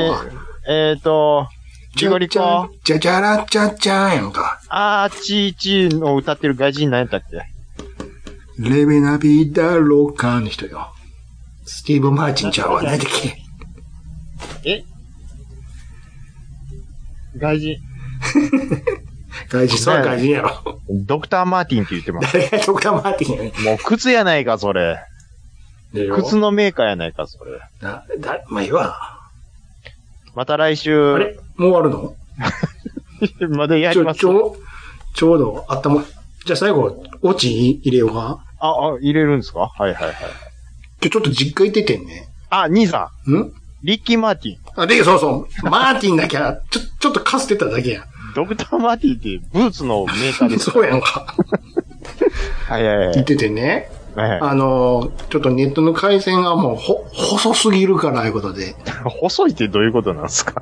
[SPEAKER 3] えっ、えーと、ジゴリコ、
[SPEAKER 2] じゃじゃらちゃちゃやんか。
[SPEAKER 3] あーちーちーの歌ってる外人何やったっけ
[SPEAKER 2] レベナビダローカーの人よ。スティーブ・マーチンちゃうわ。何だっけ
[SPEAKER 3] 外人。
[SPEAKER 2] 外人、そう外人やろ。
[SPEAKER 3] ドクター・マーティンって言っ てます。
[SPEAKER 2] 誰がドクター・マーティンやね
[SPEAKER 3] もう靴やないか、それ。
[SPEAKER 2] でしょ
[SPEAKER 3] 靴のメーカーやないか、それ。
[SPEAKER 2] な、だ、まあ、いいわ。
[SPEAKER 3] また来
[SPEAKER 2] あ
[SPEAKER 3] 週
[SPEAKER 2] れ、もう終わるの
[SPEAKER 3] まだや
[SPEAKER 2] ち
[SPEAKER 3] り
[SPEAKER 2] ょ、
[SPEAKER 3] ます
[SPEAKER 2] ち。ょ、ちょうど、あったま、じゃあ最後、オチ入れようか。
[SPEAKER 3] あ、あ、入れるんですかはいはいはい。
[SPEAKER 2] 今日ちょっと実家行っててんね。
[SPEAKER 3] あ、兄さ
[SPEAKER 2] ん
[SPEAKER 3] ん、リッキー・マーティン。
[SPEAKER 2] あ、で、そうそう。マーティンだけは、ちょ、ちょっとかすってただけや。
[SPEAKER 3] ドクター・マーティンってブーツのメーカーです。
[SPEAKER 2] そうやんか。
[SPEAKER 3] はいはいは
[SPEAKER 2] 言っ
[SPEAKER 3] い。
[SPEAKER 2] ててね。
[SPEAKER 3] え
[SPEAKER 2] あの、ちょっとネットの回線がもう、ほ、細すぎるから、いうことで。
[SPEAKER 3] え、細いってどういうことなんですか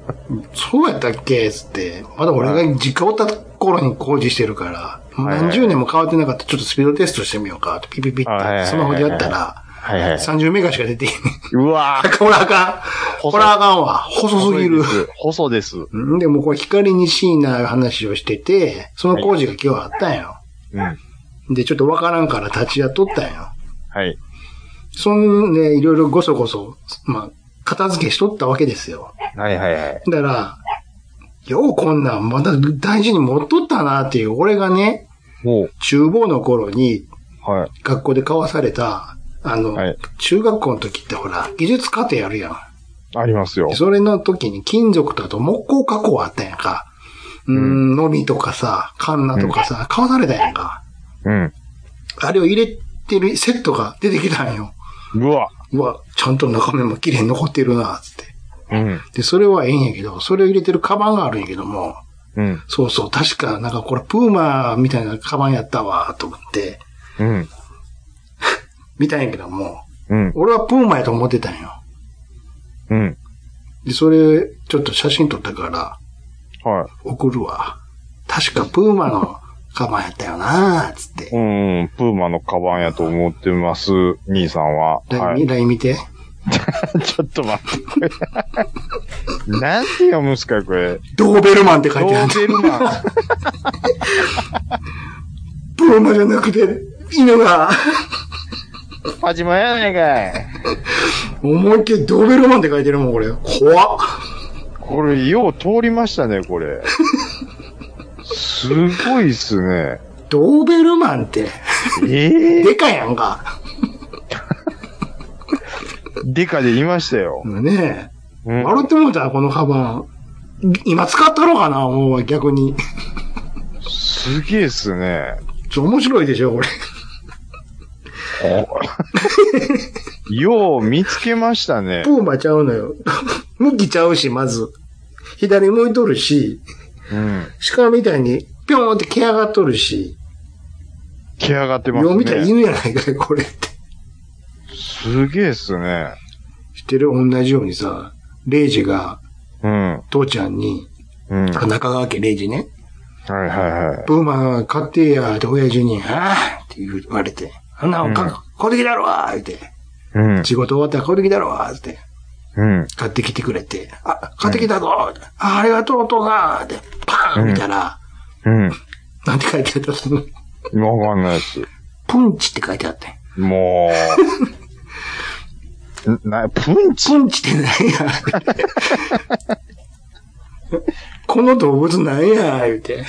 [SPEAKER 2] そうやったっけつって。まだ俺が実家おった頃に工事してるから、
[SPEAKER 3] はい
[SPEAKER 2] 何十年も変わってなかった。ちょっとスピードテストしてみようか。ピピピっ
[SPEAKER 3] はいはいは
[SPEAKER 2] て、
[SPEAKER 3] い
[SPEAKER 2] スマホでやったら、
[SPEAKER 3] はいはい。
[SPEAKER 2] 30メガしか出ていい。
[SPEAKER 3] うわ
[SPEAKER 2] あ
[SPEAKER 3] ぁ。
[SPEAKER 2] かんほらあかん。
[SPEAKER 3] 細い
[SPEAKER 2] ほらあかんわ。細すぎる
[SPEAKER 3] 細。いです。細です。うん。
[SPEAKER 2] うんでもこれ光にしいな話をしてて、その工事が今日あったんよ。で、ちょっとわからんから立ち会っとったんよ。
[SPEAKER 3] はい。
[SPEAKER 2] そんね、いろいろごそごそ、まあ、片付けしとったわけですよ。
[SPEAKER 3] はいはいはい。
[SPEAKER 2] だから、ようこんなん、また大事に持っとったなっていう、俺がね、
[SPEAKER 3] もう、
[SPEAKER 2] 厨房の頃に
[SPEAKER 3] はい。
[SPEAKER 2] 学校で交わされた、あの、
[SPEAKER 3] はい
[SPEAKER 2] 中学校の時ってほら、技術課程やるやん。
[SPEAKER 3] ありますよ。
[SPEAKER 2] それの時に金属とあと木工加工あったやんか。うーん、のみとかさ、カンナとかさ、買わされたやんか。
[SPEAKER 3] うん。
[SPEAKER 2] あれを入れてるセットが出てきたんよ。
[SPEAKER 3] うわ。
[SPEAKER 2] うわ、ちゃんと中身も綺麗に残ってるな、つって。
[SPEAKER 3] うん。
[SPEAKER 2] で、それはええんやけど、それを入れてるカバンがあるんやけども、
[SPEAKER 3] うん。
[SPEAKER 2] そうそう、確か、なんかこれ、プーマみたいなカバンやったわ、と思って、
[SPEAKER 3] うん。
[SPEAKER 2] 見たんやけども、
[SPEAKER 3] うん。
[SPEAKER 2] 俺はプーマやと思ってたんよ。
[SPEAKER 3] うん。
[SPEAKER 2] で、それ、ちょっと写真撮ったから、
[SPEAKER 3] は
[SPEAKER 2] 送るわ。確かプーマのカバンやったよなつって
[SPEAKER 3] い。。うん、うん。プーマのカバンやと思ってます、兄さんは。は
[SPEAKER 2] LINE、
[SPEAKER 3] い。
[SPEAKER 2] LINE 見て。
[SPEAKER 3] ちょっと待って。なんて読むんすか、これ。
[SPEAKER 2] ドーベルマンって書いてある。
[SPEAKER 3] ドーベルマン。
[SPEAKER 2] プーマじゃなくて、犬が、
[SPEAKER 3] パチモンやないかい。
[SPEAKER 2] 思いっきりドーベルマンって書いてるもん、これ。怖っ。
[SPEAKER 3] これ、よう通りましたね、これ。すごいっすね。
[SPEAKER 2] ドーベルマンって、
[SPEAKER 3] ええ
[SPEAKER 2] でかいやんか。
[SPEAKER 3] でかで言いましたよ。
[SPEAKER 2] ね
[SPEAKER 3] う
[SPEAKER 2] え。
[SPEAKER 3] ん
[SPEAKER 2] 笑ってもうた、このカバン。今使ったのかなもう逆に。
[SPEAKER 3] すげえっすね。
[SPEAKER 2] ちょ、面白いでしょ、これ。
[SPEAKER 3] よう見つけましたね
[SPEAKER 2] プ。ーマちゃうのよ。 向きちゃうし、まず。左向いとるし、
[SPEAKER 3] うん。
[SPEAKER 2] 鹿みたいに、ぴょんって毛上がっとるし、
[SPEAKER 3] 来上がってます
[SPEAKER 2] よう見たら
[SPEAKER 3] ね。
[SPEAKER 2] 犬やないかい、これって。
[SPEAKER 3] すげえっすね。
[SPEAKER 2] 知ってる同じようにさ、レイジが、
[SPEAKER 3] うん。うん。
[SPEAKER 2] 父ちゃんに、
[SPEAKER 3] は
[SPEAKER 2] 中川家レイジね、
[SPEAKER 3] いはいはい。
[SPEAKER 2] プーマ買ってや、って親父に、ああって言われて、あんなもん
[SPEAKER 3] うん
[SPEAKER 2] か、これだろわ言って、
[SPEAKER 3] うん。
[SPEAKER 2] 仕事終わったらこれだろわって、
[SPEAKER 3] うん。
[SPEAKER 2] 買ってきてくれて、あ、買ってきたぞ、あありがとう、お父さんって、パーン見たら、
[SPEAKER 3] う
[SPEAKER 2] なんて書いてあったその
[SPEAKER 3] ん。わかんないっす。
[SPEAKER 2] プンチって書いてあって。
[SPEAKER 3] もう。 んな、プンチ
[SPEAKER 2] プンチってなんや。 この動物なんや、言うて。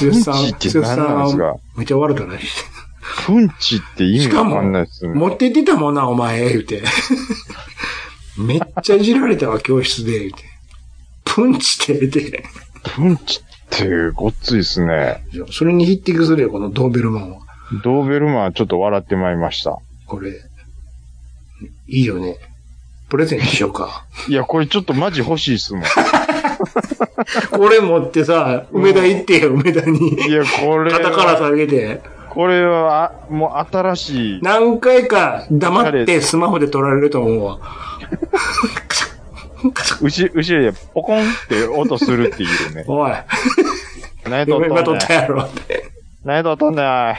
[SPEAKER 2] 剛さん
[SPEAKER 3] プンチって
[SPEAKER 2] 剛
[SPEAKER 3] 何なんです
[SPEAKER 2] さ
[SPEAKER 3] か
[SPEAKER 2] ん、めっちゃ悪かったらしい。
[SPEAKER 3] プンチって意
[SPEAKER 2] し
[SPEAKER 3] 味
[SPEAKER 2] か
[SPEAKER 3] わ
[SPEAKER 2] も
[SPEAKER 3] かんないっす、ね。
[SPEAKER 2] 持ってってたもんな、お前、言うて。めっちゃいじられたわ、教室で、言うて。プンチって言うて。
[SPEAKER 3] プンチってごっついっすね。
[SPEAKER 2] それに匹敵するよ、このドーベルマンは。
[SPEAKER 3] ドーベルマンはちょっと笑ってまいりました。
[SPEAKER 2] これ。いいよね。プレゼントしようか。
[SPEAKER 3] いや、これちょっとマジ欲しいっすもん。
[SPEAKER 2] これ持ってさ、梅田行ってよ、梅田に。
[SPEAKER 3] いや、これ
[SPEAKER 2] 肩から
[SPEAKER 3] は、
[SPEAKER 2] 下げて。
[SPEAKER 3] これは、もう新しい。
[SPEAKER 2] 何回か黙ってスマホで撮られると思うわ。カチャンカチャン。
[SPEAKER 3] 後ろ、後ろでポコンって音するっていうね
[SPEAKER 2] おい、
[SPEAKER 3] 何やとったん
[SPEAKER 2] 今撮っ
[SPEAKER 3] ね
[SPEAKER 2] た やろって。
[SPEAKER 3] ん。何やとったんねん。あ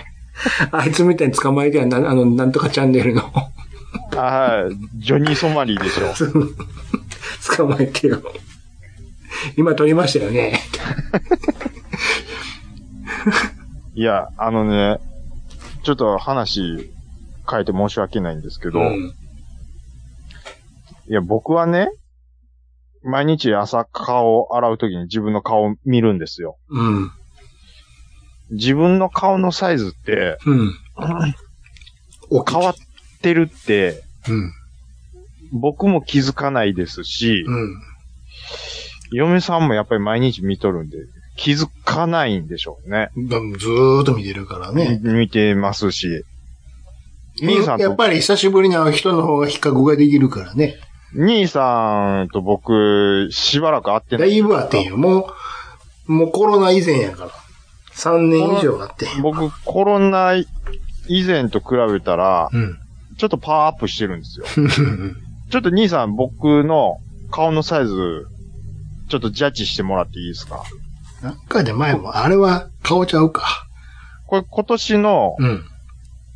[SPEAKER 2] あいつみたいに捕まえてはな、あの、なんとかチャンネルの、
[SPEAKER 3] はい。ジョニー・ソマリーでしょ。
[SPEAKER 2] 捕まえてよ。今撮りましたよね。
[SPEAKER 3] いや、あのね、ちょっと話変えて申し訳ないんですけど、
[SPEAKER 2] うん。
[SPEAKER 3] いや、僕はね、毎日朝顔を洗うときに自分の顔を見るんですよ。
[SPEAKER 2] うん。
[SPEAKER 3] 自分の顔のサイズって
[SPEAKER 2] うん。お
[SPEAKER 3] 変わってるって、
[SPEAKER 2] うん。
[SPEAKER 3] 僕も気づかないですし、
[SPEAKER 2] うん。
[SPEAKER 3] 嫁さんもやっぱり毎日見とるんで、気づかないんでしょうね。
[SPEAKER 2] だずーっと見てるからね。
[SPEAKER 3] 見てますし、兄さんと
[SPEAKER 2] やっぱり久しぶりな人の方が比較ができるからね。
[SPEAKER 3] 兄さんと僕、しばらく会って
[SPEAKER 2] だ
[SPEAKER 3] ない。
[SPEAKER 2] いぶあってんよ。もう、もうコロナ以前やから。3年以上あってんよ。
[SPEAKER 3] 僕、コロナ以前と比べたら、
[SPEAKER 6] うん。
[SPEAKER 3] ちょっとパワーアップしてるんですよ。ちょっと兄さん、僕の顔のサイズ、ちょっとジャッジしてもらっていいですか
[SPEAKER 6] なんかで前も、あれは顔ちゃうか。
[SPEAKER 3] これ今年の
[SPEAKER 6] うん。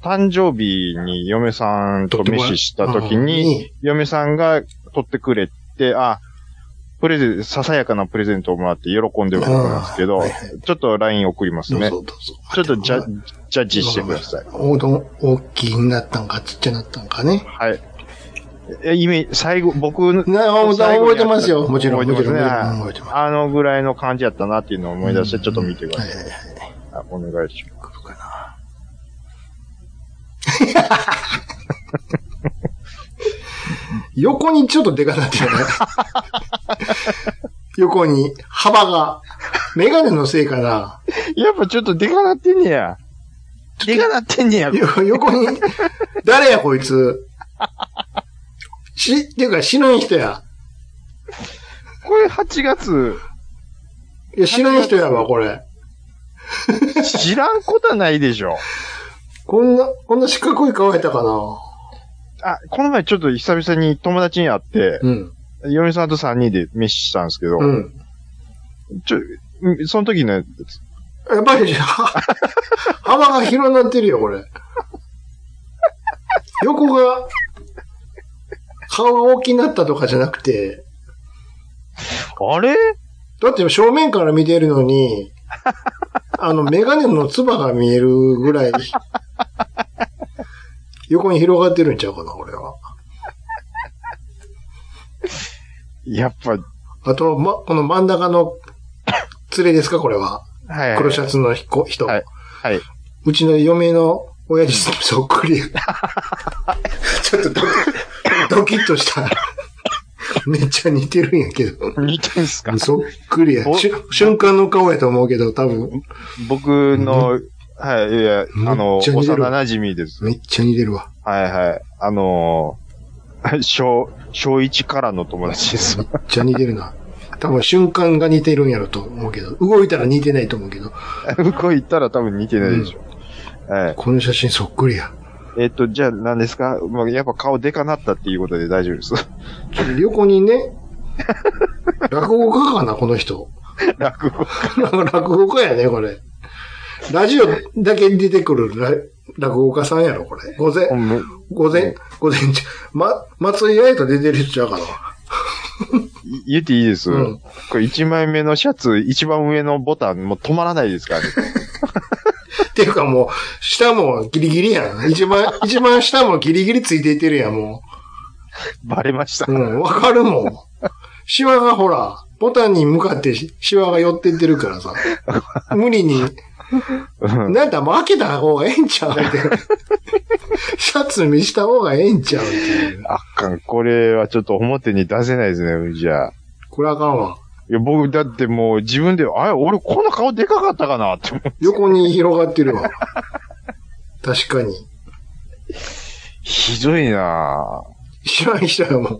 [SPEAKER 3] 誕生日に嫁さんと飯した時に、嫁さんが取ってくれて、あ、プレゼント、ささやかなプレゼントをもらって喜んでると思うんですけど、
[SPEAKER 6] はいはい
[SPEAKER 3] ちょっと LINE 送ります
[SPEAKER 6] どうぞ
[SPEAKER 3] ね。
[SPEAKER 6] どうぞ。
[SPEAKER 3] ちょっとジャジャッジしてください。
[SPEAKER 6] おどん大きいになったんか、ちっちゃなったんかね。
[SPEAKER 3] はい。え、イメージ、最後、僕の
[SPEAKER 6] な
[SPEAKER 3] 最後にやった、
[SPEAKER 6] 覚えてますよ。もちろん、
[SPEAKER 3] 覚
[SPEAKER 6] も
[SPEAKER 3] え
[SPEAKER 6] ち
[SPEAKER 3] て
[SPEAKER 6] ろ
[SPEAKER 3] ま
[SPEAKER 6] ん。
[SPEAKER 3] すねはい
[SPEAKER 6] 覚えてます。
[SPEAKER 3] あのぐらいの感じやったなっていうのを思い出して、ちょっと見てくだ
[SPEAKER 6] はい
[SPEAKER 3] さい。
[SPEAKER 6] はいはい。
[SPEAKER 3] あお願いしま
[SPEAKER 6] 来るかな。横にちょっとでかなってるね。横に幅が。メガネのせいかな。
[SPEAKER 3] す。やっぱちょっとでかなってんねや。でかなってんねや。
[SPEAKER 6] よ横に、誰やこいつ。し、っていうか死ぬ人や。
[SPEAKER 3] これ8月、
[SPEAKER 6] いや、死ぬ人やわ、これ。
[SPEAKER 3] 知らんことはないでしょ。
[SPEAKER 6] こんな、こんな四角い顔やったかな。
[SPEAKER 3] あ、この前ちょっと久々に友達に会って、
[SPEAKER 6] うん。
[SPEAKER 3] 嫁さんと3人で飯したんですけど、
[SPEAKER 6] うん。
[SPEAKER 3] ちょ、んその時ね、
[SPEAKER 6] やっぱり、 は幅が広なってるよ、これ。横が、顔が大きくなったとかじゃなくて、
[SPEAKER 3] あれ
[SPEAKER 6] だって正面から見てる のに、あの、メガネのつばが見えるぐらい、横に広がってるんちゃうかな、これは。
[SPEAKER 3] やっぱ、
[SPEAKER 6] あと、ま、この真ん中の、連れですか、これは。
[SPEAKER 3] はい。
[SPEAKER 6] 黒シャツのひこ人。
[SPEAKER 3] はい。はい。
[SPEAKER 6] うちの嫁の親父にそっ くりや。ちょっとドキドキッとした。めっちゃ似てるんやけど。
[SPEAKER 3] 似てんすか
[SPEAKER 6] そっくりや。
[SPEAKER 3] お
[SPEAKER 6] しゅ瞬間の顔やと思うけど、多分、
[SPEAKER 3] 僕の、はい、いや、あの、
[SPEAKER 6] めっちゃ似てる
[SPEAKER 3] 幼馴染です。
[SPEAKER 6] めっちゃ似てるわ。
[SPEAKER 3] はいはい。あのー 小、小一からの友達です
[SPEAKER 6] め。っちゃ似てるな。多分瞬間が似てるんやろと思うけど、動いたら似てないと思うけど、
[SPEAKER 3] 向こう行ったら多分似てないでしょ。はい。
[SPEAKER 6] この写真そっくりや。
[SPEAKER 3] えっ、と、じゃあ何ですか、まあ、やっぱ顔でかなったっていうことで大丈夫です。
[SPEAKER 6] ちょっと横にね、 落語家かな、この人。
[SPEAKER 3] 落語。
[SPEAKER 6] 落語家やね、これ。ラジオだけに出てくるら落語家さんやろ、これ。午前
[SPEAKER 3] ほ、んま
[SPEAKER 6] 午前
[SPEAKER 3] ね、
[SPEAKER 6] 午前中、ま、松井彩と出てる人ちゃうかな。
[SPEAKER 3] い言っていいです、
[SPEAKER 6] うん
[SPEAKER 3] これ1枚目のシャツ、一番上のボタン、もう止まらないですからね。
[SPEAKER 6] っていうかもう、下もギリギリやん。一番、一番下もギリギリついていってるやん、も
[SPEAKER 3] バレました。
[SPEAKER 6] う。うん、わかるもん。シワがほら、ボタンに向かってしシワが寄ってってるからさ。無理に、
[SPEAKER 3] うん
[SPEAKER 6] なんだ、もう開けた方がええんちゃうみたいなシャツ見した方がええんちゃうっていう
[SPEAKER 3] あかん、これはちょっと表に出せないですね、じゃあ。
[SPEAKER 6] これあかんわ。
[SPEAKER 3] いや、僕、だってもう自分で、あれ、俺こんな顔でかかったかなって思う。
[SPEAKER 6] 横に広がってるわ。確かに。
[SPEAKER 3] ひどいなぁ。
[SPEAKER 6] 知らん人やもん。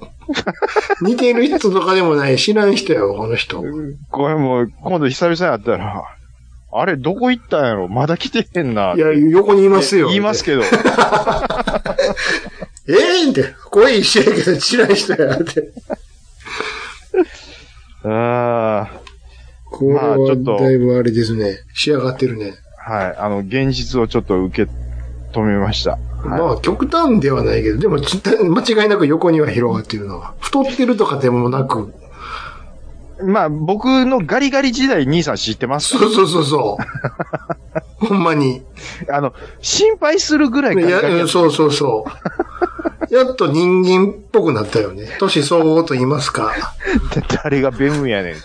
[SPEAKER 6] 似てる人とかでもない、知らん人やわ、この人。
[SPEAKER 3] これもう、今度久々に会ったら、あれ、どこ行ったんやろまだ来てへんない
[SPEAKER 6] や、横にいますよ。
[SPEAKER 3] 言います
[SPEAKER 6] け
[SPEAKER 3] け ど。
[SPEAKER 6] ど。ええって、声一緒やけど知らん人やって。
[SPEAKER 3] ああ、
[SPEAKER 6] これ
[SPEAKER 3] まあちょっと
[SPEAKER 6] はだいぶあれですね。仕上がってるね。
[SPEAKER 3] はい。あの、現実をちょっと受け止めました。
[SPEAKER 6] ま
[SPEAKER 3] は
[SPEAKER 6] あ、極端ではないけど、でもち、 間違いなく横には広がってるのは。太ってるとかでもなく。
[SPEAKER 3] い。まあ、僕のガリガリ時代、兄さん知ってます
[SPEAKER 6] そうそうそうそう。 ほんまに。
[SPEAKER 3] あの、心配するぐらいガ
[SPEAKER 6] い
[SPEAKER 3] リガ
[SPEAKER 6] や、
[SPEAKER 3] リや
[SPEAKER 6] う
[SPEAKER 3] っ
[SPEAKER 6] ん
[SPEAKER 3] た
[SPEAKER 6] そうそうそう。やっと人間っぽくなったよね。年相応と言いますか。
[SPEAKER 3] 誰がベムやねん。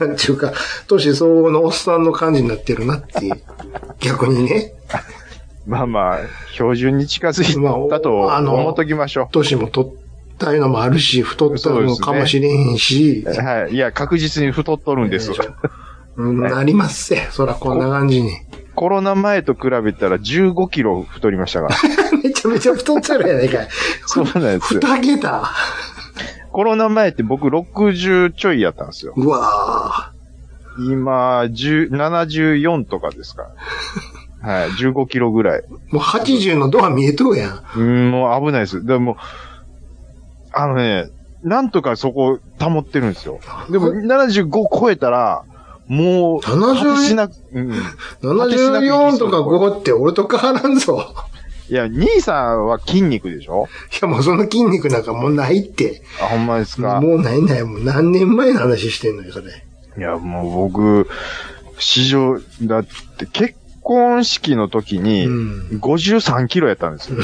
[SPEAKER 6] なんちゅうか、年相応のおっさんの感じになってるなっていう。逆にね。
[SPEAKER 3] まあまあ、標準に近づいたと
[SPEAKER 6] まあおあの
[SPEAKER 3] 思っときましょ
[SPEAKER 6] 年も取ったいうのもあるし、太ったのかもしれへんし
[SPEAKER 3] う。。はい。いや、確実に太っとるんです。
[SPEAKER 6] うん、なりますせ。そらこんな感じに。
[SPEAKER 3] コロナ前と比べたら15キロ太りました から。
[SPEAKER 6] めちゃめちゃ太ってるやないかい。
[SPEAKER 3] そうなんです。
[SPEAKER 6] 二桁。
[SPEAKER 3] コロナ前って僕60ちょいやったんですよ。
[SPEAKER 6] うわ
[SPEAKER 3] 今、10 74とかですから。はい、15キロぐらい。
[SPEAKER 6] もう80のドア見えとうや
[SPEAKER 3] う
[SPEAKER 6] ん。
[SPEAKER 3] ん、もう危ないです。でも、あのね、なんとかそこ保ってるんですよ。で も、75超えたら、もう、
[SPEAKER 6] 70
[SPEAKER 3] 果てしなく、うん。い
[SPEAKER 6] 74とか5って俺と変わらんぞ。
[SPEAKER 3] や、兄さんは筋肉でしょ
[SPEAKER 6] いやもうその筋肉なんかもうないって。
[SPEAKER 3] あ、ほんまですか。
[SPEAKER 6] もうないない。もう何年前の話してんのよ、それ。
[SPEAKER 3] いや、もう僕、史上、だって結婚式の時に、
[SPEAKER 6] うん。
[SPEAKER 3] 53キロやったんですよ。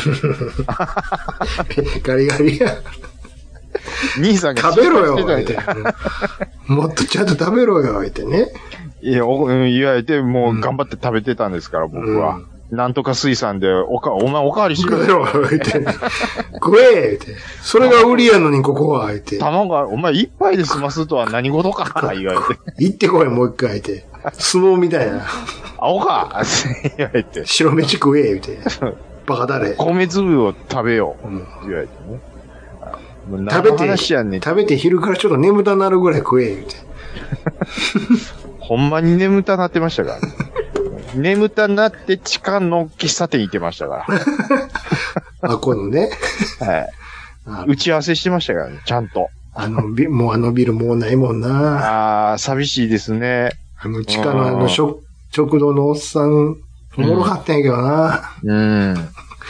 [SPEAKER 6] ガリガリや。
[SPEAKER 3] 兄さんが
[SPEAKER 6] 食べろよ、
[SPEAKER 3] 心配
[SPEAKER 6] 言
[SPEAKER 3] して
[SPEAKER 6] うて
[SPEAKER 3] たんで。
[SPEAKER 6] うんもっとちゃんと食べろよ、言ってね。
[SPEAKER 3] いや、おうん言われて、も
[SPEAKER 6] う
[SPEAKER 3] うん頑張って食べてたんですから、僕は。なんとか水産で、おか、お前おかわりしろ
[SPEAKER 6] 食
[SPEAKER 3] よ
[SPEAKER 6] べろよ、言って。食え、言って。それが売りやのにここは、言って。
[SPEAKER 3] 卵が、お前一杯で済ますとは何事か言われて。
[SPEAKER 6] 行ってこい、もう一回、言って。相撲みたいな。
[SPEAKER 3] 青か 言われて。
[SPEAKER 6] 白飯食え、言って。バカだれ。
[SPEAKER 3] 米粒を食べよう。
[SPEAKER 6] うん
[SPEAKER 3] 言われてね。もう
[SPEAKER 6] 食
[SPEAKER 3] 何
[SPEAKER 6] べ
[SPEAKER 3] の
[SPEAKER 6] て、
[SPEAKER 3] 話やねん。
[SPEAKER 6] 食べて昼からちょっと眠たなるぐらい食え、言って。
[SPEAKER 3] ほんまに眠たなってましたから、 ね。眠たなって地下の喫茶店行ってましたか
[SPEAKER 6] あ、このね。
[SPEAKER 3] ら。はい。
[SPEAKER 6] あ
[SPEAKER 3] 打ち合わせしてましたからね、ちゃんと。
[SPEAKER 6] あのビ、もうあのビルもうないもんな。
[SPEAKER 3] あー、寂しいですね。
[SPEAKER 6] あの、地下のあの、食、食堂のおっさん、おもろかったんやけどな。
[SPEAKER 3] うん。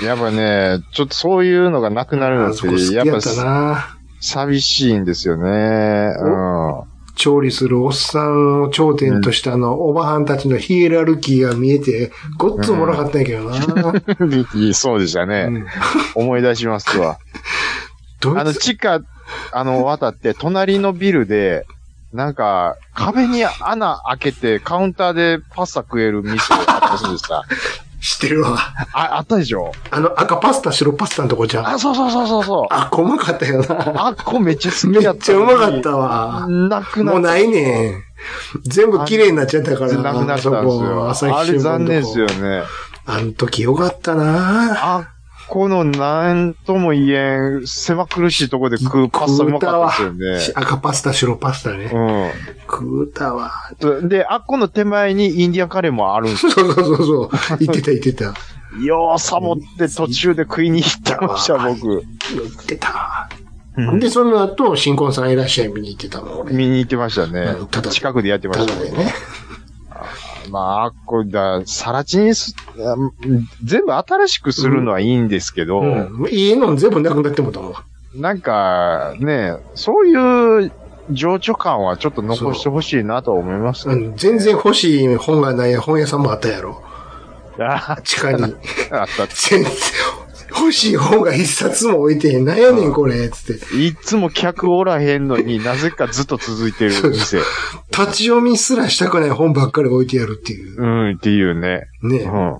[SPEAKER 3] やっぱね、ちょっとそういうのがなくなるの
[SPEAKER 6] あ
[SPEAKER 3] っ
[SPEAKER 6] そこ好
[SPEAKER 3] て、
[SPEAKER 6] き
[SPEAKER 3] やっ
[SPEAKER 6] や
[SPEAKER 3] ぱ
[SPEAKER 6] ったな。
[SPEAKER 3] 寂しいんですよね。うん。
[SPEAKER 6] 調理するおっさんを頂点としたあの、おばはんたちのヒエラルキーが見えて、ごっつおもろかったんやけどな。
[SPEAKER 3] いいそうでした ね。
[SPEAKER 6] うん
[SPEAKER 3] 思い出しますわ。
[SPEAKER 6] ど
[SPEAKER 3] あ
[SPEAKER 6] い
[SPEAKER 3] の、
[SPEAKER 6] つ、
[SPEAKER 3] 地下、あの、渡って、隣のビルで、なんか、壁に穴開けて、カウンターでパスタ食える店があったそうでした。
[SPEAKER 6] 知ってるわ。
[SPEAKER 3] あ、あったでしょ
[SPEAKER 6] あの、赤パスタ、白パスタのとこじゃん。
[SPEAKER 3] あ、そうそうそうそう そう。
[SPEAKER 6] あ、こまかったよ
[SPEAKER 3] あ
[SPEAKER 6] な。
[SPEAKER 3] っこめっちゃ好
[SPEAKER 6] め
[SPEAKER 3] きや
[SPEAKER 6] っ
[SPEAKER 3] った
[SPEAKER 6] ちゃ
[SPEAKER 3] の
[SPEAKER 6] う
[SPEAKER 3] に。
[SPEAKER 6] まかったわ。
[SPEAKER 3] なくな
[SPEAKER 6] もう
[SPEAKER 3] っ
[SPEAKER 6] ないねん。全部綺麗になっちゃったから、
[SPEAKER 3] なくなったん
[SPEAKER 6] あの
[SPEAKER 3] です
[SPEAKER 6] そ
[SPEAKER 3] よ。
[SPEAKER 6] こ
[SPEAKER 3] あ
[SPEAKER 6] 朝日
[SPEAKER 3] れ
[SPEAKER 6] 新聞
[SPEAKER 3] 残念ですよ
[SPEAKER 6] のとこ。
[SPEAKER 3] ね。
[SPEAKER 6] あの時よかったな
[SPEAKER 3] あっこのなんとも言えん、狭苦しいとこで食うパスタうまかったです
[SPEAKER 6] し
[SPEAKER 3] よ
[SPEAKER 6] 赤パスタ、白パスタね。
[SPEAKER 3] ね。
[SPEAKER 6] 食うたわ。
[SPEAKER 3] うん。で、あっこの手前にインディアンカレーもあるんですよ
[SPEAKER 6] そうそうそうそう。言ってた言ってた。
[SPEAKER 3] ようサボって途中で食いに行ってました、僕。
[SPEAKER 6] 言ってた。
[SPEAKER 3] うん
[SPEAKER 6] で、その後、新婚さんいらっしゃい見に行ってたの、俺。
[SPEAKER 3] 見に行ってましたね
[SPEAKER 6] うんた。だ
[SPEAKER 3] 近くでやってま
[SPEAKER 6] た
[SPEAKER 3] し
[SPEAKER 6] だ
[SPEAKER 3] た
[SPEAKER 6] で
[SPEAKER 3] ね。
[SPEAKER 6] ね。
[SPEAKER 3] まあ、あっこだ、さらちにす、あ全部新しくするのはいいんですけど、
[SPEAKER 6] うん。家の全部なくなってもたもん。
[SPEAKER 3] なんか、ね、そういう情緒感はちょっと残してほしいなとは思います
[SPEAKER 6] う
[SPEAKER 3] ね。
[SPEAKER 6] ん全然欲しい本がない本屋さんもあったやろ。
[SPEAKER 3] あ
[SPEAKER 6] 地下に。
[SPEAKER 3] あった。
[SPEAKER 6] 全然、 欲しい本が一冊も置いてへん。なんやねん、これ。つって。
[SPEAKER 3] いつも客おらへんのになぜかずっと続いてる店。
[SPEAKER 6] 立ち読みすらしたくない本ばっかり置いてやるっていう。
[SPEAKER 3] うん、っていうね。
[SPEAKER 6] ね。
[SPEAKER 3] うん。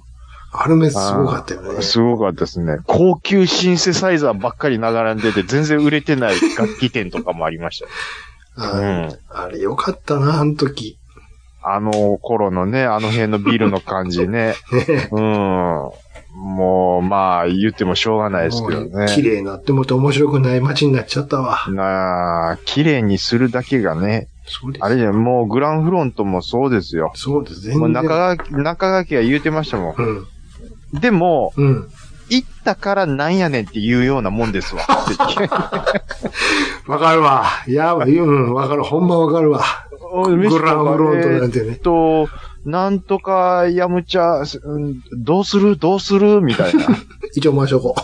[SPEAKER 6] あれめすごかったよね。
[SPEAKER 3] すごかったですね。高級シンセサイザーばっかり並んでて、全然売れてない楽器店とかもありまし
[SPEAKER 6] あ
[SPEAKER 3] た。うん。
[SPEAKER 6] あれよかったな、あの時。
[SPEAKER 3] あの頃のね、あの辺のビルの感じ ね。
[SPEAKER 6] ね。
[SPEAKER 3] うん。もう、まあ、言ってもしょうがないですけど
[SPEAKER 6] もう綺
[SPEAKER 3] ね。
[SPEAKER 6] 麗になってもって面白くない街になっちゃったわ。
[SPEAKER 3] なあ、綺麗にするだけがね。
[SPEAKER 6] そうです
[SPEAKER 3] あ。れじゃ、もうグランフロントもそうですよ。
[SPEAKER 6] そうです、全
[SPEAKER 3] もう
[SPEAKER 6] 然。
[SPEAKER 3] 中垣、中垣が言うてましたも
[SPEAKER 6] うん。
[SPEAKER 3] ん。でも、
[SPEAKER 6] うん。
[SPEAKER 3] 行ったからなんやねんって言うようなもんですわ。
[SPEAKER 6] わかるわ。いや、うん、わかる。ほんまわかるわ。 グランフロントなんて
[SPEAKER 3] えっ
[SPEAKER 6] ね。
[SPEAKER 3] と、なんとか、やむちゃ、うんどうするどうするみたいな。
[SPEAKER 6] 一応回しとこう。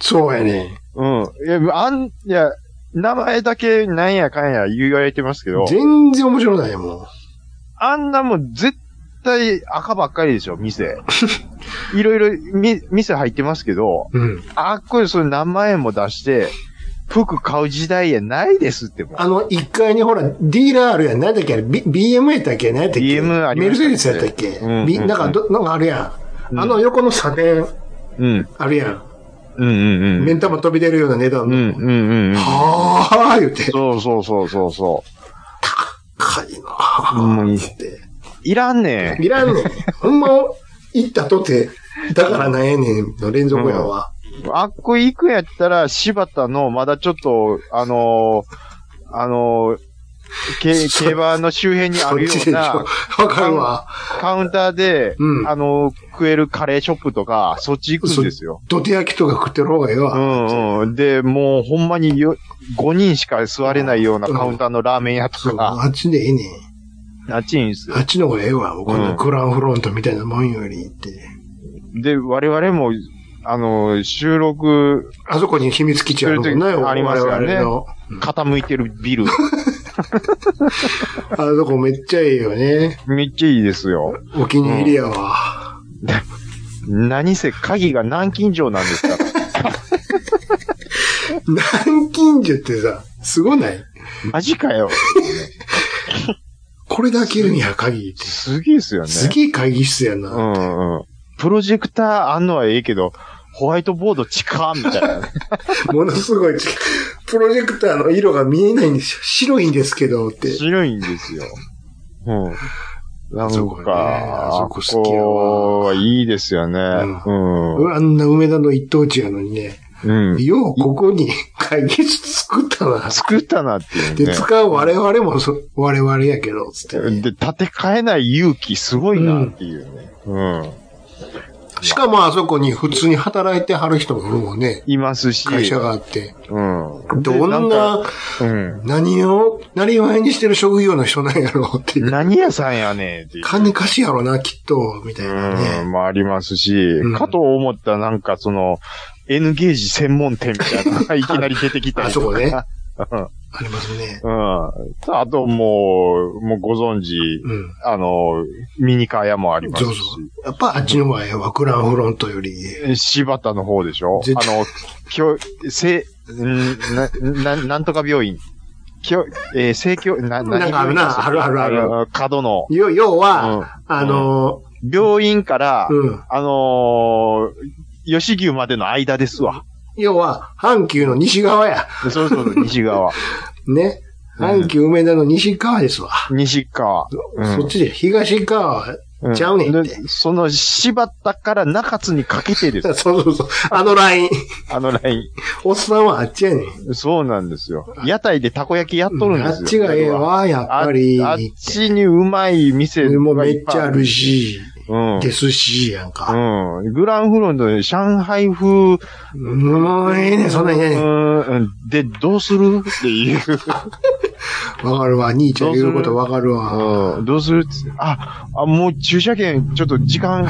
[SPEAKER 6] そうやね。
[SPEAKER 3] うん。いや、あん、いや、名前だけなんやかんや言われてますけど、
[SPEAKER 6] 全然面白ないもん。
[SPEAKER 3] あんなもん絶対赤ばっかりでしょ、店。 いろいろ、み、店入ってますけど、
[SPEAKER 6] うん。
[SPEAKER 3] あっこれそれ何万円も出して、服買う時代やないですってもう。
[SPEAKER 6] あの、一階にほら、ディーラーあるやん。何だっけあれ、B、BM やったっけ何やったっけ
[SPEAKER 3] BM ありましたね
[SPEAKER 6] メルセデスやったっけ、
[SPEAKER 3] うんうんうん
[SPEAKER 6] B- なんかど、なんかあるや
[SPEAKER 3] うん
[SPEAKER 6] ん。あの横の査定
[SPEAKER 3] うん。
[SPEAKER 6] あるやん。
[SPEAKER 3] うんうんうん。
[SPEAKER 6] 目ん玉飛び出るような値段
[SPEAKER 3] う
[SPEAKER 6] の。
[SPEAKER 3] んうんうんうん。
[SPEAKER 6] はー言って。
[SPEAKER 3] そうそうそうそうそ
[SPEAKER 6] 高いなぁ。
[SPEAKER 3] うん
[SPEAKER 6] つって。
[SPEAKER 3] う。いらんねん。
[SPEAKER 6] いらんねん。ほんま、行ったとて、だからなんやねんの連続やわ。
[SPEAKER 3] あっこ行くんやったら、柴田の、まだちょっと、あのーあのーけ
[SPEAKER 6] そ
[SPEAKER 3] 競馬の周辺にあ
[SPEAKER 6] そっ
[SPEAKER 3] るよ
[SPEAKER 6] ちでし
[SPEAKER 3] う
[SPEAKER 6] ょ。
[SPEAKER 3] な
[SPEAKER 6] わかるわ。
[SPEAKER 3] カウンターで、
[SPEAKER 6] うん
[SPEAKER 3] あの、食えるカレーショップとか、そっち行くんですよ。
[SPEAKER 6] 土手焼きとか食ってる方がええ
[SPEAKER 3] う
[SPEAKER 6] わ。
[SPEAKER 3] んうん。で、もうほんまによ5人しか座れないようなカウンターのラーメン屋
[SPEAKER 6] そ
[SPEAKER 3] と
[SPEAKER 6] う、
[SPEAKER 3] か、
[SPEAKER 6] あっちでええねん。
[SPEAKER 3] あっちにいいんですよ
[SPEAKER 6] あっちの方がええわ。こ
[SPEAKER 3] うん
[SPEAKER 6] のグランフロントみたいなもんよりって。
[SPEAKER 3] で、我々も、あの、収録
[SPEAKER 6] あそこに秘密基地あるもんね。
[SPEAKER 3] そういう時ありますよね
[SPEAKER 6] 我々の。
[SPEAKER 3] 傾いてるビル、
[SPEAKER 6] あそこめっちゃええよね。
[SPEAKER 3] めっちゃいいですよ。
[SPEAKER 6] お気に入りや わ。
[SPEAKER 3] 何せ鍵が南京錠なん ですから。
[SPEAKER 6] 南京樹ってさ、すごない
[SPEAKER 3] マジかよ。
[SPEAKER 6] これだけるんや、鍵って。
[SPEAKER 3] すげえですよね。
[SPEAKER 6] すげえ会議室や
[SPEAKER 3] う
[SPEAKER 6] な。
[SPEAKER 3] んうん。プロジェクターあんのはええけど、ホワイトボード近みたいなね。
[SPEAKER 6] ものすごい近い。プロジェクターの色が見えないんですよ。白いんですけどって。
[SPEAKER 3] 白いんですよ。うん。なん
[SPEAKER 6] あそこね
[SPEAKER 3] か、
[SPEAKER 6] あそこ好きやわ
[SPEAKER 3] あそこはいいですよね。
[SPEAKER 6] う
[SPEAKER 3] うん。
[SPEAKER 6] あんな梅田の一等地やのにね。
[SPEAKER 3] うん。
[SPEAKER 6] ようここに会議室作ったな。
[SPEAKER 3] 作ったなっていう
[SPEAKER 6] で、
[SPEAKER 3] ね。
[SPEAKER 6] 使う我々もそ、我々やけど、つってね、
[SPEAKER 3] で、立て替えない勇気すごいなっていうね。うん。
[SPEAKER 6] しかもあそこに普通に働いてはる人もいるもんね。
[SPEAKER 3] いますし。
[SPEAKER 6] 会社があって。
[SPEAKER 3] うん。
[SPEAKER 6] どんな、
[SPEAKER 3] でかうん。
[SPEAKER 6] 何を、なりわいにしてる職業の人なんやろうっていう。
[SPEAKER 3] 何屋さんやねんっていう。
[SPEAKER 6] 金貸しやろな、きっと、みたいな
[SPEAKER 3] うん、
[SPEAKER 6] ね。
[SPEAKER 3] もありますし
[SPEAKER 6] うん、
[SPEAKER 3] かと思ったらなんかその、N ゲージ専門店みたいなのが いきなり出てきた
[SPEAKER 6] あ
[SPEAKER 3] り
[SPEAKER 6] そ
[SPEAKER 3] とか。
[SPEAKER 6] こね。
[SPEAKER 3] うん。
[SPEAKER 6] ありますね。
[SPEAKER 3] うん。あともう、もうご存知、
[SPEAKER 6] うん。
[SPEAKER 3] あの、ミニカー屋もあります
[SPEAKER 6] そう
[SPEAKER 3] し。
[SPEAKER 6] そう。やっぱあっちの場合はクランフロントより、
[SPEAKER 3] 柴田の方でしょ
[SPEAKER 6] 絶
[SPEAKER 3] あの、きょ、せ、んな、な、なんとか病院。きょ、えー、生協、な、
[SPEAKER 6] なんかあ
[SPEAKER 3] 何病院
[SPEAKER 6] るな
[SPEAKER 3] でしたっけ
[SPEAKER 6] あるあるある
[SPEAKER 3] の角の。
[SPEAKER 6] よ、要は、
[SPEAKER 3] うん
[SPEAKER 6] あの、
[SPEAKER 3] 病院から、
[SPEAKER 6] うん。
[SPEAKER 3] あのー、吉牛までの間ですわ。
[SPEAKER 6] 要は、阪急の西側や。
[SPEAKER 3] そうそうそう、西側。
[SPEAKER 6] ね。
[SPEAKER 3] うん
[SPEAKER 6] 阪急梅田の西側ですわ。
[SPEAKER 3] 西側。うん
[SPEAKER 6] そっちで、東側、
[SPEAKER 3] うん
[SPEAKER 6] ちゃうねんって
[SPEAKER 3] でその、柴田から中津にかけてです
[SPEAKER 6] そう。そうそう。あのライン。
[SPEAKER 3] あのライ
[SPEAKER 6] おっさんはあっちやねん。
[SPEAKER 3] ン。そうなんですよ。屋台でたこ焼きやっとるん
[SPEAKER 6] あ
[SPEAKER 3] で
[SPEAKER 6] っ
[SPEAKER 3] す
[SPEAKER 6] ち
[SPEAKER 3] よ。
[SPEAKER 6] がええわ、やっ
[SPEAKER 3] あ。
[SPEAKER 6] ぱり。
[SPEAKER 3] あっちにうまい店がいっぱい
[SPEAKER 6] もうめっちゃある。し、
[SPEAKER 3] うん。
[SPEAKER 6] ですし、やんか。
[SPEAKER 3] うん。グランフロントで上海風。
[SPEAKER 6] もうええねん、そんなんええねん。
[SPEAKER 3] うん。で、どうするっていう。
[SPEAKER 6] わかるわ、兄ちゃん言うことわかるわ。
[SPEAKER 3] うん。どうするってあ、あ、もう駐車券、ちょっと時間、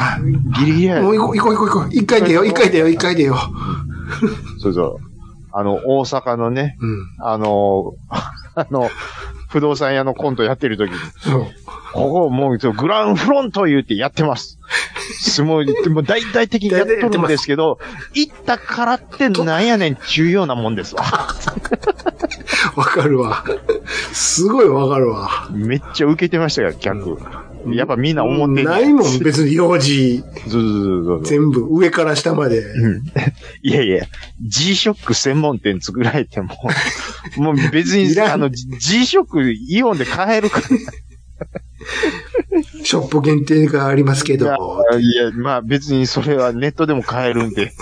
[SPEAKER 3] ギリギリや。
[SPEAKER 6] もう行こう行こう行こう行こう。一回出よう、一回出よう、一回出よ
[SPEAKER 3] そうそう。あの、大阪のね、
[SPEAKER 6] う。うん。
[SPEAKER 3] あの、 あの、不動産屋のコントやってる時に、
[SPEAKER 6] そう。
[SPEAKER 3] ここもうそうグランフロント言うてやってます。すごい、もう大々的にやっとるんですけど、行ったからってなんやねん重要なもんですわ。
[SPEAKER 6] わかるわ。すごいわかるわ。
[SPEAKER 3] めっちゃ受けてましたよ、客。やっぱみんな思って
[SPEAKER 6] ないもん、
[SPEAKER 3] ず
[SPEAKER 6] 別に用事、
[SPEAKER 3] ずずずず。
[SPEAKER 6] 全部、上から下まで。
[SPEAKER 3] うんいやいや、G-SHOCK 専門店作られても、もう別
[SPEAKER 6] い
[SPEAKER 3] に、
[SPEAKER 6] らん
[SPEAKER 3] あの、G-SHOCK イオンで買えるから
[SPEAKER 6] ショップ限定がありますけど、わ
[SPEAKER 3] いや、いやまあ別にそれはネットでも買える んで。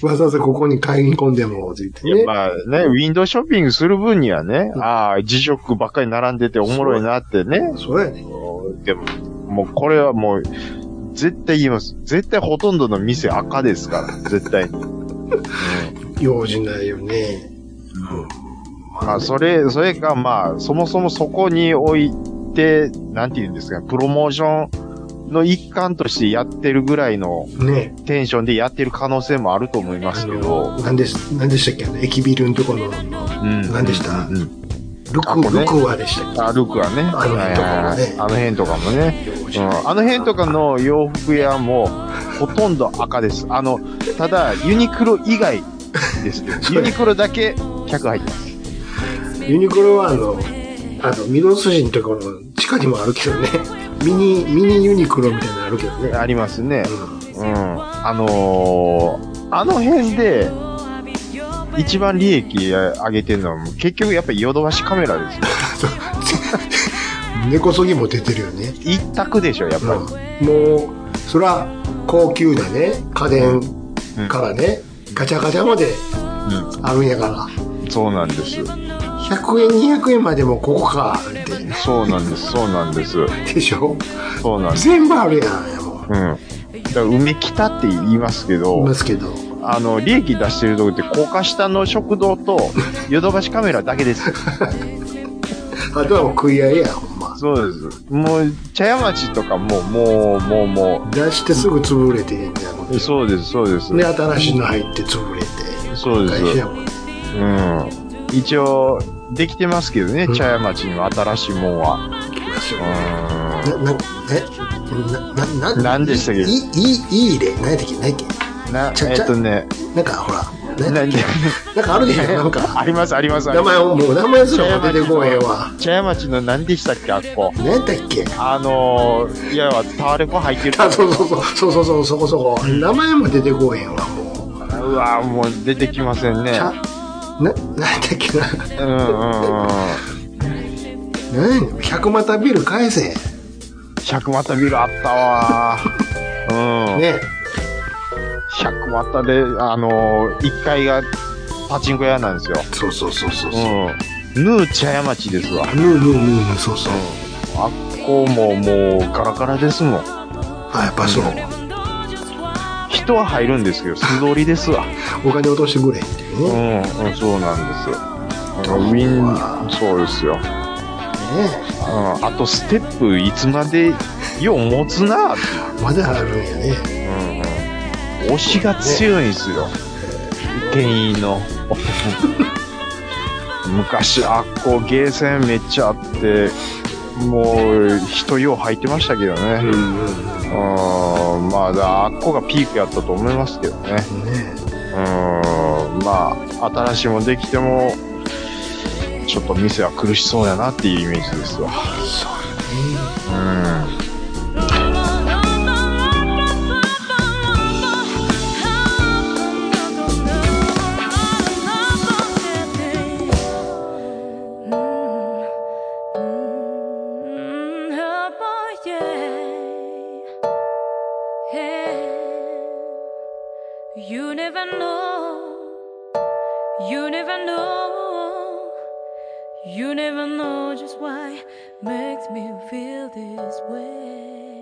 [SPEAKER 6] ざわざここに買い込んでも、って言って
[SPEAKER 3] いや
[SPEAKER 6] ね。
[SPEAKER 3] まあね、ウィンドウショッピングする分にはね、ああ、自食ばっかり並んでておもろいなってね。
[SPEAKER 6] そうやね。
[SPEAKER 3] でも、もうこれはもう、絶対言います。絶対ほとんどの店赤ですから、絶対に。
[SPEAKER 6] 用事ないよね。
[SPEAKER 3] まあそれ、それかまあ、そもそもそこにおいて、なんて言うんですか、プロモーションの一環としてやってるぐらいの
[SPEAKER 6] ね
[SPEAKER 3] テンションでやってる可能性もあると思います
[SPEAKER 6] あ
[SPEAKER 3] け
[SPEAKER 6] の、
[SPEAKER 3] ど。
[SPEAKER 6] なんでし、なんでしたっけあの、駅ビルのところ
[SPEAKER 3] う
[SPEAKER 6] の、
[SPEAKER 3] ん
[SPEAKER 6] 何でした
[SPEAKER 3] うん
[SPEAKER 6] ル
[SPEAKER 3] あこ
[SPEAKER 6] ク、
[SPEAKER 3] こね
[SPEAKER 6] ルクワでしたっ
[SPEAKER 3] あ、ルクはね。
[SPEAKER 6] あの辺とかも
[SPEAKER 3] あの辺とかも
[SPEAKER 6] ね
[SPEAKER 3] ね。
[SPEAKER 6] け用事
[SPEAKER 3] うんあの辺とかの洋服屋も、ほとんど赤です。あの、ただ、ユニクロ以外です けど、ユニクロだけ客入ってます。
[SPEAKER 6] ユニクロはあの、あの、ミド筋のところの地下にもあるけどね。 ミニ、ミニユニクロみたいなのあるけどね。
[SPEAKER 3] ありますね。
[SPEAKER 6] う
[SPEAKER 3] うん。あのーあの辺で、一番利益上げてるのは、結局やっぱりヨドバシカメラですよ。
[SPEAKER 6] ん。根こそぎも出てるよね。
[SPEAKER 3] 一択でしょ、やっぱり。
[SPEAKER 6] うん。もう、そら、高級なね、家電からね、ガチャガチャまで
[SPEAKER 3] う
[SPEAKER 6] あるんやから。
[SPEAKER 3] んそうなんです。
[SPEAKER 6] 100円、200円までもここか、っ
[SPEAKER 3] そうなんです、そうなんです。
[SPEAKER 6] て。でしょ
[SPEAKER 3] そうなんです。
[SPEAKER 6] 全部あるやん、も
[SPEAKER 3] う
[SPEAKER 6] う。
[SPEAKER 3] ん。だから梅北って言いますけ
[SPEAKER 6] い
[SPEAKER 3] ど、
[SPEAKER 6] ますけど。
[SPEAKER 3] あの、利益出してるとこって、高架下の食堂 と、ヨドバシカメラだけです。
[SPEAKER 6] あとはもう食い合いやん、ほんま。
[SPEAKER 3] そうです。もう、茶屋町とかも、もう、もう、も
[SPEAKER 6] 出してすぐ潰れてんじゃん。
[SPEAKER 3] う、そうです、そうです。
[SPEAKER 6] で、新しいの入って潰れて。
[SPEAKER 3] そうです
[SPEAKER 6] 会社やもんね。
[SPEAKER 3] うん。一応、できてますけどね、茶屋町の新しいもんは。
[SPEAKER 6] 行きますよ。
[SPEAKER 3] う
[SPEAKER 6] な、な、え、な、な、な、
[SPEAKER 3] 何でしたっけ
[SPEAKER 6] いい、いい、いい例、何やったっけ、何やったっ
[SPEAKER 3] ん。な、
[SPEAKER 6] ちゃ
[SPEAKER 3] えっとね、
[SPEAKER 6] け。なんか、ほら、何や
[SPEAKER 3] な
[SPEAKER 6] っ
[SPEAKER 3] ん
[SPEAKER 6] たっ
[SPEAKER 3] で
[SPEAKER 6] け なんかあるでしょ、なんか。
[SPEAKER 3] あります、あります。あり
[SPEAKER 6] 名
[SPEAKER 3] ます
[SPEAKER 6] 前を、もう名前すらも出てこへんわ。
[SPEAKER 3] 茶屋町の何でしたっけ、あっこ。
[SPEAKER 6] 何やったっけ
[SPEAKER 3] あのー、いや、タワレコ入ってる。
[SPEAKER 6] あ、そうそうそう、そうそうそう、そこそこ。名前も出てこへんわ、もう。
[SPEAKER 3] うわもう出てきませんね
[SPEAKER 6] ち。ゃ、な、何やったっけな。
[SPEAKER 3] うんうんうん。
[SPEAKER 6] 何やねん100股ビル返せ。
[SPEAKER 3] 百股ビルあったわー。うん。
[SPEAKER 6] ね。
[SPEAKER 3] 百股で、あのー、1階がパチンコ屋なんですよ。
[SPEAKER 6] そうそうそうそう
[SPEAKER 3] う
[SPEAKER 6] そう。
[SPEAKER 3] ん。ヌー茶屋町ですわ。
[SPEAKER 6] ぬうぬうぬうぬう、そうそう。
[SPEAKER 3] あっこももうガラガラですもん。
[SPEAKER 6] あ、やっぱそう。
[SPEAKER 3] 人は入るんですけど、素通りですわ。
[SPEAKER 6] お金落としてくれっていう
[SPEAKER 3] う
[SPEAKER 6] ね。
[SPEAKER 3] ん、うんそうなんですよ。ウィン、そうですよ。うん、
[SPEAKER 6] ね
[SPEAKER 3] あとステップいつまでよう持つなって
[SPEAKER 6] まだあるんやね。
[SPEAKER 3] うんうん推しが強いんですよ。店員の。昔、あっこ、ゲーセンめっちゃあって、もう、人よう入ってましたけどね。
[SPEAKER 6] んうん。
[SPEAKER 3] うん、まあ、だからあっこがピークやったと思いますけどね。
[SPEAKER 6] ね
[SPEAKER 3] うん、まあ、新しいもんできても、ちょっと店は苦しそうやなっていうイメージですわ。うん。
[SPEAKER 1] You never know, you never know, you never know just why makes me feel this way.